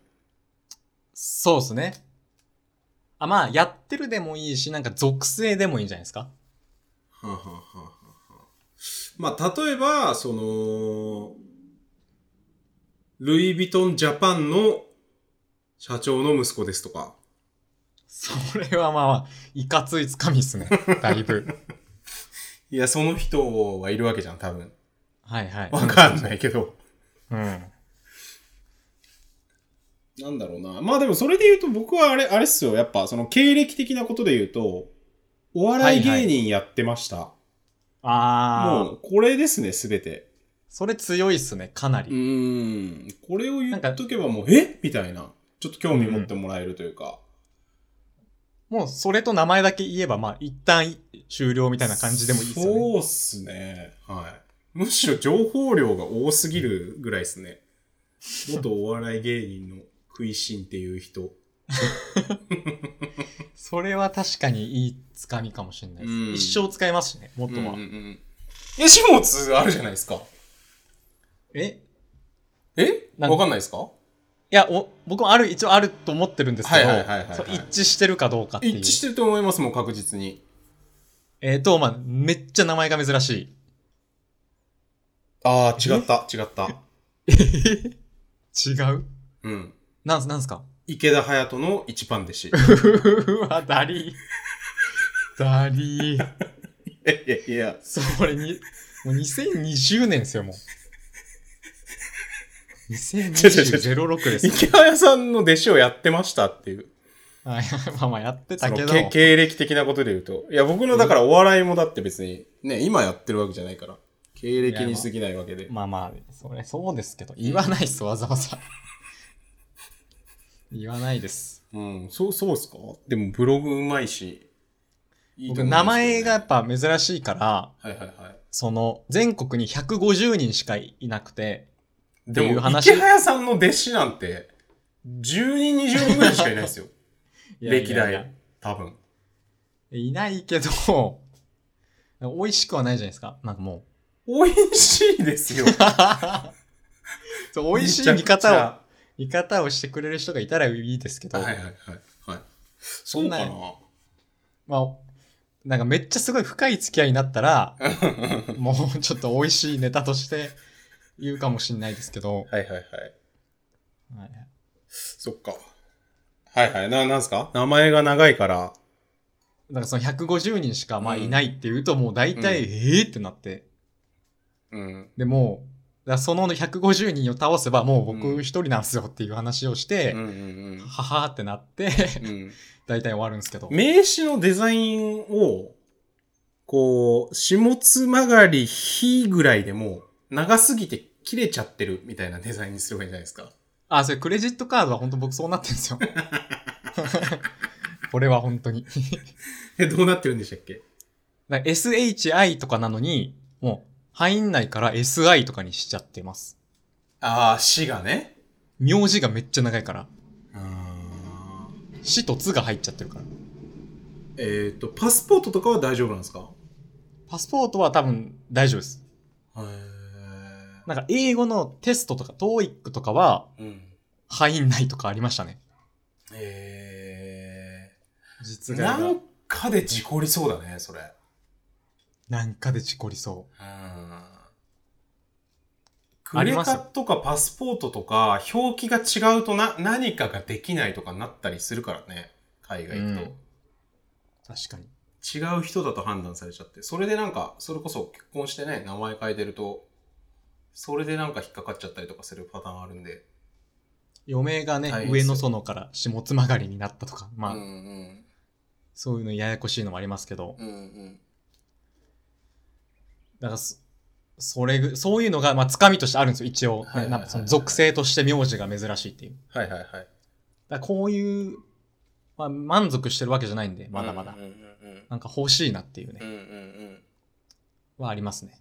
Speaker 1: そうですね。あ、まあ、やってるでもいいし、なんか属性でもいいんじゃないですか。
Speaker 2: はあはあはあはあまあ、例えば、その、ルイ・ヴィトン・ジャパンの社長の息子ですとか。
Speaker 1: それはまあ、いかついつかみっ すね。だいぶ。
Speaker 2: いや、その人はいるわけじゃん、多分。
Speaker 1: はいはい。
Speaker 2: わかんないけど。
Speaker 1: うん。
Speaker 2: なんだろうな。まあでもそれで言うと僕はあれ、あれっすよ。やっぱその経歴的なことで言うと、お笑い
Speaker 1: はいは
Speaker 2: 芸
Speaker 1: い
Speaker 2: 人やってました。
Speaker 1: あ
Speaker 2: も
Speaker 1: ー。
Speaker 2: うこれですね、すべて。
Speaker 1: それ強いっすね、かなり。
Speaker 2: うーん。これを言っとけばもう、えみたいな。ちょっと興味持ってもらえるというか。
Speaker 1: もう、それと名前だけ言えば、まあ、一旦終了みたいな感じでもいいっすよね。
Speaker 2: そうっすね。はい。むしろ情報量が多すぎるぐらいですね。元お笑い芸人の食いしんっていう人。
Speaker 1: それは確かにいいつかみかもしれないです。
Speaker 2: うん
Speaker 1: 一生使えますしね、元は。
Speaker 2: うんうんうんえ、始末あるじゃないですか。
Speaker 1: え
Speaker 2: え
Speaker 1: なん
Speaker 2: わかんないですか
Speaker 1: いや、お、僕もある、一応あると思ってるんですけど
Speaker 2: はいはいはいはいはい、
Speaker 1: そう一致してるかどうかっていう。
Speaker 2: 一致してると思いますもん、確実に。
Speaker 1: えっ、と、まあ、めっちゃ名前が珍し
Speaker 2: ああ、違った、違った。
Speaker 1: い。違う
Speaker 2: うん。
Speaker 1: なんす、なんすか
Speaker 2: 池田隼人の一番弟 子。いう
Speaker 1: わ、ダリー。ダリー。
Speaker 2: やいやいや。
Speaker 1: それに、もう2020年ですよ、もう。2020-06ですよ。
Speaker 2: 池田隼さんの弟子をやってましたっていう。
Speaker 1: はい、まあまあやって
Speaker 2: そ
Speaker 1: た
Speaker 2: の
Speaker 1: けど。
Speaker 2: け経歴的なことで言うと。いや、僕のだからお笑いもだって別に、ね、今やってるわけじゃないから。経歴に過ぎないわけで。
Speaker 1: まあまあ、それ、そうですけど、言わないっす、わざわざ。言わないです。
Speaker 2: うん、そう、そうっすかでもブログうまいし。いい
Speaker 1: 僕、
Speaker 2: と思うんですけどね
Speaker 1: 名前がやっぱ珍しいから、
Speaker 2: はいはいはい。
Speaker 1: その、全国に150人しかいなくて、
Speaker 2: で
Speaker 1: っていう
Speaker 2: も、
Speaker 1: 話
Speaker 2: 池早さんの弟子なんて、10人、20人ぐらいしかいな いですよ。
Speaker 1: いやいやい
Speaker 2: 歴
Speaker 1: や
Speaker 2: 代。多分。
Speaker 1: いないけど、 美味しくはないじゃないですか。なんかも
Speaker 2: 美味し いですよ。
Speaker 1: う。そう美味しい見方を、見方をしてくれる人がいたらいいですけ
Speaker 2: を。
Speaker 1: ど、
Speaker 2: はいはいはい。はい、
Speaker 1: そんな
Speaker 2: そ
Speaker 1: まあ、なんかめっちゃすごい深い付き合いになった ら、
Speaker 2: うかなは
Speaker 1: もうちょっと美味しいネタとして言うかもしれないですけど、
Speaker 2: いはいはい。
Speaker 1: はい
Speaker 2: そっか。はいはい。な、なんすか名前が長いから。
Speaker 1: なんかその150人しかまあ
Speaker 2: うん
Speaker 1: いないっていうと、もう大体、
Speaker 2: う
Speaker 1: ええーってなって、
Speaker 2: うん。
Speaker 1: でもう、だからその150人を倒せばもう
Speaker 2: う
Speaker 1: 僕
Speaker 2: ん
Speaker 1: 一人なんですよっていう話をし
Speaker 2: う
Speaker 1: て、
Speaker 2: んうん
Speaker 1: ははーってなって、
Speaker 2: うん。うん
Speaker 1: 大体終わるんですけど。
Speaker 2: 名刺のデザインを、こう、下つ曲がり日ぐらいでもう、長すぎて切れちゃってるみたいなデザインにすればいいんじゃないですか。
Speaker 1: あ、それクレジットカードは本当僕そうなってるんですよ。 これは本当に。
Speaker 2: え、どうなってるんでしたっけ
Speaker 1: だから SHI とかなのに、もう入んないから SI とかにしちゃってます。
Speaker 2: ああ、死がね。
Speaker 1: 名字がめっちゃ長いから。
Speaker 2: あー
Speaker 1: 死とつが入っちゃってるから。
Speaker 2: えっ、と、パスポートとかは大丈夫なんですか
Speaker 1: パスポートは多分大丈夫です。
Speaker 2: へ
Speaker 1: なんか英語のテストとか TOEIC とかは
Speaker 2: え。うん。
Speaker 1: 入んないとかありましたね。
Speaker 2: え
Speaker 1: 実
Speaker 2: ー、
Speaker 1: 害が
Speaker 2: な。んかで事故りそうだね、それ。
Speaker 1: なんかで事故りそう。
Speaker 2: うん。ク
Speaker 1: あり
Speaker 2: レ
Speaker 1: ます
Speaker 2: カとかパスポートとか、表記が違うとな、何かができないとかなったりするからね、海外行くと。
Speaker 1: うん確かに。
Speaker 2: 違う人だと判断されちゃって、それでなんか、それこそ結婚してね、名前変えてると、それでなんか引っかかっちゃったりとかするパターンあるんで。
Speaker 1: 余命がね
Speaker 2: 大、変で
Speaker 1: 上
Speaker 2: すよ
Speaker 1: の園から下つまがりになったとか、まあ、
Speaker 2: うんうん。
Speaker 1: そういうのややこしいのもありますけど、
Speaker 2: うんうん。
Speaker 1: だからそ、それぐ、そういうのが、まあ、つかみとしてあるんですよ、一応。
Speaker 2: はいはいはい
Speaker 1: なんかその属性として名字が珍しいっていう。
Speaker 2: はいはいはい。
Speaker 1: だからこういう、まあ、満足してるわけじゃないんで、まだまだ。
Speaker 2: うんうんうん
Speaker 1: なんか欲しいなっていう
Speaker 2: うん。う
Speaker 1: ね、
Speaker 2: んうんうん。
Speaker 1: はありますね。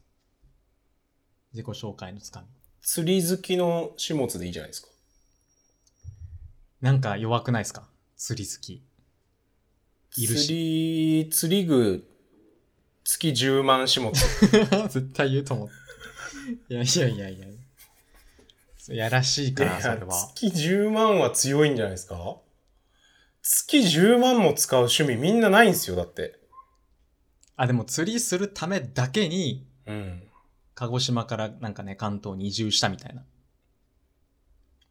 Speaker 1: 自己紹介のつかみ。
Speaker 2: 釣り好きの始末でいいじゃないですか。
Speaker 1: なんか弱くないですか釣り好き。 いるし
Speaker 2: 釣り、釣り具、月10万始末。
Speaker 1: 絶対言うと思う。いやいやいやいや。そうやらしいから、それは。
Speaker 2: 月10万は強いんじゃないですか月10万も使う趣味みんなないんですよ、だって。
Speaker 1: あ、でも釣りするためだけに、
Speaker 2: うん。
Speaker 1: 鹿児島からなんかね、関東に移住したみたいな。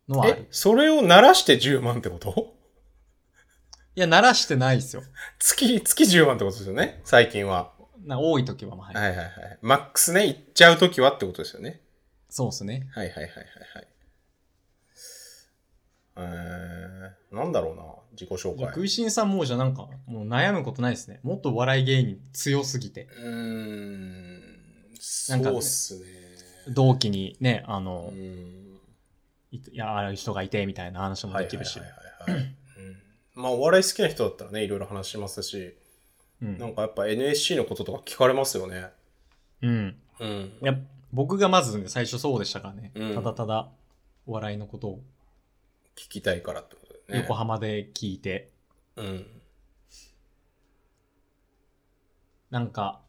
Speaker 1: のはあ
Speaker 2: え
Speaker 1: る。、
Speaker 2: それを鳴らして10万ってこと
Speaker 1: いや、鳴らしてないですよ。
Speaker 2: 月、月10万ってことですよね最近は。
Speaker 1: な多い時はまあ、はい
Speaker 2: はいはいはい。マックスね、行っちゃうときはってことですよね。
Speaker 1: そうですね。
Speaker 2: はいはいはいはいはい。えー、なんだろうな、自己紹
Speaker 1: じゃあ、
Speaker 2: 介。
Speaker 1: 食いしんさんもうじゃあなんか、もう悩むことないですね。もっとお笑い芸人強すぎて。
Speaker 2: うーん、
Speaker 1: なんかね
Speaker 2: そうっすね。
Speaker 1: 同期にね、あの、
Speaker 2: ん、
Speaker 1: いいや、ある人がいてみたいな話もできるし
Speaker 2: はい。はいはいはいはいうんまあ、お笑い好きな人だったらね、いろいろ話しますし、
Speaker 1: う
Speaker 2: なん
Speaker 1: ん。
Speaker 2: かやっぱ NSC のこととか聞かれますよね。
Speaker 1: うん。
Speaker 2: うん。
Speaker 1: いや、僕がまずね、最初そうでしたからね。
Speaker 2: うん
Speaker 1: ただただ、お笑いのことを
Speaker 2: 聞きたいからってことだよね。
Speaker 1: 横浜で聞いて、
Speaker 2: うん。
Speaker 1: なんか、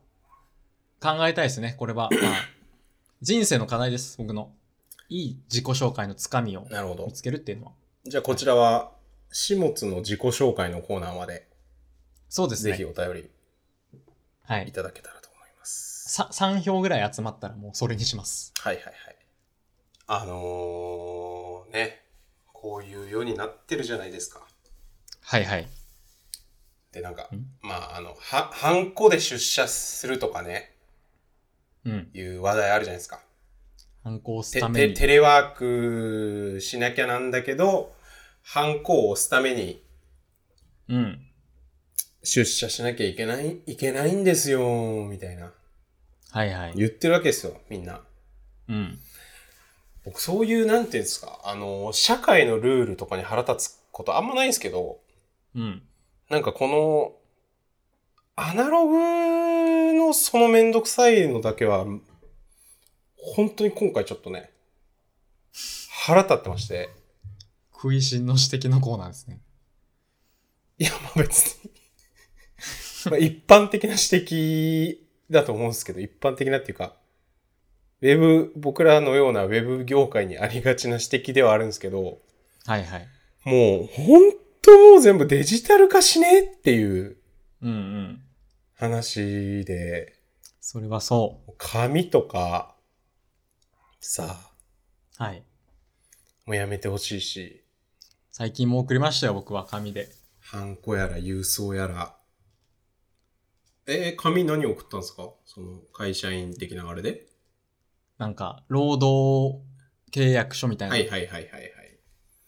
Speaker 1: 考えたいですね、これは。まあ、人生の課題です、僕の。いい自己紹介のつかみを
Speaker 2: なるほど
Speaker 1: 見つけるっていうのは。
Speaker 2: じゃあこちらは、始末の自己紹介のコーナーまで、
Speaker 1: そうです
Speaker 2: ぜ
Speaker 1: ね。
Speaker 2: ひお便り
Speaker 1: はいい。
Speaker 2: ただけたらと思います。
Speaker 1: さ3票ぐらい集まったらもうそれにします。
Speaker 2: はいはいはい。あのー、ね、こういう世になってるじゃないですか。
Speaker 1: はいはい。
Speaker 2: で、なんか
Speaker 1: ん、
Speaker 2: まあ、あの、は、ハンコで出社するとかね、
Speaker 1: うん。
Speaker 2: いう話題あるじゃないですか。
Speaker 1: 反抗を押す
Speaker 2: て
Speaker 1: ため
Speaker 2: て
Speaker 1: に。
Speaker 2: テレワークしなきゃなんだけど、ハンコを押すために
Speaker 1: うん。
Speaker 2: 出社しなきゃいけない、いけないんですよ、みたいな。
Speaker 1: はいはい。
Speaker 2: 言ってるわけですよ、みんな。
Speaker 1: うん。
Speaker 2: 僕、そういう、なんていうんですか、あの、社会のルールとかに腹立つことあんまないんですけど、
Speaker 1: うん。
Speaker 2: なんかこの、アナログのそのめんどくさいのだけは、本当に今回ちょっとね、腹立ってまして。
Speaker 1: 食いしんの指摘のコーナーですね。
Speaker 2: いや、まあ別に。まあ一般的な指摘だと思うんですけど、一般的なっていうか、ウェブ、僕らのようなウェブ業界にありがちな指摘ではあるんですけど、
Speaker 1: はいはい。
Speaker 2: もう、本当もう全部デジタル化しねっていう
Speaker 1: うんうん。
Speaker 2: 話で、
Speaker 1: それはそ
Speaker 2: 紙とか、さ、
Speaker 1: う。はい。
Speaker 2: もうやめてほしいし、
Speaker 1: 最近も送りましたよ、僕は紙で。
Speaker 2: ハンコやら郵送やら。えー紙何送ったんですかその会社員的なあれで
Speaker 1: なんか、労働契約書みたいな。
Speaker 2: はいはいはいはいはい。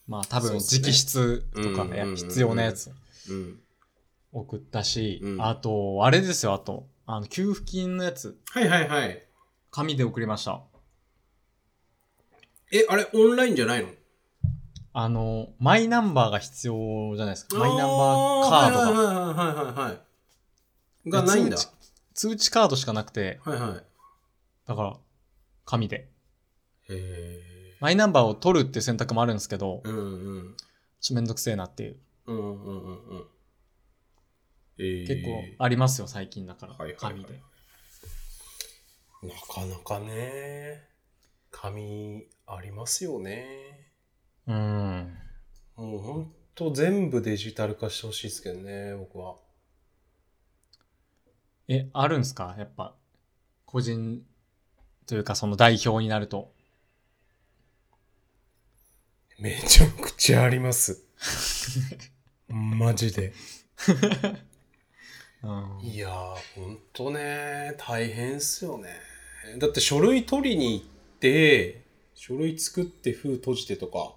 Speaker 1: まあ多分
Speaker 2: そうっすね
Speaker 1: 直筆とか
Speaker 2: うんうんうんう
Speaker 1: ね
Speaker 2: ん
Speaker 1: 必要なやつ
Speaker 2: うん。
Speaker 1: 送ったし、
Speaker 2: うん
Speaker 1: あと、あれですよ、あと、あの、給付金のやつ、
Speaker 2: はいはいはい。
Speaker 1: 紙で送りました。
Speaker 2: え、あれオンラインじゃないの
Speaker 1: あの、マイナンバーが必要じゃないですか。マイナンバーカードが。
Speaker 2: が。はいはいはいはいはい。がないんだ。
Speaker 1: 通知通知カードしかなくて、
Speaker 2: はいはい。
Speaker 1: だから、紙で。
Speaker 2: へえ。
Speaker 1: マイナンバーを取るっていう選択もあるんですけど、
Speaker 2: うんうん。
Speaker 1: ちょっとめんどくせえなっていう。
Speaker 2: うんうんうんうん。えー
Speaker 1: 結構ありますよ、最近だから。
Speaker 2: はいはいはい
Speaker 1: 紙で。
Speaker 2: なかなかね、紙ありますよね。
Speaker 1: うーん。
Speaker 2: もうほんと全部デジタル化してほしいですけどね、僕は。
Speaker 1: え、あるんですかやっぱ、個人というかその代表になると。
Speaker 2: めちゃくちゃあります。マジで。
Speaker 1: うん
Speaker 2: いやー、ほんとね、大変っすよね。だって書類取りに行って、書類作って封閉じてとか、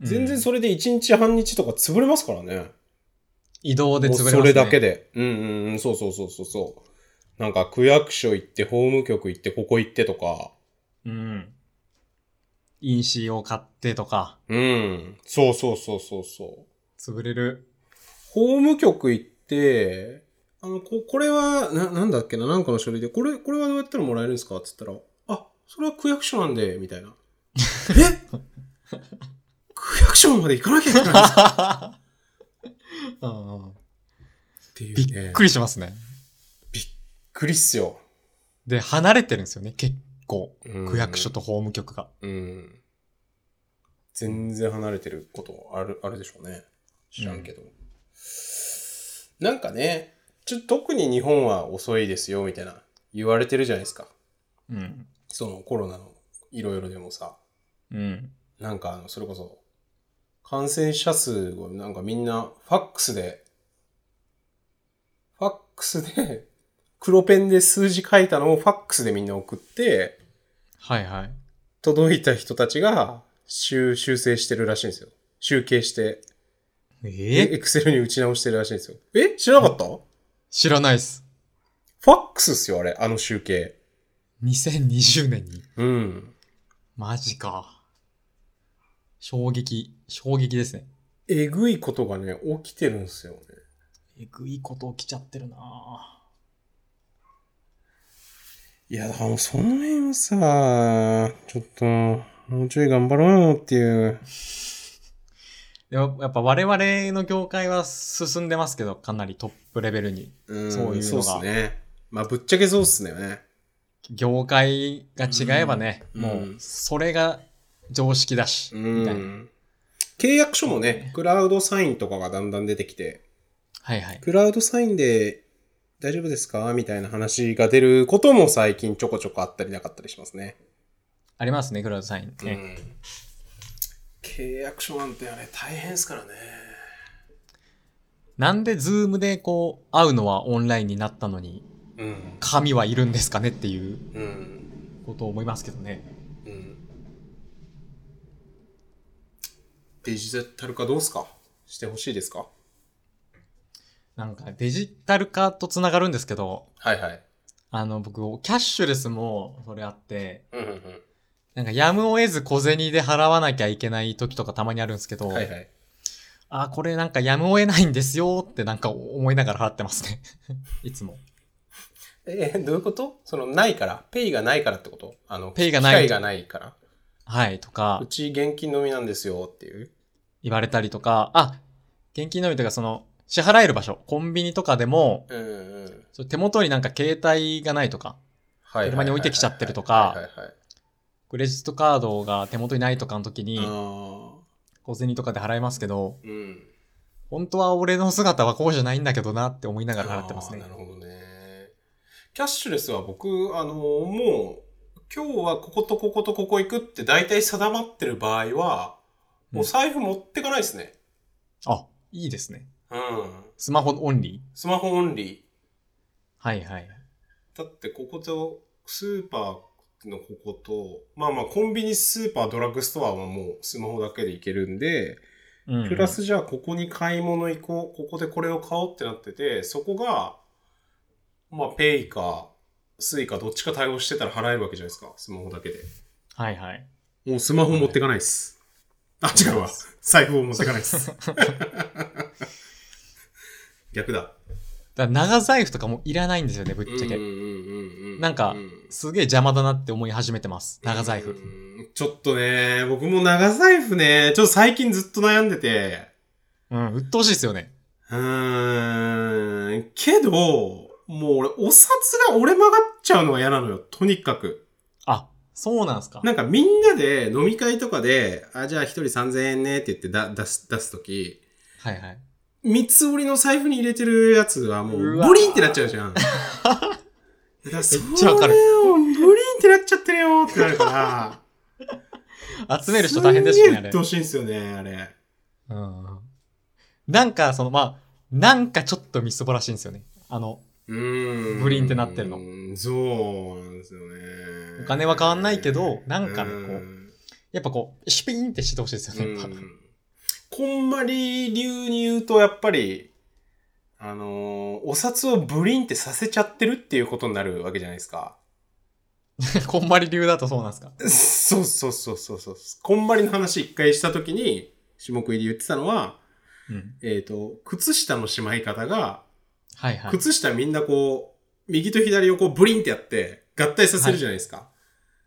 Speaker 2: 全然それで1日半日とか潰れますからね。
Speaker 1: 移動で潰れます、ね、
Speaker 2: もうそれだけで。うんうんうん、そうそうそうそうそう。なんか区役所行って、法務局行って、ここ行ってとか。
Speaker 1: うん。印紙を買ってとか、
Speaker 2: うん。そうそうそうそうそう。
Speaker 1: 潰れ る。
Speaker 2: 法務局行って、あの、こ、これは、な、なんだっけな、なんかの書類で、これ、これはどうやったらもらえるんですかって言ったら、あ、それは区役所なんで、みたい な。え区役所まで行かなきゃいけないんですか
Speaker 1: うんうん
Speaker 2: っていう、
Speaker 1: び
Speaker 2: ね。
Speaker 1: っくりしますね。
Speaker 2: くりっすよ。
Speaker 1: で、離れてるんですよね、結構。
Speaker 2: 区
Speaker 1: 区役所。と法務局が。
Speaker 2: うん。全然離れてることある、あるでしょうね。知らんけど。なんかね、ちょっと特に日本は遅いですよ、みたいな言われてるじゃないですか。
Speaker 1: うん。
Speaker 2: そのコロナのいろいろでもさ、
Speaker 1: うん。
Speaker 2: なんかあの、それこそ、感染者数をなんかみんなファックスで、ファックスで、黒ペンで数字書いたのをファックスでみんな送って、
Speaker 1: はいはい。
Speaker 2: 届いた人たちが修修正してるらしいんですよ。集計して、
Speaker 1: え
Speaker 2: エクセルに打ち直してるらしいんですよ。え知らなかった、フ
Speaker 1: 知らないっす。
Speaker 2: ァックスっすよ、あれ、あの集計。
Speaker 1: 2020年に。
Speaker 2: うん。
Speaker 1: マジか。衝撃、衝撃ですね。
Speaker 2: えぐいことがね、起きてるんですよね。
Speaker 1: えぐいこと起きちゃってるない
Speaker 2: や、だからもうその辺はさ、ちょっと、もうちょい頑張ろうよっていう。
Speaker 1: ぁでもやっぱ我々の業界は進んでますけど、かなりトップレベルに。
Speaker 2: うん
Speaker 1: そういうのが
Speaker 2: そうっすね。まあ、ぶっちゃけそうっすね。
Speaker 1: 業界が違えばね、
Speaker 2: うん
Speaker 1: も
Speaker 2: う
Speaker 1: うんそれが常識だし、みたいな。
Speaker 2: 契約書もね、クラウドサインとかがだんだん出てきて、
Speaker 1: はいはい。
Speaker 2: クラウドサインで大丈夫ですかみたいな話が出ることも最近ちょこちょこあったりなかったりしますね。
Speaker 1: ありますね、クラウドサインね。
Speaker 2: 契約書なんてあれ大変ですからね。
Speaker 1: なんでズームでこう、会うのはオンラインになったのに、
Speaker 2: うん。
Speaker 1: 紙はいるんですかねっていう
Speaker 2: うん。
Speaker 1: ことを思いますけどね。
Speaker 2: うん。デジタル化どうすかしてほしいですか
Speaker 1: なんかデジタル化とつながるんですけど、
Speaker 2: はいはい。
Speaker 1: あの僕、キャッシュレスもそれあって、
Speaker 2: うんうん
Speaker 1: なんかやむを得ず小銭で払わなきゃいけない時とかたまにあるんですけど、
Speaker 2: うん。はいはい。
Speaker 1: あ、これなんかやむを得ないんですよってなんか思いながら払ってますね。 いつも。
Speaker 2: えーどういうことその、ないから。ペイがないからってことあの、
Speaker 1: ペイがない
Speaker 2: 機械がないから。
Speaker 1: はい、とか
Speaker 2: うち現金のみなんですよっていう。
Speaker 1: 言われたりとか、あ、現金のみというかその支払える場所、コンビニとかでも、
Speaker 2: うんうん。
Speaker 1: そう手元になんか携帯がないとか、
Speaker 2: は
Speaker 1: 車に置いてきちゃってるとか
Speaker 2: はいはいはいはい
Speaker 1: クレジットカードが手元にないとかの時
Speaker 2: あ
Speaker 1: に
Speaker 2: ー
Speaker 1: 小銭とかで払いますけど、
Speaker 2: うん。
Speaker 1: 本当は俺の姿はこうじゃないんだけどなって思いながら払ってますね
Speaker 2: あー。なるほどね。キャッシュレスは僕、あの、もう、今日はこことこことここ行くって大体定まってる場合は、
Speaker 1: うん
Speaker 2: お財布持ってかないですね。
Speaker 1: あ、いいですね。
Speaker 2: うん。
Speaker 1: スマホオンリー。
Speaker 2: スマホオンリ
Speaker 1: はいはい。
Speaker 2: ー。だってここと、スーパーのここと、まあまあコンビニ、スーパー、ドラッグストアはもうスマホだけで行けるんで、
Speaker 1: うん
Speaker 2: プラスじゃあここに買い物行こう、ここでこれを買おうってなってて、そこが、まあ、ペイか、スイカどっちか対応してたら払えるわけじゃないですか、スマホだけで。
Speaker 1: はいはい。
Speaker 2: もうスマホ持ってかないです。あ、違うわ。財布を持ってか ないです。逆だ。
Speaker 1: だから長財布とかもいらないんですよね、ぶっちゃけ。なんかすげえ邪魔だなって思い始めてます。長財布。
Speaker 2: 布。ちょっとね、僕も長財布ね、ちょっと最近ずっと悩んでて、
Speaker 1: うん、鬱陶しいですよね。
Speaker 2: うーん、けど、もう俺、お札が折れ曲がっちゃうのが嫌なのよ、とにかく。
Speaker 1: あ、そうなんすか。
Speaker 2: なんかみんなで飲み会とかで、あ、じゃあ一人3000円ねって言ってだ出す、出すとき、
Speaker 1: はいはい。
Speaker 2: 三つ折りの財布に入れてるやつはも
Speaker 1: う
Speaker 2: う、
Speaker 1: わ
Speaker 2: ボリンってなっちゃう じゃん。だからそ
Speaker 1: めっちゃわかる
Speaker 2: れをボリンってなっちゃってるよってな るから。
Speaker 1: 集める人大変です
Speaker 2: す
Speaker 1: よ
Speaker 2: んげ
Speaker 1: ね、あ
Speaker 2: えうっ
Speaker 1: れ。
Speaker 2: とうしいんですよね、あれ。
Speaker 1: うん。なんか、その、まあ、なんかちょっとみすぼらしいんですよね。あの、
Speaker 2: うーん。
Speaker 1: ブリンってなってるの。
Speaker 2: そうなんですよね。
Speaker 1: お金は変わんないけどなんかねこう
Speaker 2: うん
Speaker 1: やっぱこう、シュピーンってしてほしいですよね。やっぱ
Speaker 2: うんこんまり流に言うと、やっぱり、あのーお札をブリンってさせちゃってるっていうことになるわけじゃないですか。
Speaker 1: こんまり流だとそうなんすか。
Speaker 2: そうそうそうそうそう。こんまりの話一回したときに、下食いで言ってたのは、
Speaker 1: うん。
Speaker 2: えっ、と、靴下のしまい方が、
Speaker 1: はいはい。
Speaker 2: 靴下みんなこう、右と左をこうブリンってやって、合体させるじゃないですか。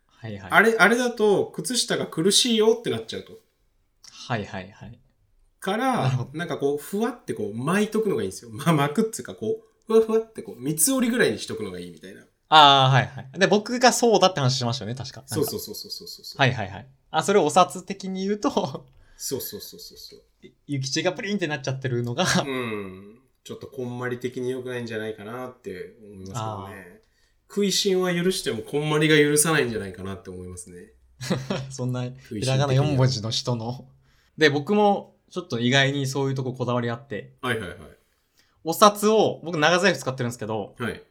Speaker 1: はいはい。
Speaker 2: あれ、あれだと、靴下が苦しいよってなっちゃうと。
Speaker 1: はいはいはい。
Speaker 2: か
Speaker 1: なるほ
Speaker 2: ら、なんかこう、ふわってこう、巻いとくのがいいんですよ。まあ、巻くっつうか、こう、ふわふわってこう、三つ折りぐらいにしとくのがいいみたいな。
Speaker 1: ああ、はいはい。で、僕がそうだって話しましたよね、確か。。
Speaker 2: そうそううそうそうそうそう。。
Speaker 1: はいいはいはい。あ、それをお札的に言うと、
Speaker 2: そうそうそうそうそう。
Speaker 1: ゆきちがプリンってなっちゃってるのが、
Speaker 2: うん。ちょっとこんまり的に良くないんじゃないかなって思いますけどね。食いしんは許してもこんまりが許さないんじゃないかなって思いますね。
Speaker 1: そんな、ひ
Speaker 2: 食いしん的には
Speaker 1: らがな4文字の人の。で、僕も、ちょっと意外にそういうとここだわりあって、
Speaker 2: はいはいはい。
Speaker 1: お札を、僕長財布使ってるんですけど、
Speaker 2: はい。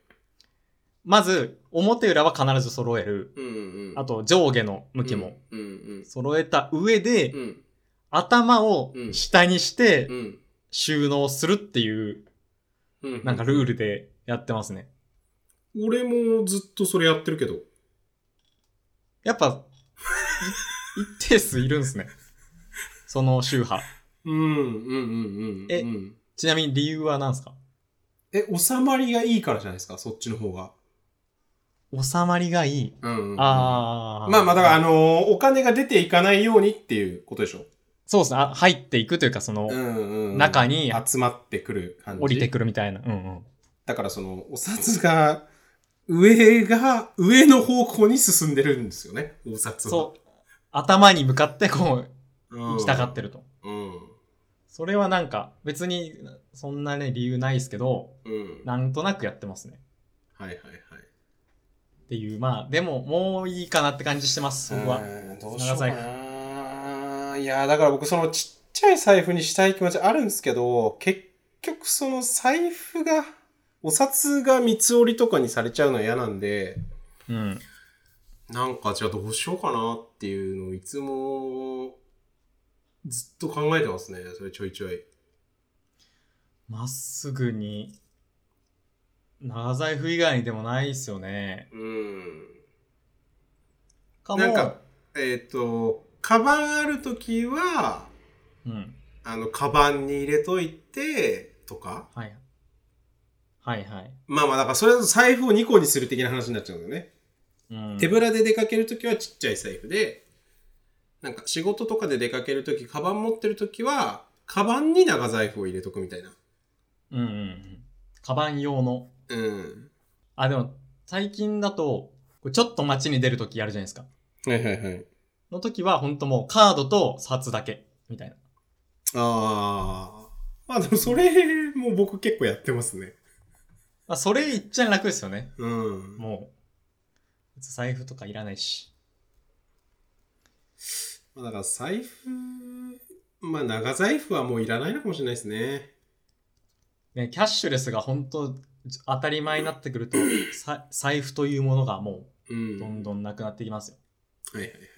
Speaker 1: まず、表裏は必ず揃える。
Speaker 2: うんうん。
Speaker 1: あと、上下の向きも。
Speaker 2: うんうん
Speaker 1: 揃えた上で、
Speaker 2: うん。うん
Speaker 1: 頭を
Speaker 2: うん
Speaker 1: 下にして
Speaker 2: う、ん。
Speaker 1: 収納するっていう、
Speaker 2: うん。
Speaker 1: なんかルールでやってますね。
Speaker 2: 俺もずっとそれやってるけど。
Speaker 1: やっぱ、い一定数いるんですね。その宗派。
Speaker 2: うんうんうんうん。
Speaker 1: え
Speaker 2: うん
Speaker 1: ちなみに理由は何ですか
Speaker 2: え、収まりがいいからじゃないですか、そっちの方が。
Speaker 1: 収まりがいい。
Speaker 2: うん、うんあ。
Speaker 1: ああ。
Speaker 2: まあまあ、だから、あのーお金が出ていかないようにっていうことでしょ。
Speaker 1: そうですね。あ入っていくというか、その、
Speaker 2: んう
Speaker 1: 中に
Speaker 2: 集まってくる感じ。
Speaker 1: 降りてく
Speaker 2: る。
Speaker 1: るみたいな。うんうん。
Speaker 2: だから、その、お札が、上が、上の方向に進んでるんですよね、大札は。
Speaker 1: そう。頭に向かってこ
Speaker 2: う
Speaker 1: う、
Speaker 2: ん。
Speaker 1: 行きたがってると。
Speaker 2: うん。
Speaker 1: それはなんか、別に、そんなね、理由ないですけど、
Speaker 2: うん。はい
Speaker 1: なんとなくやってますね。
Speaker 2: はいはい。
Speaker 1: っていう、まあ、でも、もういいかなって感じしてます、僕は。
Speaker 2: うーんどうしようかな。いや、だから僕、そのちっちゃい財布にしたい気持ちあるんですけど、結局その財布が、お札が三つ折りとかにされちゃうのは嫌なんで、
Speaker 1: うん。
Speaker 2: なんかじゃあどうしようかなっていうのをいつもずっと考えてますね、それちょいちょい。
Speaker 1: まっすぐに、長財布以外にでもないですよね。
Speaker 2: うん。
Speaker 1: かも、
Speaker 2: なんか、えっ、と、カバンあるときは、
Speaker 1: うん。
Speaker 2: あの、カバンに入れといて、とか。
Speaker 1: はい。はいはい。
Speaker 2: まあまあ、だからそれだと財布を2個にする的な話になっちゃうんだよね。
Speaker 1: うん、
Speaker 2: 手ぶらで出かけるときはちっちゃい財布で、なんか仕事とかで出かけるとき、カバン持ってるときは、カバンに長財布を入れとくみたいな。
Speaker 1: うんうんうん。カバン用の。
Speaker 2: うん。
Speaker 1: あ、でも、最近だと、こうちょっと街に出るときやるじゃないですか。
Speaker 2: はいはいはい。
Speaker 1: の時は、ほんともう、カードと札だけ、みたいな。
Speaker 2: ああ。まあでもそれも僕結構やってますね。
Speaker 1: まあ、それ言っちゃ楽ですよね。
Speaker 2: うん。
Speaker 1: もう、別に財布とかいらないし。
Speaker 2: まあだから財布、まあ長財布はもういらないのかもしれないですね。
Speaker 1: ね、キャッシュレスが本当当たり前になってく ると、さ財布というものがも
Speaker 2: う
Speaker 1: う、
Speaker 2: ん。
Speaker 1: どんどんなくなってきますよ。
Speaker 2: はいはいはいはい。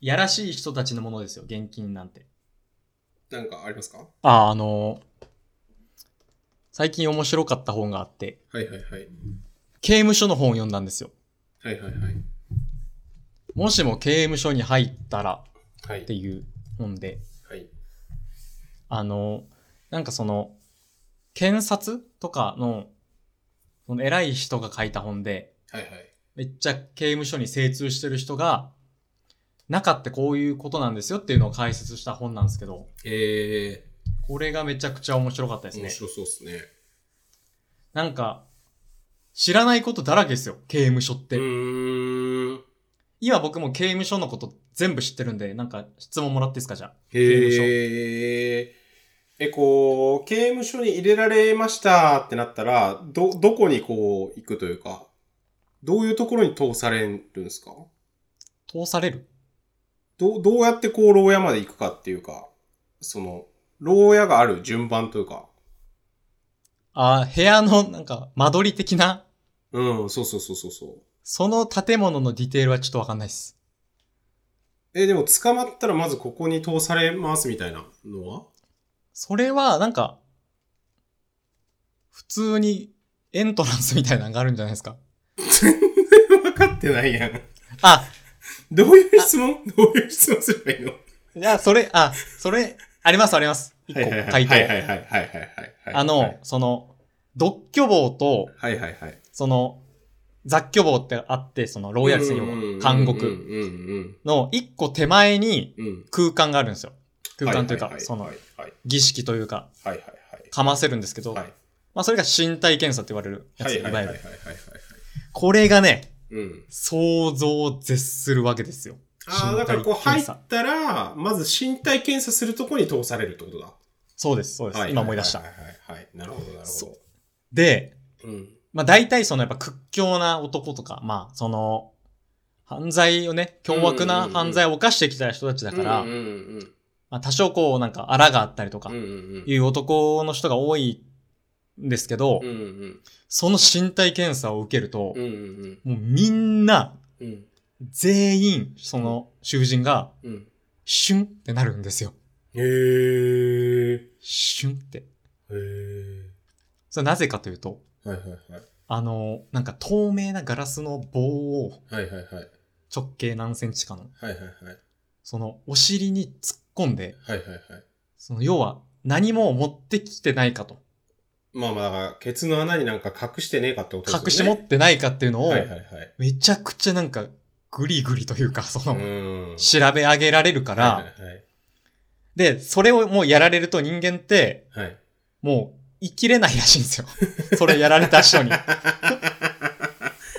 Speaker 1: いやらしい人たちのものですよ、現金なんて。
Speaker 2: なんかありますかは
Speaker 1: あ、あの最近面白かった本があって、
Speaker 2: いはいはい。
Speaker 1: 刑務所の本を読んだんですよ。
Speaker 2: はいはいはい。
Speaker 1: もしも刑務所に入ったら
Speaker 2: はい。
Speaker 1: っていう本で、
Speaker 2: はい。
Speaker 1: あの、なんかその、検察とかの、その偉い人が書いた本で、
Speaker 2: はいはい。
Speaker 1: めっちゃ刑務所に精通してる人が、中ってこういうことなんですよっていうのを解説した本なんですけど、
Speaker 2: え
Speaker 1: これがめちゃくちゃ面白かったで
Speaker 2: ー、
Speaker 1: す
Speaker 2: 面
Speaker 1: ね。
Speaker 2: 白そうですね。
Speaker 1: なんか、知らないことだらけですよ、刑務所って。
Speaker 2: うーん。
Speaker 1: 今僕も刑務所のこと全部知ってるんで、なんか質問もらっていいですか、じゃあ。
Speaker 2: へえ。え、こう、刑務所に入れられましたってなったら、ど、どこにこう、行くというか、どういうところに通されるんですか
Speaker 1: 通される
Speaker 2: どう、どうやってこう、牢屋まで行くかっていうか、その、牢屋がある順番というか、
Speaker 1: あー、部屋のなんか間取り的な、
Speaker 2: うん、そうそうそうそうそう。
Speaker 1: その建物のディテールはちょっとわかんないです。
Speaker 2: え、でも捕まったらまずここに通されますみたいなのは
Speaker 1: それは、なんか、普通にエントランスみたいなのがあるんじゃないですか。
Speaker 2: 分かってないやん。
Speaker 1: あ、
Speaker 2: どういう質問どういう質問すればいいの
Speaker 1: じゃあ、それ、あ、それ、あります、あります。一個、
Speaker 2: はいはいは
Speaker 1: 回
Speaker 2: い
Speaker 1: 答。
Speaker 2: はいはいはいはいはい。
Speaker 1: あの、その、独居房と、
Speaker 2: はいはいはい。
Speaker 1: その、雑居房ってあって、その、牢屋ですね、
Speaker 2: うん
Speaker 1: 要は監
Speaker 2: うん
Speaker 1: 獄
Speaker 2: うん
Speaker 1: の一個手前に
Speaker 2: うんうん。
Speaker 1: 空間があるんですよ。空間というか
Speaker 2: は、は
Speaker 1: そ
Speaker 2: は
Speaker 1: の
Speaker 2: い、はい
Speaker 1: 儀式というか、
Speaker 2: はいはい
Speaker 1: かませるんですけど、
Speaker 2: はい。は
Speaker 1: ま
Speaker 2: い
Speaker 1: あ、それが身体検査って言われるや
Speaker 2: は
Speaker 1: つ、い
Speaker 2: いはい
Speaker 1: わ
Speaker 2: はいはい
Speaker 1: ゆ
Speaker 2: はい
Speaker 1: る。
Speaker 2: はい。
Speaker 1: これがね、
Speaker 2: うん。
Speaker 1: 想像を絶するわけですよ。
Speaker 2: ああ、だからこう
Speaker 1: 身体検
Speaker 2: 入っ
Speaker 1: 査
Speaker 2: たら、まず身体検査するとこに通されるってことだ。
Speaker 1: そうです、そうです。
Speaker 2: ははは
Speaker 1: 今思い出した。
Speaker 2: はいはいはい。なるほどなるほ
Speaker 1: そ
Speaker 2: ど。
Speaker 1: で、
Speaker 2: うん。
Speaker 1: まあ大体そのやっぱ屈強な男とか、まあその、犯罪をね、凶悪
Speaker 2: うんうん
Speaker 1: な
Speaker 2: うん
Speaker 1: 犯罪を犯してきた人たちだから、
Speaker 2: うんうん
Speaker 1: まあ多少こうなんか荒があったりとか
Speaker 2: うん。うん、うん
Speaker 1: いう男の人が多いんですけど、
Speaker 2: うん。うんうん
Speaker 1: その身体検査を受けると、
Speaker 2: うんうん
Speaker 1: もうみんな、
Speaker 2: うんうん
Speaker 1: 全員、その囚人が、
Speaker 2: うん。
Speaker 1: シュンってなるんですよ。
Speaker 2: へー。へ
Speaker 1: シュンって。
Speaker 2: ー。
Speaker 1: それはなぜかというと、
Speaker 2: はいはいはい。
Speaker 1: あの、なんか透明なガラスの棒を
Speaker 2: はいはいはい。
Speaker 1: 直径何センチかの、
Speaker 2: はいはいはい。
Speaker 1: そのお尻に突っ込んで、
Speaker 2: はいはいはい。
Speaker 1: その要は何も持ってきてないかと、
Speaker 2: まあまあ、だから、ケツの穴になんか隠してねえかってことですよね。
Speaker 1: 隠し持ってないかっていうのを
Speaker 2: は、いはいはい。
Speaker 1: めちゃくちゃなんかグリグリというか、その、
Speaker 2: うん。
Speaker 1: 調べ上げられるか
Speaker 2: は
Speaker 1: ら、
Speaker 2: いはい
Speaker 1: で、それをもうやられると人間って、
Speaker 2: はい。はい。
Speaker 1: もう生きれないらしいんですよ。それやられた人に。
Speaker 2: あ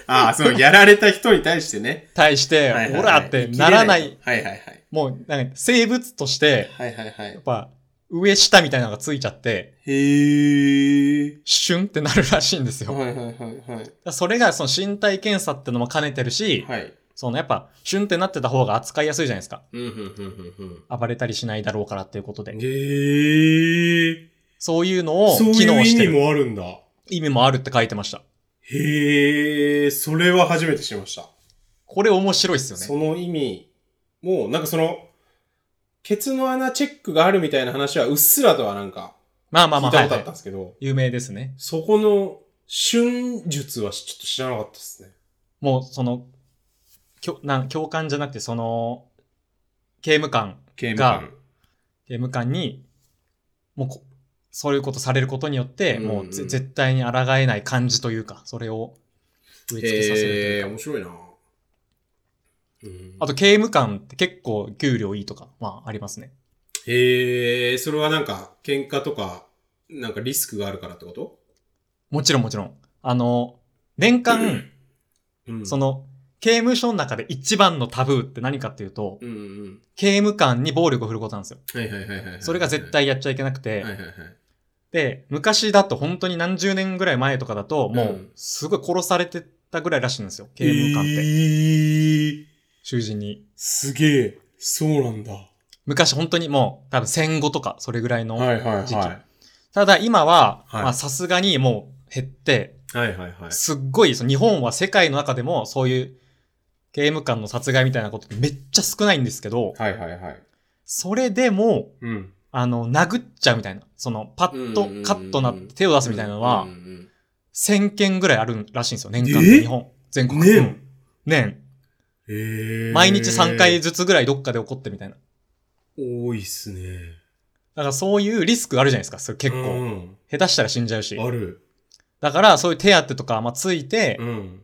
Speaker 2: あ、そのやられた人に対し てね。
Speaker 1: 対して、
Speaker 2: はいはいはい
Speaker 1: オラってならない。。
Speaker 2: はいはいはい。
Speaker 1: もう、なんか生物として、
Speaker 2: はいはいは
Speaker 1: やっ
Speaker 2: い。
Speaker 1: ぱ、上下みたいなのがついちゃって、
Speaker 2: へえ。
Speaker 1: シュンってなるらしいんですよ。だか
Speaker 2: はいはいはいはい。
Speaker 1: らそれが、その身体検査ってのも兼ねてるし、
Speaker 2: はい。
Speaker 1: そのやっぱ、シュンってなってた方が扱いやすいじゃないですか。
Speaker 2: うんうんうんうんうん。
Speaker 1: 暴れたりしないだろうからっていうことで。
Speaker 2: へえ。
Speaker 1: そういうのを
Speaker 2: そう
Speaker 1: 機
Speaker 2: いう
Speaker 1: 能
Speaker 2: 意
Speaker 1: して
Speaker 2: 味
Speaker 1: る。
Speaker 2: もあるんだ。
Speaker 1: 意味もあるって書いてました。
Speaker 2: へえ、それは初めて知りました。
Speaker 1: これ面白いっすよね。
Speaker 2: その意味も、なんかその、ケツの穴チェックがあるみたいな話はうっすらとはなんか
Speaker 1: まあまあま
Speaker 2: 聞
Speaker 1: あ、はい
Speaker 2: いたことあ
Speaker 1: は
Speaker 2: ったん
Speaker 1: い。
Speaker 2: ですけど、
Speaker 1: 有名ですね。
Speaker 2: そこの瞬術はちょっと知らなかったですね。
Speaker 1: もう、その、きょなん教官じゃなくて、その、刑務官、
Speaker 2: 刑務
Speaker 1: 官。刑務官に、もうこ、そういうことされることによって、
Speaker 2: うんうん
Speaker 1: もうぜ絶対に抗えない感じというか、それを植え付けさせるとい
Speaker 2: へえ、
Speaker 1: うか。
Speaker 2: 面白いなうん
Speaker 1: あと、刑務官って結構給料いいとか、まあ、ありますね。
Speaker 2: へえ、それはなんか、喧嘩とか、なんかリスクがあるからってこと
Speaker 1: もちろんもちろん。あの、年間、
Speaker 2: うん
Speaker 1: そ、の、刑務所の中で一番のタブーって何かっていうと、
Speaker 2: うんうん。
Speaker 1: 刑務官に暴力を振ることなんですよ。
Speaker 2: はいはいはいはいはい。
Speaker 1: それが絶対やっちゃいけなくて、
Speaker 2: はいはいはい。
Speaker 1: で、昔だと本当に何十年ぐらい前とかだと、も
Speaker 2: う、
Speaker 1: うんすごい殺されてたぐらいらしいんですよ。刑務官って。
Speaker 2: えー
Speaker 1: 囚人に。
Speaker 2: すげえ。そうなんだ。は
Speaker 1: 昔本当にもう、多分戦後とか、それぐらいの。
Speaker 2: いはいはい。
Speaker 1: 時期ただ今は、
Speaker 2: はい
Speaker 1: まあさすがにもう減って、
Speaker 2: はいはいはい。
Speaker 1: すっごい、その日本は世界の中でもそういう刑務官の殺害みたいなことってめっちゃ少ないんですけど、
Speaker 2: はいはいはい。
Speaker 1: それでも、
Speaker 2: うん。
Speaker 1: あの、殴っちゃうみたいな。その、パッ
Speaker 2: うんうんうんうん
Speaker 1: と、カッとなって手を出すみたいなのは
Speaker 2: うん、うん
Speaker 1: 1000件ぐらいあるらしいんですよ、年間
Speaker 2: え
Speaker 1: で日本。全
Speaker 2: うん
Speaker 1: 国。
Speaker 2: ね
Speaker 1: うん年。
Speaker 2: えー
Speaker 1: 毎日3回。ずつぐらいどっかで起こってみたいな。
Speaker 2: 多いっすね。
Speaker 1: だからそういうリスクあるじゃないですか、それ結構。
Speaker 2: 構。
Speaker 1: 下手したら死んじゃうし。
Speaker 2: ある。
Speaker 1: だからそういう手当とか、まあ、ついて、
Speaker 2: うん。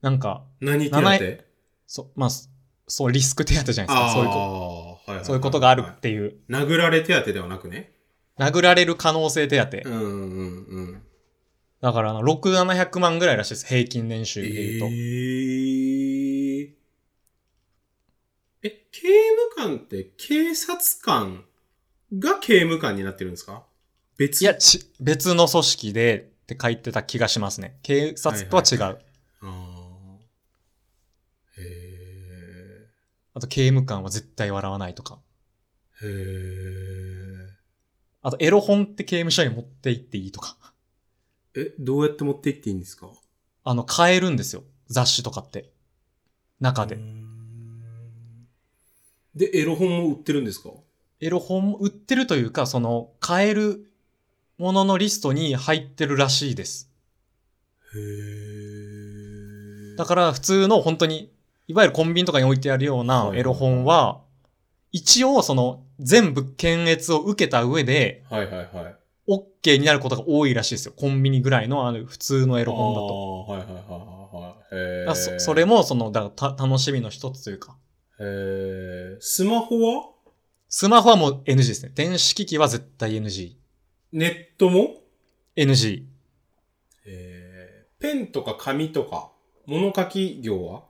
Speaker 1: なんか、
Speaker 2: 何手
Speaker 1: 名前
Speaker 2: て
Speaker 1: そ、まあ、そそう、リスク手当じゃないですか。
Speaker 2: ああ、
Speaker 1: そういうこ
Speaker 2: はいはいは
Speaker 1: と。
Speaker 2: い
Speaker 1: そういうことがあるっていう。
Speaker 2: 殴られ手当てではなくね。
Speaker 1: 殴られる可能性手当。
Speaker 2: うんうんうん。
Speaker 1: だから、あの、6、700万ぐらいらしいです。平均年収で言うと。
Speaker 2: えーえ、刑務官って警察官が刑務官になってるんですか別
Speaker 1: いや、ち、別の組織でって書いてた気がしますね。警察とは違う。
Speaker 2: あーへ
Speaker 1: あと、刑務官は絶対笑わないとか。
Speaker 2: ーへー
Speaker 1: あと、エロ本って刑務所に持って行っていいとか。
Speaker 2: え、どうやって持って行っていいんですか
Speaker 1: あの、買えるんですよ。雑誌とかって。中
Speaker 2: うー
Speaker 1: で。
Speaker 2: んで、エロ本も売ってるんですか
Speaker 1: エロ本売ってるというか、その、買えるもののリストに入ってるらしいです。
Speaker 2: へー
Speaker 1: だから、普通の本当に、いわゆるコンビニとかに置いてあるよう
Speaker 2: はい
Speaker 1: な
Speaker 2: はい
Speaker 1: エロ本は、一応、その、全部検閲を受けた上で、
Speaker 2: はいはいはい。
Speaker 1: OK になることが多いらしいですよ。コンビニぐらいの、あの、普通のエ
Speaker 2: エ
Speaker 1: ロ本だと。
Speaker 2: はいはいはいはいはい。へ
Speaker 1: だ
Speaker 2: ー
Speaker 1: からそそれも、その、だからた楽しみの一つというか。
Speaker 2: えー、スマホは
Speaker 1: スマホはもう NG ですね。電子機器は絶対 NG。
Speaker 2: ネットも
Speaker 1: NG。
Speaker 2: えー、ペンとか紙とか、物書き業は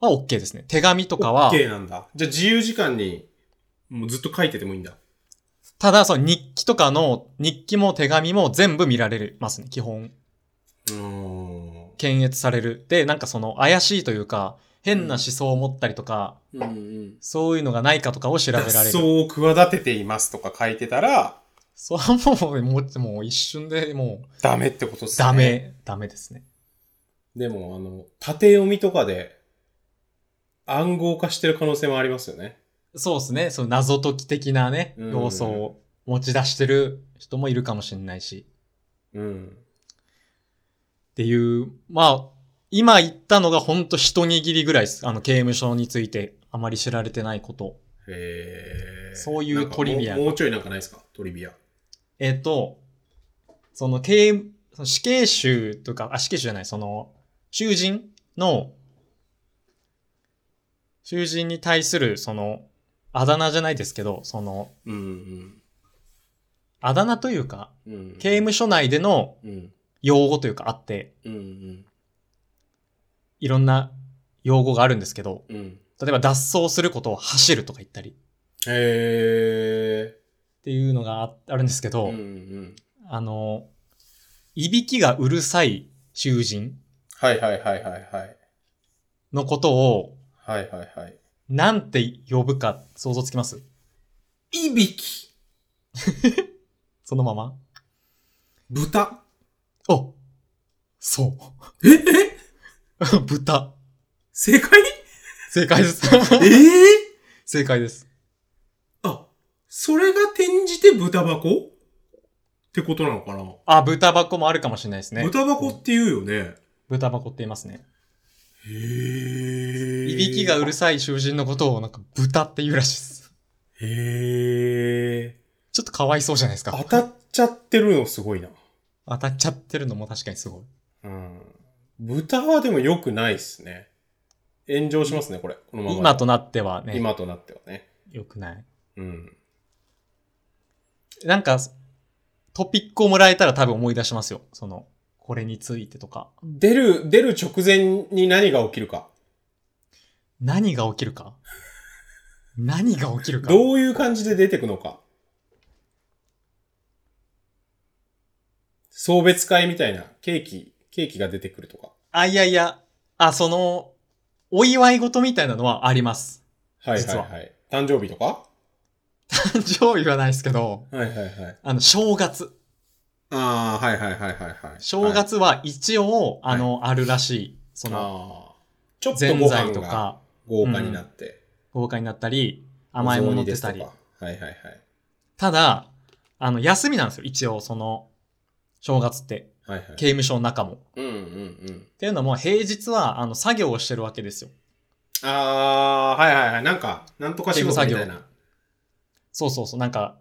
Speaker 1: は OK ですね。手紙とかは、
Speaker 2: OK なんだ。じゃあ自由時間に、もうずっと書いててもいいんだ。
Speaker 1: ただその日記とかの、日記も手紙も全部見られますね、基本。
Speaker 2: うーん。
Speaker 1: 検閲される。で、なんかその怪しいというか、変な思想を持ったりとか、
Speaker 2: うんうん。
Speaker 1: そういうのがないかとかを調べられる。
Speaker 2: 脱走
Speaker 1: そう。
Speaker 2: を企てていますとか書いてたら、
Speaker 1: それはもう、もう、もう一瞬でもう、
Speaker 2: ダメってことっすね。
Speaker 1: ダ。メ、ダメですね。
Speaker 2: でも、あの、縦読みとかで、暗号化してる可能性もありますよね。
Speaker 1: そうですね。その謎解き的なね、
Speaker 2: うん
Speaker 1: 要素を持ち出してる人もいるかもしれないし。
Speaker 2: うん。
Speaker 1: っていう、まあ、今言ったのがほんと一握りぐらいです。あの、刑務所についてあまり知られてないこと。
Speaker 2: へー
Speaker 1: そういう
Speaker 2: なんか
Speaker 1: トリビア
Speaker 2: もう。もうちょいなんかないですかトリビア。
Speaker 1: えっ、と、その刑、その死刑囚とか、あ、死刑囚じゃない、その、囚人の、囚人に対する、その、あだ名じゃないですけど、その、
Speaker 2: うん
Speaker 1: あだ名というか、
Speaker 2: うん。うん
Speaker 1: 刑務所内での
Speaker 2: うん。
Speaker 1: 用語というかあって、
Speaker 2: うんうん。
Speaker 1: いろんな用語があるんですけど、
Speaker 2: うん。
Speaker 1: 例えば脱走することを走るとか言ったりっ
Speaker 2: へ
Speaker 1: ていうのがああるんですけ
Speaker 2: ー。
Speaker 1: ど、
Speaker 2: うんうん。
Speaker 1: あの、いびきがうるさい囚人
Speaker 2: はいはいはいはいはい。
Speaker 1: のことを
Speaker 2: はいはいはい。
Speaker 1: なんて呼ぶか想像つきます
Speaker 2: いびき。
Speaker 1: そのまま
Speaker 2: 豚。
Speaker 1: おそ
Speaker 2: ええ
Speaker 1: う。 豚。
Speaker 2: 正解
Speaker 1: 正解です。
Speaker 2: ええ
Speaker 1: 正解です。
Speaker 2: あ、それが転じて豚箱ってことなのかな、
Speaker 1: あ、豚箱もあるかもしれないですね。
Speaker 2: 豚箱って言うよね。
Speaker 1: 豚箱って言いますね。
Speaker 2: へえ。
Speaker 1: いびきがうるさい囚人のことをなんか豚って言うらしいです。
Speaker 2: へえ。
Speaker 1: ちょっとかわいそうじゃないですか
Speaker 2: 当。たっちゃってるのすごいな。
Speaker 1: 当たっちゃってるのも確かにすごい。
Speaker 2: うん。豚はでも良くないっすね。炎上しますね、これ。このまま。
Speaker 1: 今となってはね、
Speaker 2: 今となってはね。
Speaker 1: 良くない。
Speaker 2: うん。
Speaker 1: なんか、トピックをもらえたら多分思い出しますよ。その、これについてとか。
Speaker 2: 出る、出る直前に何が起きるか。
Speaker 1: 何が起きるか何が起きるか
Speaker 2: どういう感じで出てくのか。送別会みたいな、ケーキ、ケーキが出てくるとか。
Speaker 1: あ、いやいや、あ、その、お祝い事みたいなのはあります。
Speaker 2: はいは
Speaker 1: 実
Speaker 2: い
Speaker 1: は
Speaker 2: はい。誕生日とか
Speaker 1: 誕生日はないですけど、
Speaker 2: はいはいはい。
Speaker 1: あの、正月。
Speaker 2: ああ、はいはいはいはいはい。
Speaker 1: 正
Speaker 2: はい
Speaker 1: 月は一応、あの、あるらしい。その、
Speaker 2: ああ。ちょっと
Speaker 1: ぜん
Speaker 2: ご
Speaker 1: ざい
Speaker 2: 飯
Speaker 1: と
Speaker 2: が
Speaker 1: か、
Speaker 2: 豪華になって。
Speaker 1: 豪華になったり、甘いもの出た
Speaker 2: お雑
Speaker 1: り
Speaker 2: 煮です。とかはいはいはい。
Speaker 1: ただ、あの、休みなんですよ。一応、その、正月って、
Speaker 2: はいはい。
Speaker 1: 刑務所の中も。
Speaker 2: うんうんうん。
Speaker 1: っていうのも、平日は、あの、作業をしてるわけですよ。
Speaker 2: ああ、はいはいはい。なんか、なんとか仕事みたいな。
Speaker 1: そうそうそう、なんか、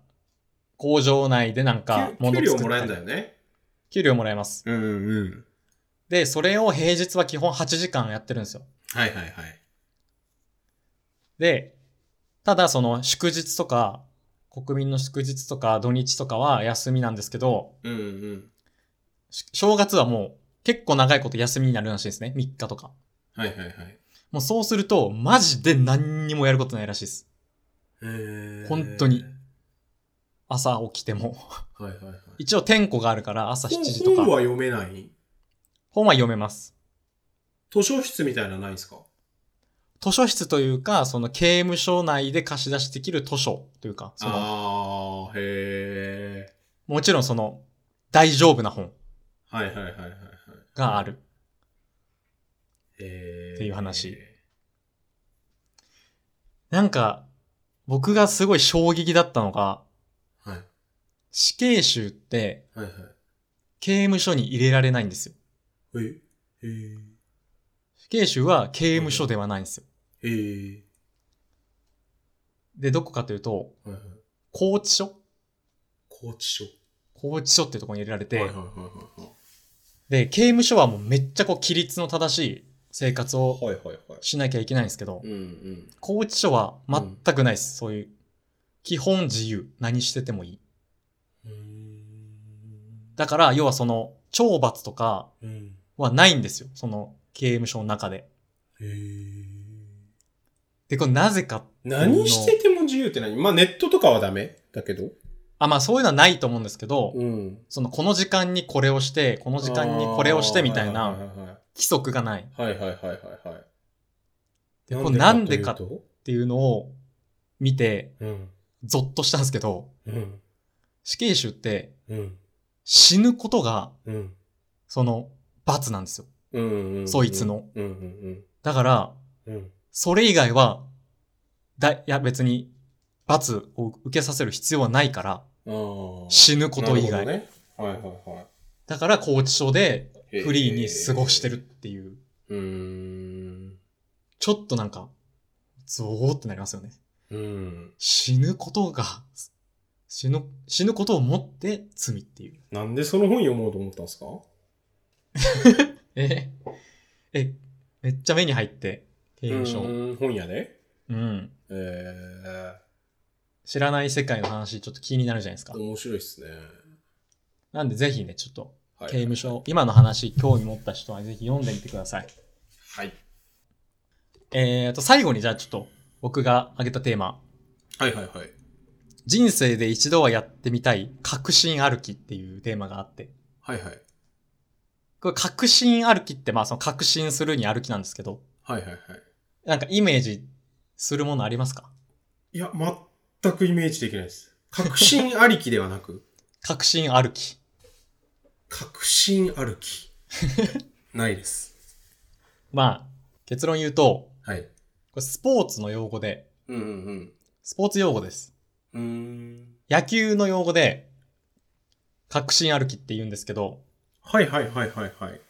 Speaker 1: 工場内でなんか、
Speaker 2: 給給
Speaker 1: 物
Speaker 2: 料
Speaker 1: 作
Speaker 2: も
Speaker 1: っ
Speaker 2: らえ
Speaker 1: た
Speaker 2: るん
Speaker 1: り
Speaker 2: だよね。
Speaker 1: 給料もらえます。
Speaker 2: うんうん。
Speaker 1: で、それを平日は基本8時間やってるんですよ。
Speaker 2: はいはいはい。
Speaker 1: で、ただその祝日とか、国民の祝日とか土日とかは休みなんですけど、
Speaker 2: うんうん。
Speaker 1: し正月はもう結構長いこと休みになるらしいですね。3日とか。
Speaker 2: はいはいはい。
Speaker 1: もうそうすると、マジで何にもやることないらしいです。
Speaker 2: へー
Speaker 1: 本当に朝起きても。
Speaker 2: はいはいはい。
Speaker 1: 一応点呼があるから朝7時と
Speaker 2: 本
Speaker 1: か。
Speaker 2: は読めない
Speaker 1: 本は読めます。
Speaker 2: 図書室みたいなのないですか
Speaker 1: 図書室というか、その刑務所内で貸し出しできる図書というか、その
Speaker 2: ああ、へえ。
Speaker 1: もちろんその大丈夫な本
Speaker 2: はいはいはいはいはい。
Speaker 1: がある。
Speaker 2: へー
Speaker 1: っていう話。なんか、僕がすごい衝撃だったのが、
Speaker 2: はい。
Speaker 1: 死刑囚って
Speaker 2: はいはい。
Speaker 1: 刑務所に入れられないんですよ。
Speaker 2: え、へー
Speaker 1: 死刑囚は刑務所ではないんですよ。
Speaker 2: へー
Speaker 1: で、どこかというと、
Speaker 2: はいはい。
Speaker 1: 拘置所
Speaker 2: 拘置所。
Speaker 1: 拘置所ってとこに入れられて、
Speaker 2: はいはいはいはいはい。
Speaker 1: で、刑務所はもうめっちゃこう規律の正しい生活を
Speaker 2: はいはいはい。
Speaker 1: しなきゃいけないんですけど
Speaker 2: う、んうん。
Speaker 1: 拘置所は全くないです。そういう。基本自由。何しててもいい。
Speaker 2: う
Speaker 1: だから、要はその、懲罰とか
Speaker 2: ん。
Speaker 1: はないんですよ。その、刑務所の中で。
Speaker 2: へー
Speaker 1: で、これなぜかっていうのを
Speaker 2: 何してても自由って何まあネットとかはダメだけど。
Speaker 1: あ、まあそういうのはないと思うんですけど、
Speaker 2: ん。
Speaker 1: そのこの時間にこれをして、この時間にこれをしてみたい
Speaker 2: あ
Speaker 1: な規則がない。
Speaker 2: ー。はいはいはいはいはいはいはい。
Speaker 1: で、これなんでかっ
Speaker 2: という
Speaker 1: ていうのを見て、
Speaker 2: とうん。
Speaker 1: ゾッとしたんですけど、
Speaker 2: うん。
Speaker 1: 死刑囚って
Speaker 2: うん。
Speaker 1: 死ぬことが、
Speaker 2: うん。
Speaker 1: その、罰なんですよ。
Speaker 2: うんうんうん
Speaker 1: そいつ。の。
Speaker 2: うんうん
Speaker 1: だから、
Speaker 2: うん。うん。
Speaker 1: それ以外は、だ、いや別に、罰を受けさせる必要はないから、
Speaker 2: あー
Speaker 1: 死ぬこと以
Speaker 2: な
Speaker 1: 外。
Speaker 2: るほどね。はいはいは
Speaker 1: だから、拘置所で
Speaker 2: い。
Speaker 1: フリーに過ごしてるっ。ていう、
Speaker 2: うーん。
Speaker 1: ちょっとなんか、ゾーってなりますよね。
Speaker 2: うん。
Speaker 1: 死ぬことが、死ぬ、死ぬことをもって罪っていう。
Speaker 2: なんでその本読もうと思ったんですか
Speaker 1: ええ、めっちゃ目に入って、刑務
Speaker 2: う
Speaker 1: 所。
Speaker 2: ーん本屋で
Speaker 1: うん。
Speaker 2: えー、
Speaker 1: 知らない世界の話、ちょっと気になるじゃないですか。
Speaker 2: 面白いっすね。
Speaker 1: なんでぜひね、ちょっと、
Speaker 2: はい
Speaker 1: 刑務所、今の話、興味持った人はぜひ読んでみてください。
Speaker 2: はい。
Speaker 1: えーと、最後にじゃあちょっと僕が挙げたテーマ、
Speaker 2: はいはいはい。
Speaker 1: 人生で一度はやってみたい確信歩きっていうテーマがあって、
Speaker 2: はいはい。
Speaker 1: これ確信歩きってまあその確信するに歩きなんですけど、
Speaker 2: はいはいはい。
Speaker 1: なんかイメージするものありますか
Speaker 2: いや、全くイメージできないです。確信ありきではなく、
Speaker 1: 確信歩き。
Speaker 2: 確信歩 き。ないです。
Speaker 1: まあ、結論言うと、
Speaker 2: はい。
Speaker 1: これスポーツの用語で、
Speaker 2: うんうん
Speaker 1: スポーツ用語です。
Speaker 2: うん。うーん。
Speaker 1: 野球の用語で、確信歩きって言うんですけど、
Speaker 2: はいはいはいはいはい。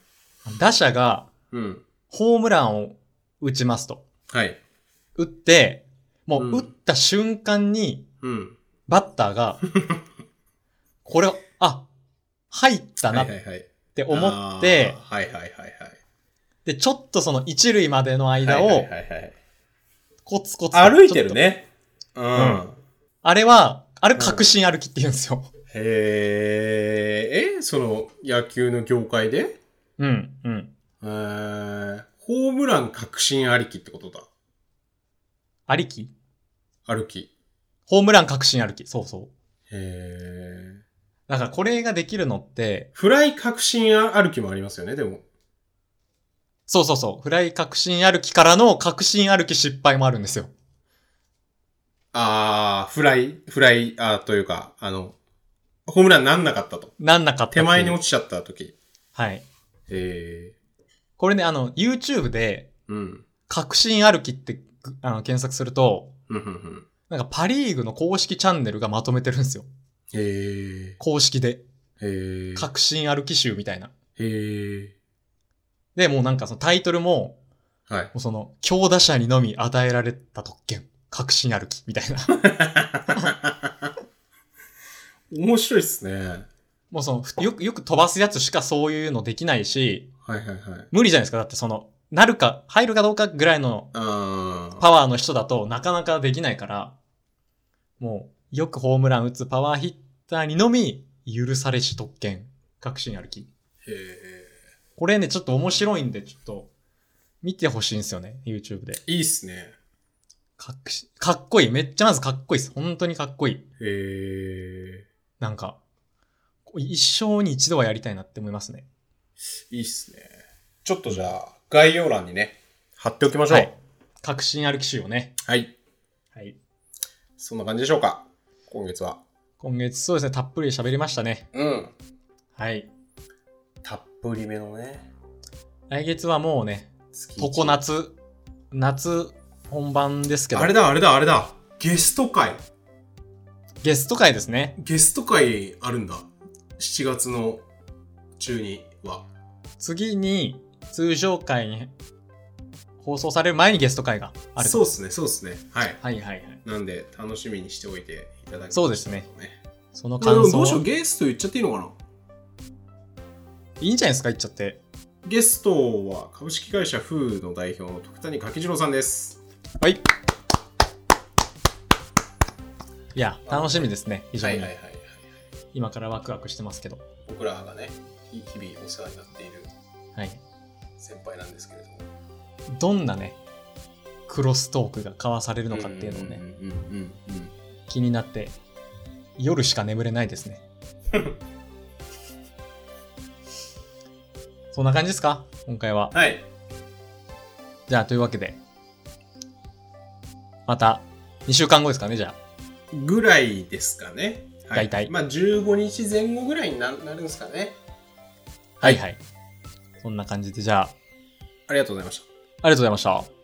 Speaker 1: 打者が
Speaker 2: うん。
Speaker 1: ホームランを打ちますと。
Speaker 2: はい。
Speaker 1: 打って、も
Speaker 2: うん
Speaker 1: う打った瞬間に、
Speaker 2: うん。
Speaker 1: バッターが、これを、あ、入ったな
Speaker 2: は
Speaker 1: っ
Speaker 2: いはいはい。
Speaker 1: て思って、
Speaker 2: あーはいはいはいはい。
Speaker 1: で、ちょっとその一塁までの間
Speaker 2: はい
Speaker 1: を
Speaker 2: は、いはい
Speaker 1: コツコツと
Speaker 2: はい、歩いてる。ね。うん。
Speaker 1: んあれは、あれ
Speaker 2: うん
Speaker 1: 確信歩きって言うんですよ。
Speaker 2: へーえ、その野球の業界で、
Speaker 1: うん、うん。
Speaker 2: えー、ホームラン確信ありきってことだ。
Speaker 1: ありき
Speaker 2: 歩き。
Speaker 1: ホームラン確信歩き。そうそう。
Speaker 2: へー
Speaker 1: だからこれができるのって、
Speaker 2: フライ確信歩きもありますよね、でも。
Speaker 1: そうそうそう。フライ確信歩きからの確信歩き失敗もあるんですよ。
Speaker 2: あー、フライ、フライ、あーというか、あの、ホームランなんなかったと。
Speaker 1: なんなかったってい
Speaker 2: 手
Speaker 1: う
Speaker 2: 前に落ちちゃった時。
Speaker 1: はい。
Speaker 2: へえ。
Speaker 1: これね、あの、YouTube で、
Speaker 2: うん。確
Speaker 1: 確信歩きって、ぐあの、検索すると、
Speaker 2: うんうんうん。
Speaker 1: なんかパリーグの公式チャンネルがまとめてるんですよ。
Speaker 2: へえ。
Speaker 1: 公式で。
Speaker 2: へえ。
Speaker 1: 確信歩き集みたいな。
Speaker 2: へえ。
Speaker 1: で、もうなんかそのタイトルも、
Speaker 2: はい
Speaker 1: も。うその、強打者にのみ与えられた特権。確信歩き。みたいな。
Speaker 2: 面白いっすね。は
Speaker 1: もうそのふ、よく、よく飛ばすやつしかそういうのできないし、
Speaker 2: いはいはい。
Speaker 1: 無理じゃないですか。だってその、なるか、入るかどうかぐらいの
Speaker 2: あー。
Speaker 1: パワーの人だとなかなかできないから、もう、よくホームラン打つパワーヒッターにのみ、許されし特権。確信歩き。
Speaker 2: へえ。
Speaker 1: これね、ちょっと面白いんで、ちょっと、見てほしいんですよね、YouTube で。
Speaker 2: いいっすね。
Speaker 1: かっしかっこいい。めっちゃまずかっこいいです。本当にかっこいい。
Speaker 2: へえ。
Speaker 1: なんか、こう一生に一度はやりたいなって思いますね。
Speaker 2: いいっすね。ちょっとじゃあ、概要欄にね、貼っておきましょう。
Speaker 1: は
Speaker 2: はいい。。
Speaker 1: 確信歩き集をね。はい。
Speaker 2: そんな感じでしょうか。今月は。
Speaker 1: 今月そうですね、たっぷり喋りましたね。
Speaker 2: うん。
Speaker 1: はい。
Speaker 2: たっぷりめのね、
Speaker 1: 来月はもうね、
Speaker 2: 月
Speaker 1: 常夏、夏本番ですけど
Speaker 2: あれ、だ、あれだ、あれだ。ゲスト会。
Speaker 1: ゲスト会ですね。
Speaker 2: ゲスト会あるんだ。7月の中には。
Speaker 1: 次に、通常会に放送される前にゲスト会があると。
Speaker 2: そうっすね、そうっすね。はい。
Speaker 1: はいはいはい。
Speaker 2: なんで、楽しみにしておいていただき
Speaker 1: そうですね。その
Speaker 2: まあで
Speaker 1: 感
Speaker 2: も
Speaker 1: 想
Speaker 2: どうしよ
Speaker 1: を
Speaker 2: う、ゲスト言っちゃっていいのかない
Speaker 1: いんじゃないですか、言っちゃって。
Speaker 2: ゲストは株式会社フーの代表の徳谷柿次郎さんです。
Speaker 1: はい。いや、楽しみですね、非常に。
Speaker 2: はい。
Speaker 1: 今からワクワクしてますけど。
Speaker 2: 僕らがね、日々お世話になっている
Speaker 1: はい。
Speaker 2: 先輩なんですけれども。
Speaker 1: どんなね、クロストークが交わされるのかっていうのをね、
Speaker 2: うんうんうんうん
Speaker 1: 気になって、夜しか眠れないですね。そんな感じですか今回は。
Speaker 2: はい。
Speaker 1: じゃあ、というわけで。また、2週間後ですかね、じゃあ。
Speaker 2: ぐらいですかね。はい
Speaker 1: 大体
Speaker 2: まあ15日前後ぐらいにななるんですかね。
Speaker 1: はいはい。そんな感じで、じゃあ、あり
Speaker 2: ありがとうございまし
Speaker 1: が
Speaker 2: た。
Speaker 1: とうございました。